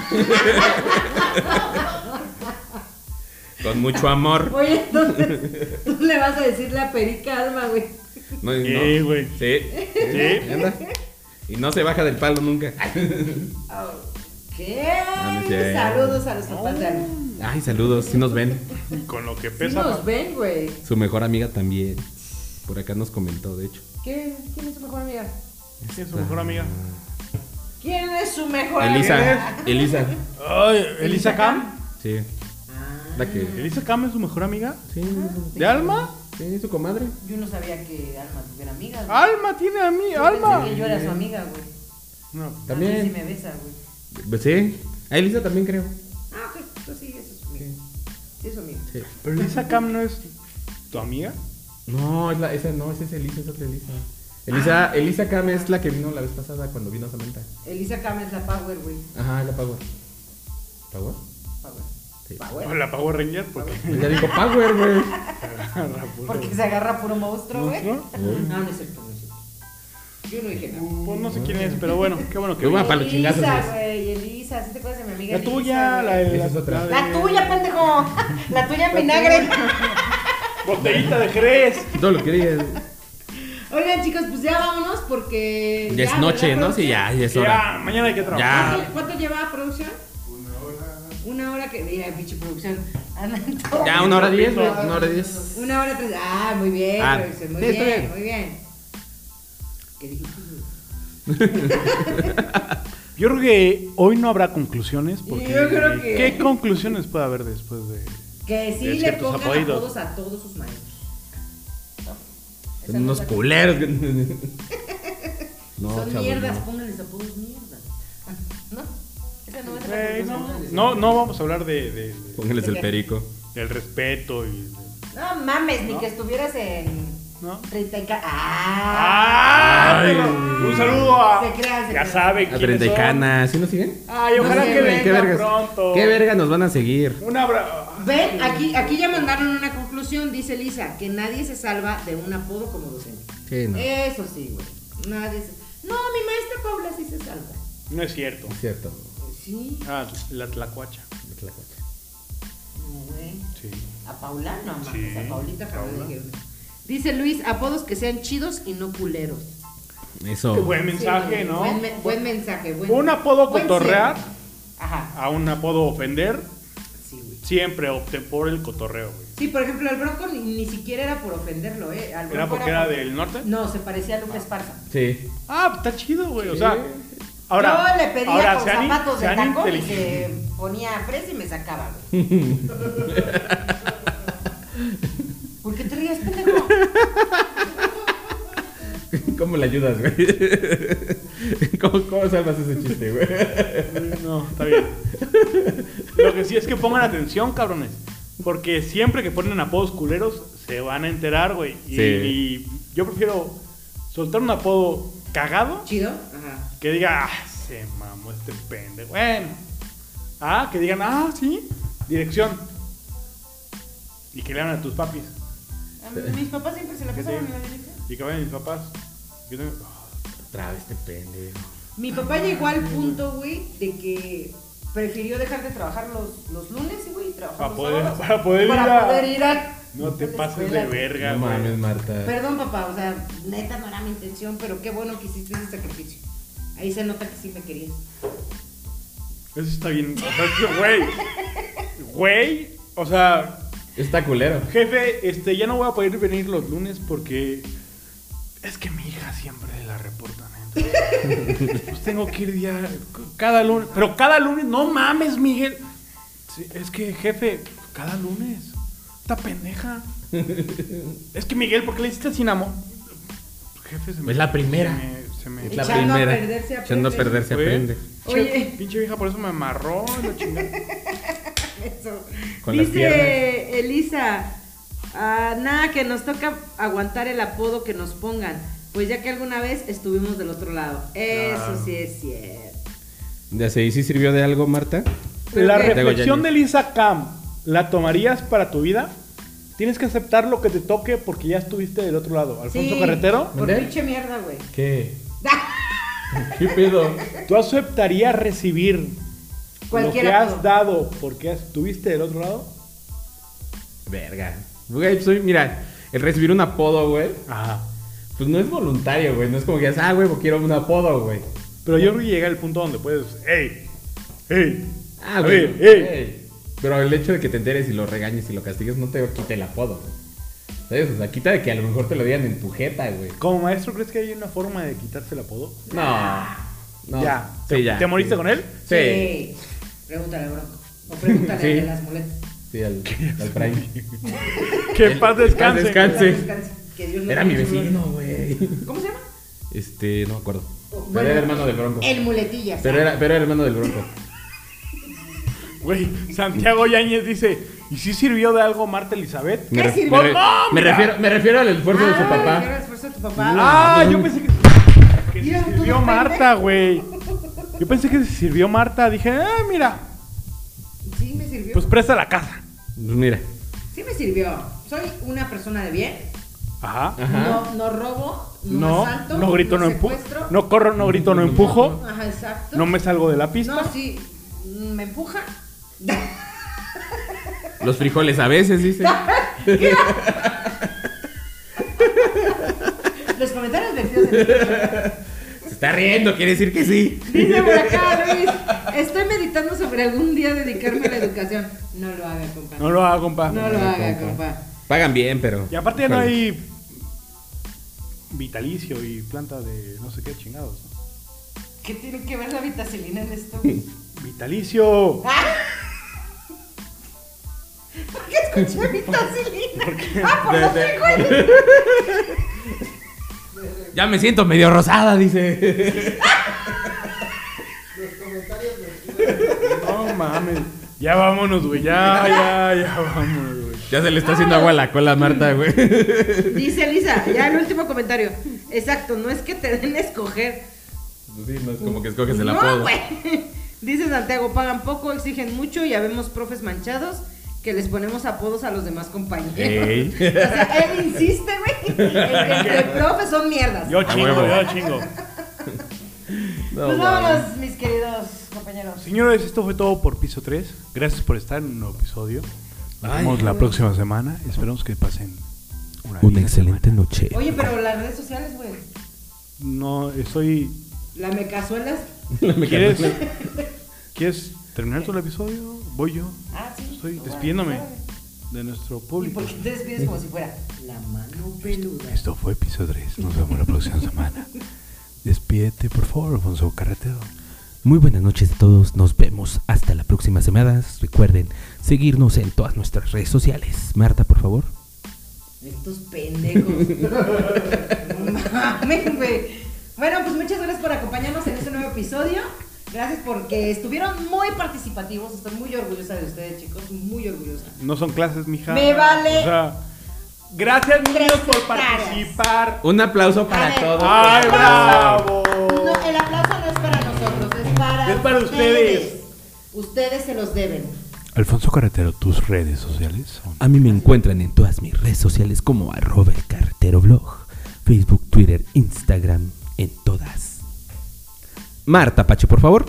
[SPEAKER 2] Con mucho amor.
[SPEAKER 4] Oye, entonces tú le vas a decir la perica alma, güey.
[SPEAKER 2] No,
[SPEAKER 3] Sí,
[SPEAKER 2] no.
[SPEAKER 3] güey.
[SPEAKER 2] Sí.
[SPEAKER 3] Sí.
[SPEAKER 2] Ahí anda. Y no se baja del palo nunca.
[SPEAKER 4] ¿Qué?
[SPEAKER 2] Ah, no es cierto.
[SPEAKER 4] Saludos a los papás de alma.
[SPEAKER 2] Ay, saludos, si nos ven.
[SPEAKER 3] Con lo que
[SPEAKER 4] Sí
[SPEAKER 3] pesa.
[SPEAKER 4] nos ven, güey.
[SPEAKER 2] Su mejor amiga también. Por acá nos comentó, de hecho.
[SPEAKER 4] ¿Qué? ¿Quién es su mejor amiga?
[SPEAKER 3] ¿Quién es su mejor amiga?
[SPEAKER 4] ¿Quién es su mejor
[SPEAKER 2] Elisa. Elisa.
[SPEAKER 3] Ay, Elisa Cam.
[SPEAKER 2] Sí. La que.
[SPEAKER 3] ¿Elisa Cam es su mejor amiga?
[SPEAKER 2] Sí,
[SPEAKER 3] ¿De Alma?
[SPEAKER 2] sí, su comadre.
[SPEAKER 4] Yo no sabía que Alma tuviera amigas. güey.
[SPEAKER 3] Alma tiene a mí,
[SPEAKER 4] Yo pensé
[SPEAKER 3] Alma.
[SPEAKER 4] que yo era su amiga, güey.
[SPEAKER 3] No.
[SPEAKER 4] A mí sí
[SPEAKER 2] También.
[SPEAKER 4] me besa, güey.
[SPEAKER 2] Pues sí. A Elisa también creo.
[SPEAKER 4] Ah, ok. Entonces sí, eso es su amiga. Sí, es su amiga.
[SPEAKER 2] Sí.
[SPEAKER 3] Pero Elisa Cam no es tu amiga.
[SPEAKER 2] No, es la- esa no, esa es Elisa, esa es otra Elisa. Elisa, Elisa Cam es la que vino la vez pasada cuando vino Samantha.
[SPEAKER 4] Elisa Cam es la power, güey.
[SPEAKER 2] Ajá, es la Power. ¿Power?
[SPEAKER 4] Power.
[SPEAKER 2] Sí.
[SPEAKER 4] Power.
[SPEAKER 3] O la Power Ranger, porque.
[SPEAKER 2] Ya dijo Power, güey.
[SPEAKER 4] Porque se agarra puro monstruo, güey.
[SPEAKER 3] ¿No?
[SPEAKER 4] No, no es cierto, no es cierto. Yo no dije nada.
[SPEAKER 3] Pues no sé quién es, pero bueno, qué bueno que
[SPEAKER 2] Qué guapa.
[SPEAKER 3] vino.
[SPEAKER 2] para los chingazos,
[SPEAKER 4] Elisa,
[SPEAKER 2] es.
[SPEAKER 4] güey, Elisa, ¿sí te acuerdas de mi amiga?
[SPEAKER 3] La
[SPEAKER 4] Elisa,
[SPEAKER 3] tuya,
[SPEAKER 4] güey?
[SPEAKER 3] la de.
[SPEAKER 2] Esa es otra.
[SPEAKER 3] de-
[SPEAKER 4] La tuya, pendejo. La tuya en vinagre.
[SPEAKER 3] Botellita de Jerez.
[SPEAKER 2] Todo lo quería.
[SPEAKER 13] Oigan chicos, pues ya vámonos porque...
[SPEAKER 2] Ya es noche, ¿no? Sí, ya, ya es hora.
[SPEAKER 3] Ya, mañana hay que trabajar.
[SPEAKER 13] ¿Cuánto, cuánto lleva producción? Una hora. Una hora que. Mira, pinche producción. Ana, todo.
[SPEAKER 2] Ya, una hora diez, güey. Una hora diez.
[SPEAKER 13] Una hora tres. Ah, muy bien,
[SPEAKER 2] Ah,
[SPEAKER 13] producción. Muy
[SPEAKER 2] sí,
[SPEAKER 13] bien,
[SPEAKER 2] está bien.
[SPEAKER 13] muy bien. ¿Qué dijiste?
[SPEAKER 3] Yo creo que hoy no habrá conclusiones. Porque
[SPEAKER 4] Yo creo que- Pues,
[SPEAKER 3] ¿Qué conclusiones puede haber después de.?
[SPEAKER 4] Que sí
[SPEAKER 3] De
[SPEAKER 4] le
[SPEAKER 3] ciertos
[SPEAKER 4] pongan
[SPEAKER 3] apellidos.
[SPEAKER 4] apodos a todos sus maestros.
[SPEAKER 2] Son unos culeros. No,
[SPEAKER 4] Son
[SPEAKER 2] chavos,
[SPEAKER 4] mierdas,
[SPEAKER 2] no.
[SPEAKER 4] pónganles apodos mierdas. Ah, ¿No? Esa no es la
[SPEAKER 3] Güey,
[SPEAKER 4] conclusión.
[SPEAKER 3] Eh, no, no, no vamos a hablar de, de- de-
[SPEAKER 2] Pónganles el perico.
[SPEAKER 3] del respeto y. de-
[SPEAKER 4] No mames, ni que estuvieras en
[SPEAKER 3] ¿No?
[SPEAKER 4] 30 y ca- ¡Ah!
[SPEAKER 3] ¡Ah!
[SPEAKER 2] Ay.
[SPEAKER 3] Un saludo a.
[SPEAKER 4] Se crean, se
[SPEAKER 3] ya
[SPEAKER 4] crean.
[SPEAKER 3] sabe
[SPEAKER 2] A
[SPEAKER 3] quiénes
[SPEAKER 2] treinta y
[SPEAKER 3] son.
[SPEAKER 2] canas. ¿Sí nos siguen?
[SPEAKER 3] Ay, ojalá
[SPEAKER 4] No sé,
[SPEAKER 3] que
[SPEAKER 4] güey,
[SPEAKER 3] venga
[SPEAKER 2] ¿Qué vergas?
[SPEAKER 3] pronto.
[SPEAKER 2] ¿Qué verga nos van a seguir?
[SPEAKER 3] Un abrazo.
[SPEAKER 13] Ven, aquí, aquí ya mandaron una conclusión, dice Lisa, que nadie se salva de un apodo como docente.
[SPEAKER 2] Sí, no. Es
[SPEAKER 13] Eso sí, güey. Nadie se. No, mi maestra Paula sí se salva. Pues
[SPEAKER 3] No es cierto.
[SPEAKER 2] cierto.
[SPEAKER 4] Sí,
[SPEAKER 3] Ah, la tlacuacha.
[SPEAKER 2] Es la cosa.
[SPEAKER 4] no, güey.
[SPEAKER 3] Sí.
[SPEAKER 4] A Paula, no mames.
[SPEAKER 3] Sí,
[SPEAKER 4] a Paulita, Paula. dijeron.
[SPEAKER 13] Dice Luis, apodos que sean chidos y no culeros.
[SPEAKER 2] Eso.
[SPEAKER 3] Qué buen mensaje,
[SPEAKER 13] Sí,
[SPEAKER 3] ¿no?
[SPEAKER 13] Buen, me- buen mensaje, buen
[SPEAKER 3] Un apodo
[SPEAKER 13] buen
[SPEAKER 3] cotorrear
[SPEAKER 13] cierre. Ajá.
[SPEAKER 3] a un apodo ofender siempre opté por el cotorreo, güey.
[SPEAKER 4] Sí, por ejemplo, el Bronco ni, ni siquiera era por ofenderlo, ¿eh? Al
[SPEAKER 3] ¿Era
[SPEAKER 4] Bronco
[SPEAKER 3] porque era del norte?
[SPEAKER 4] No, se parecía a Lupe Esparza.
[SPEAKER 2] Sí.
[SPEAKER 3] Ah, pues está chido, güey. O sea, ahora.
[SPEAKER 4] Yo le pedía
[SPEAKER 3] ahora,
[SPEAKER 4] con
[SPEAKER 3] sean in-
[SPEAKER 4] zapatos de
[SPEAKER 3] sean
[SPEAKER 4] tacón y
[SPEAKER 3] inteligentes.
[SPEAKER 4] se ponía fresa y me sacaba, güey. ¿Por qué te ríes, pendejo?
[SPEAKER 2] ¿Cómo le ayudas, güey? ¿Cómo, cómo salvas ese chiste, güey?
[SPEAKER 3] No, está bien. Lo que sí es que pongan atención, cabrones. Porque siempre que ponen apodos culeros, se van a enterar, güey. Y,
[SPEAKER 2] Sí.
[SPEAKER 3] y yo prefiero soltar un apodo cagado
[SPEAKER 4] ¿Chido? Ajá.
[SPEAKER 3] que diga, ah, se mamó este pendejo. Bueno. Ah, que digan, ah, sí. Dirección. Y que le hablan a tus papis.
[SPEAKER 4] A mí- Mis papás siempre se la
[SPEAKER 3] Que
[SPEAKER 4] pasaban
[SPEAKER 3] sí.
[SPEAKER 4] en la dirección.
[SPEAKER 3] Y que vayan mis papás. Yo tengo-
[SPEAKER 2] Otra vez este pendejo.
[SPEAKER 4] Mi papá llegó al punto, güey, de que prefirió dejar de trabajar los, los lunes, güey, y trabajar
[SPEAKER 3] Para
[SPEAKER 4] los
[SPEAKER 3] poder-
[SPEAKER 4] sábados.
[SPEAKER 3] para poder
[SPEAKER 4] Para
[SPEAKER 3] ir a-
[SPEAKER 4] poder ir a-
[SPEAKER 3] No te
[SPEAKER 4] a la
[SPEAKER 3] pases de
[SPEAKER 4] escuela.
[SPEAKER 3] verga,
[SPEAKER 2] No
[SPEAKER 3] güey.
[SPEAKER 2] mames, Marta.
[SPEAKER 4] Perdón, papá, o sea, neta no era mi intención, pero qué bueno que hiciste ese sacrificio. Ahí se nota que sí me querías.
[SPEAKER 3] Eso está bien. O sea, es que, güey. Güey. O sea,
[SPEAKER 2] Está culero.
[SPEAKER 3] jefe, este, ya no voy a poder venir los lunes porque es que mi hija siempre la reportan. ¿eh? entonces, pues tengo que ir día, cada lunes. Pero cada lunes, no mames, Miguel. Sí, es que, jefe, cada lunes. Esta pendeja. Es que, Miguel, ¿por qué le hiciste sin amor? Jefe, se me.
[SPEAKER 2] Es la primera.
[SPEAKER 3] Se me, se me-
[SPEAKER 2] Es la
[SPEAKER 4] Echando a
[SPEAKER 2] primera.
[SPEAKER 4] perder se
[SPEAKER 2] Echando a
[SPEAKER 4] aprende.
[SPEAKER 2] perder se
[SPEAKER 3] Güey.
[SPEAKER 2] aprende.
[SPEAKER 4] Oye.
[SPEAKER 3] Che, Pinche vieja, por eso me amarró. la chingada.
[SPEAKER 4] Eso.
[SPEAKER 2] Con las
[SPEAKER 4] Dice Elisa, ah, nada, que nos toca aguantar el apodo que nos pongan, pues ya que alguna vez estuvimos del otro lado. Eso sí es cierto.
[SPEAKER 2] ¿De así sí sirvió de algo, Marta?
[SPEAKER 3] La
[SPEAKER 4] Digo,
[SPEAKER 3] reflexión
[SPEAKER 2] Jenny.
[SPEAKER 3] de Lisa Cam, ¿la tomarías para tu vida? Tienes que aceptar lo que te toque porque ya estuviste del otro lado. Alfonso
[SPEAKER 4] Sí,
[SPEAKER 3] Carretero,
[SPEAKER 4] Por
[SPEAKER 2] ¿Mandé?
[SPEAKER 4] pinche mierda, güey.
[SPEAKER 2] ¿Qué? ¿Qué pedo?
[SPEAKER 3] ¿tú aceptarías recibir lo
[SPEAKER 4] Cualquier
[SPEAKER 3] que has
[SPEAKER 4] apodo.
[SPEAKER 3] dado porque estuviste del otro lado?
[SPEAKER 2] Verga. Güey, soy, mira, el recibir un apodo, güey,
[SPEAKER 3] Ajá.
[SPEAKER 2] pues no es voluntario, güey. No es como que digas, ah, güey, pues quiero un apodo, güey.
[SPEAKER 3] Pero yo creo que llega el punto donde puedes. ¡Ey! ¡Ey!
[SPEAKER 2] Ah, güey.
[SPEAKER 3] Ey, ey.
[SPEAKER 2] ey. Pero el hecho de que te enteres y lo regañes y lo castigues no te quita el apodo, güey. ¿Sabes? O sea, quita de que a lo mejor te lo digan en tu jeta, güey.
[SPEAKER 3] Como maestro, ¿crees que hay una forma de quitarse el apodo?
[SPEAKER 2] No. no.
[SPEAKER 3] Ya.
[SPEAKER 2] Sí,
[SPEAKER 3] ¿Te-
[SPEAKER 2] ya.
[SPEAKER 3] ¿Te moriste
[SPEAKER 2] Sí.
[SPEAKER 3] con él?
[SPEAKER 2] Sí.
[SPEAKER 4] Pregúntale, bro. O pregúntale
[SPEAKER 2] Sí.
[SPEAKER 4] al de las muletas.
[SPEAKER 2] Sí, al, al Prime.
[SPEAKER 3] Que
[SPEAKER 2] El-
[SPEAKER 3] en paz
[SPEAKER 2] el paz
[SPEAKER 3] descanse.
[SPEAKER 2] descanse.
[SPEAKER 4] Que Dios Que Dios lo
[SPEAKER 2] Era mi
[SPEAKER 4] bendiga.
[SPEAKER 2] vecino, güey.
[SPEAKER 4] ¿Cómo se llama?
[SPEAKER 2] Este, no me acuerdo.
[SPEAKER 4] Bueno,
[SPEAKER 2] pero era hermano del Bronco.
[SPEAKER 4] El muletillas.
[SPEAKER 2] Pero era, pero era hermano del Bronco.
[SPEAKER 3] Güey, Santiago Yáñez dice: ¿Y si sirvió de algo Marta Elizabeth?
[SPEAKER 2] Me,
[SPEAKER 4] ¿Qué
[SPEAKER 2] re-
[SPEAKER 4] sirvió?
[SPEAKER 2] me re-
[SPEAKER 3] ¡No,
[SPEAKER 2] me
[SPEAKER 3] mira!
[SPEAKER 2] refiero, me refiero al esfuerzo de su
[SPEAKER 4] Ah, que era
[SPEAKER 2] papá.
[SPEAKER 4] el esfuerzo de tu papá.
[SPEAKER 3] Ah, yo pensé que, que se
[SPEAKER 4] Mira, todo
[SPEAKER 3] sirvió
[SPEAKER 4] pendejo.
[SPEAKER 3] Marta, güey. Yo pensé que se sirvió Marta. Dije, ah, mira,
[SPEAKER 4] Sí, me sirvió.
[SPEAKER 3] pues presta la casa.
[SPEAKER 2] Pues mira.
[SPEAKER 4] Sí me sirvió. Soy una persona de bien.
[SPEAKER 3] Ajá.
[SPEAKER 2] Ah.
[SPEAKER 4] No, no robo, no,
[SPEAKER 3] No,
[SPEAKER 4] asalto,
[SPEAKER 3] no grito, no empujo.
[SPEAKER 4] secuestro.
[SPEAKER 3] No corro, no grito, no empujo.
[SPEAKER 4] Ajá, exacto.
[SPEAKER 3] No me salgo de la pista.
[SPEAKER 4] No, sí, me empuja.
[SPEAKER 2] Los frijoles a veces, dice.
[SPEAKER 4] Los comentarios vertidos en el-
[SPEAKER 2] Se está riendo, quiere decir que sí.
[SPEAKER 4] Dice por acá, Luis, estoy meditando sobre algún día dedicarme a la educación. No lo haga, compa.
[SPEAKER 3] No lo hago, compa.
[SPEAKER 4] No lo haga, compa.
[SPEAKER 2] Pagan bien, pero.
[SPEAKER 3] Y aparte ya no
[SPEAKER 2] Híjole.
[SPEAKER 3] hay vitalicio y planta de no sé qué chingados. ¿no?
[SPEAKER 4] ¿Qué tiene que ver la vitacilina en esto?
[SPEAKER 3] Vitalicio.
[SPEAKER 4] ¿Por qué escuché vitacilina? Ah, por
[SPEAKER 2] De-
[SPEAKER 4] los
[SPEAKER 2] de-
[SPEAKER 4] frijoles.
[SPEAKER 2] Ya me siento medio rosada, dice.
[SPEAKER 3] No mames. Ya vámonos, güey. Ya, ya, ya vámonos, güey.
[SPEAKER 2] Ya se le está haciendo agua a la cola a Marta, güey.
[SPEAKER 4] Dice Elisa, ya el último comentario. Exacto, no es que te den a escoger.
[SPEAKER 2] Sí, no es como que escoges el
[SPEAKER 4] no,
[SPEAKER 2] apodo.
[SPEAKER 4] güey. Dice Santiago, pagan poco, exigen mucho y habemos profes manchados que les ponemos apodos a los demás compañeros.
[SPEAKER 2] Ey.
[SPEAKER 4] O sea, él insiste, güey, en que entre profes son mierdas.
[SPEAKER 3] Yo
[SPEAKER 2] A
[SPEAKER 3] chingo,
[SPEAKER 2] huevo.
[SPEAKER 3] yo chingo.
[SPEAKER 2] No, mames.
[SPEAKER 4] pues vámonos, mis queridos compañeros.
[SPEAKER 3] Señores, esto fue todo por piso 3. Gracias por estar en un nuevo episodio. Nos
[SPEAKER 2] Ay.
[SPEAKER 3] vemos la próxima semana. Esperamos que pasen una,
[SPEAKER 2] Una
[SPEAKER 3] linda
[SPEAKER 2] excelente noche.
[SPEAKER 4] Oye, pero las redes sociales, güey,
[SPEAKER 3] semana. No, estoy.
[SPEAKER 4] la mecazuelas.
[SPEAKER 2] La mecánica.
[SPEAKER 3] ¿Quieres, ¿Quieres terminar todo el episodio? Voy yo.
[SPEAKER 4] Ah, sí.
[SPEAKER 3] estoy despidiéndome de nuestro
[SPEAKER 4] ¿Y
[SPEAKER 3] público.
[SPEAKER 4] por qué te despides como si fuera la mano peluda?
[SPEAKER 1] Esto fue episodio 3. Nos vemos la próxima semana. Despídete, por favor, Alfonso Carretero.
[SPEAKER 14] Muy buenas noches a todos, nos vemos hasta la próxima semana. Recuerden seguirnos en todas nuestras redes sociales. Marta, por favor.
[SPEAKER 4] Estos pendejos. Mames, güey. Bueno, pues muchas gracias por acompañarnos en este nuevo episodio. Gracias porque estuvieron muy participativos. Estoy muy orgullosa de ustedes, chicos. Muy orgullosa.
[SPEAKER 3] No son clases, mija.
[SPEAKER 4] Me vale.
[SPEAKER 3] O sea, gracias, niños, por
[SPEAKER 4] hectáreas.
[SPEAKER 3] participar.
[SPEAKER 2] Un aplauso
[SPEAKER 4] A
[SPEAKER 2] para
[SPEAKER 4] ver.
[SPEAKER 2] todos.
[SPEAKER 3] ¡Ay,
[SPEAKER 2] por favor.
[SPEAKER 3] bravo!
[SPEAKER 4] No, el aplauso no es para nosotros, es para,
[SPEAKER 3] Es para ustedes.
[SPEAKER 4] Ustedes se los deben.
[SPEAKER 1] Alfonso Carretero, tus redes sociales son.
[SPEAKER 14] A mí me encuentran en todas mis redes sociales como arroba el carretero blog, Facebook, Twitter, Instagram, en todas. Marta Pache, por favor.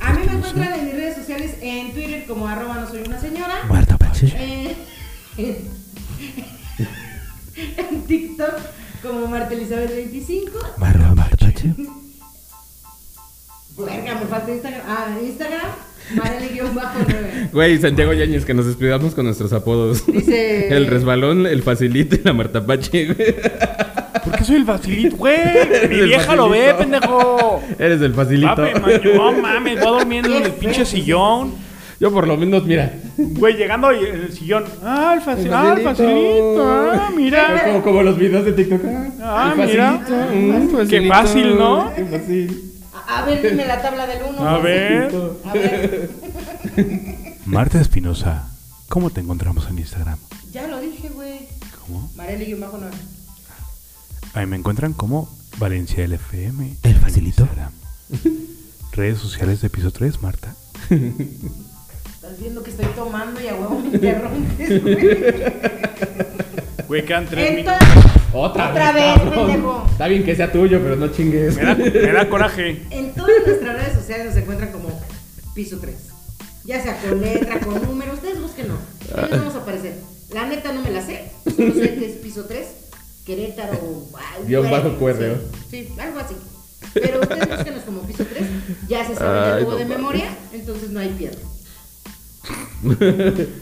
[SPEAKER 4] A mí me encuentran en mis redes sociales en Twitter como arroba no soy una señora.
[SPEAKER 14] Marta Pache.
[SPEAKER 4] Eh, en, en TikTok como Marta Elizabeth 25.
[SPEAKER 14] Marta, Marta Pache.
[SPEAKER 4] Verga, me falta Instagram. Ah, Instagram, Marely-9.
[SPEAKER 2] Güey, Santiago Yáñez, que nos despidamos con nuestros apodos.
[SPEAKER 4] Dice-
[SPEAKER 2] El resbalón, el facilito y la martapache, güey.
[SPEAKER 3] ¿Por qué soy el facilito, güey? Mi
[SPEAKER 2] El
[SPEAKER 3] vieja lo ve,
[SPEAKER 2] facilito.
[SPEAKER 3] pendejo.
[SPEAKER 2] Eres el facilito.
[SPEAKER 3] Papi, man, no mames, voy a dormir en
[SPEAKER 4] Qué
[SPEAKER 3] el pinche
[SPEAKER 4] feo.
[SPEAKER 3] sillón.
[SPEAKER 2] Yo por lo menos, mira.
[SPEAKER 3] Güey, llegando y en el sillón. Ah, el facilito,
[SPEAKER 2] el
[SPEAKER 3] ah, el facilito, ah,
[SPEAKER 2] Es
[SPEAKER 3] mira.
[SPEAKER 2] Como, como los videos de TikTok. Ah,
[SPEAKER 3] Ah,
[SPEAKER 2] el
[SPEAKER 3] mira.
[SPEAKER 2] facilito, mm,
[SPEAKER 3] Qué
[SPEAKER 2] facilito,
[SPEAKER 3] fácil, ¿no?
[SPEAKER 2] Qué fácil.
[SPEAKER 4] A a ver, dime la tabla del 1.
[SPEAKER 3] A ver.
[SPEAKER 4] A ver,
[SPEAKER 1] Marta Espinosa, ¿cómo te encontramos en Instagram?
[SPEAKER 4] ya lo dije, güey.
[SPEAKER 1] ¿Cómo?
[SPEAKER 4] Marely-9.
[SPEAKER 1] A mí me encuentran como Valencia LFM.
[SPEAKER 14] El
[SPEAKER 1] en
[SPEAKER 14] facilito.
[SPEAKER 1] Instagram. redes sociales de piso 3, Marta.
[SPEAKER 4] Estás viendo que estoy tomando y a huevo me interrumpes, güey.
[SPEAKER 3] Güey, quedan tres minutos.
[SPEAKER 4] Entonces,
[SPEAKER 2] Otra,
[SPEAKER 4] Otra
[SPEAKER 2] vez,
[SPEAKER 4] vez,
[SPEAKER 2] cabrón.
[SPEAKER 4] pendejo.
[SPEAKER 2] Está bien que sea tuyo, pero no chingues.
[SPEAKER 3] Me da, me da coraje.
[SPEAKER 4] en todas nuestras redes sociales nos encuentran como piso 3. Ya sea con letra, con número, ustedes búsquenlo. Ahí les vamos a aparecer. La neta no me la sé. Solo sé que es piso 3, Querétaro. ay,
[SPEAKER 2] Guión
[SPEAKER 4] güey,
[SPEAKER 2] bajo cuerreo.
[SPEAKER 4] Sí, sí, algo así. Pero ustedes búsquenos como piso 3. Ya se sabe
[SPEAKER 2] Ay,
[SPEAKER 4] el logo
[SPEAKER 2] no
[SPEAKER 4] de
[SPEAKER 2] mames.
[SPEAKER 4] memoria, entonces no hay pierde.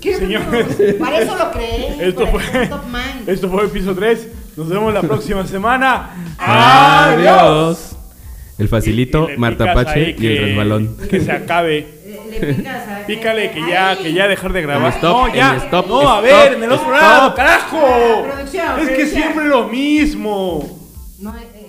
[SPEAKER 4] ¿Qué
[SPEAKER 3] Señores.
[SPEAKER 4] bruto? Para eso lo creé.
[SPEAKER 3] Esto
[SPEAKER 4] para eso
[SPEAKER 3] fue,
[SPEAKER 4] Top Mind.
[SPEAKER 3] esto fue piso 3. Nos vemos la próxima semana.
[SPEAKER 2] Adiós. El
[SPEAKER 3] Y-
[SPEAKER 2] facilito,
[SPEAKER 3] y le picas
[SPEAKER 2] martapache
[SPEAKER 3] ahí
[SPEAKER 2] y el
[SPEAKER 3] que-
[SPEAKER 2] resbalón.
[SPEAKER 3] Que se acabe.
[SPEAKER 4] Eh, Le picas a- este,
[SPEAKER 3] Pícale que ya,
[SPEAKER 4] Ahí.
[SPEAKER 3] que ya dejar de grabar.
[SPEAKER 4] Ay,
[SPEAKER 2] Stop,
[SPEAKER 3] no, ya.
[SPEAKER 2] en stop,
[SPEAKER 3] no, a
[SPEAKER 2] stop,
[SPEAKER 3] ver, en el otro
[SPEAKER 2] stop.
[SPEAKER 3] lado, carajo.
[SPEAKER 4] Producción,
[SPEAKER 3] es que
[SPEAKER 4] producción.
[SPEAKER 3] siempre lo mismo.
[SPEAKER 4] No, eh,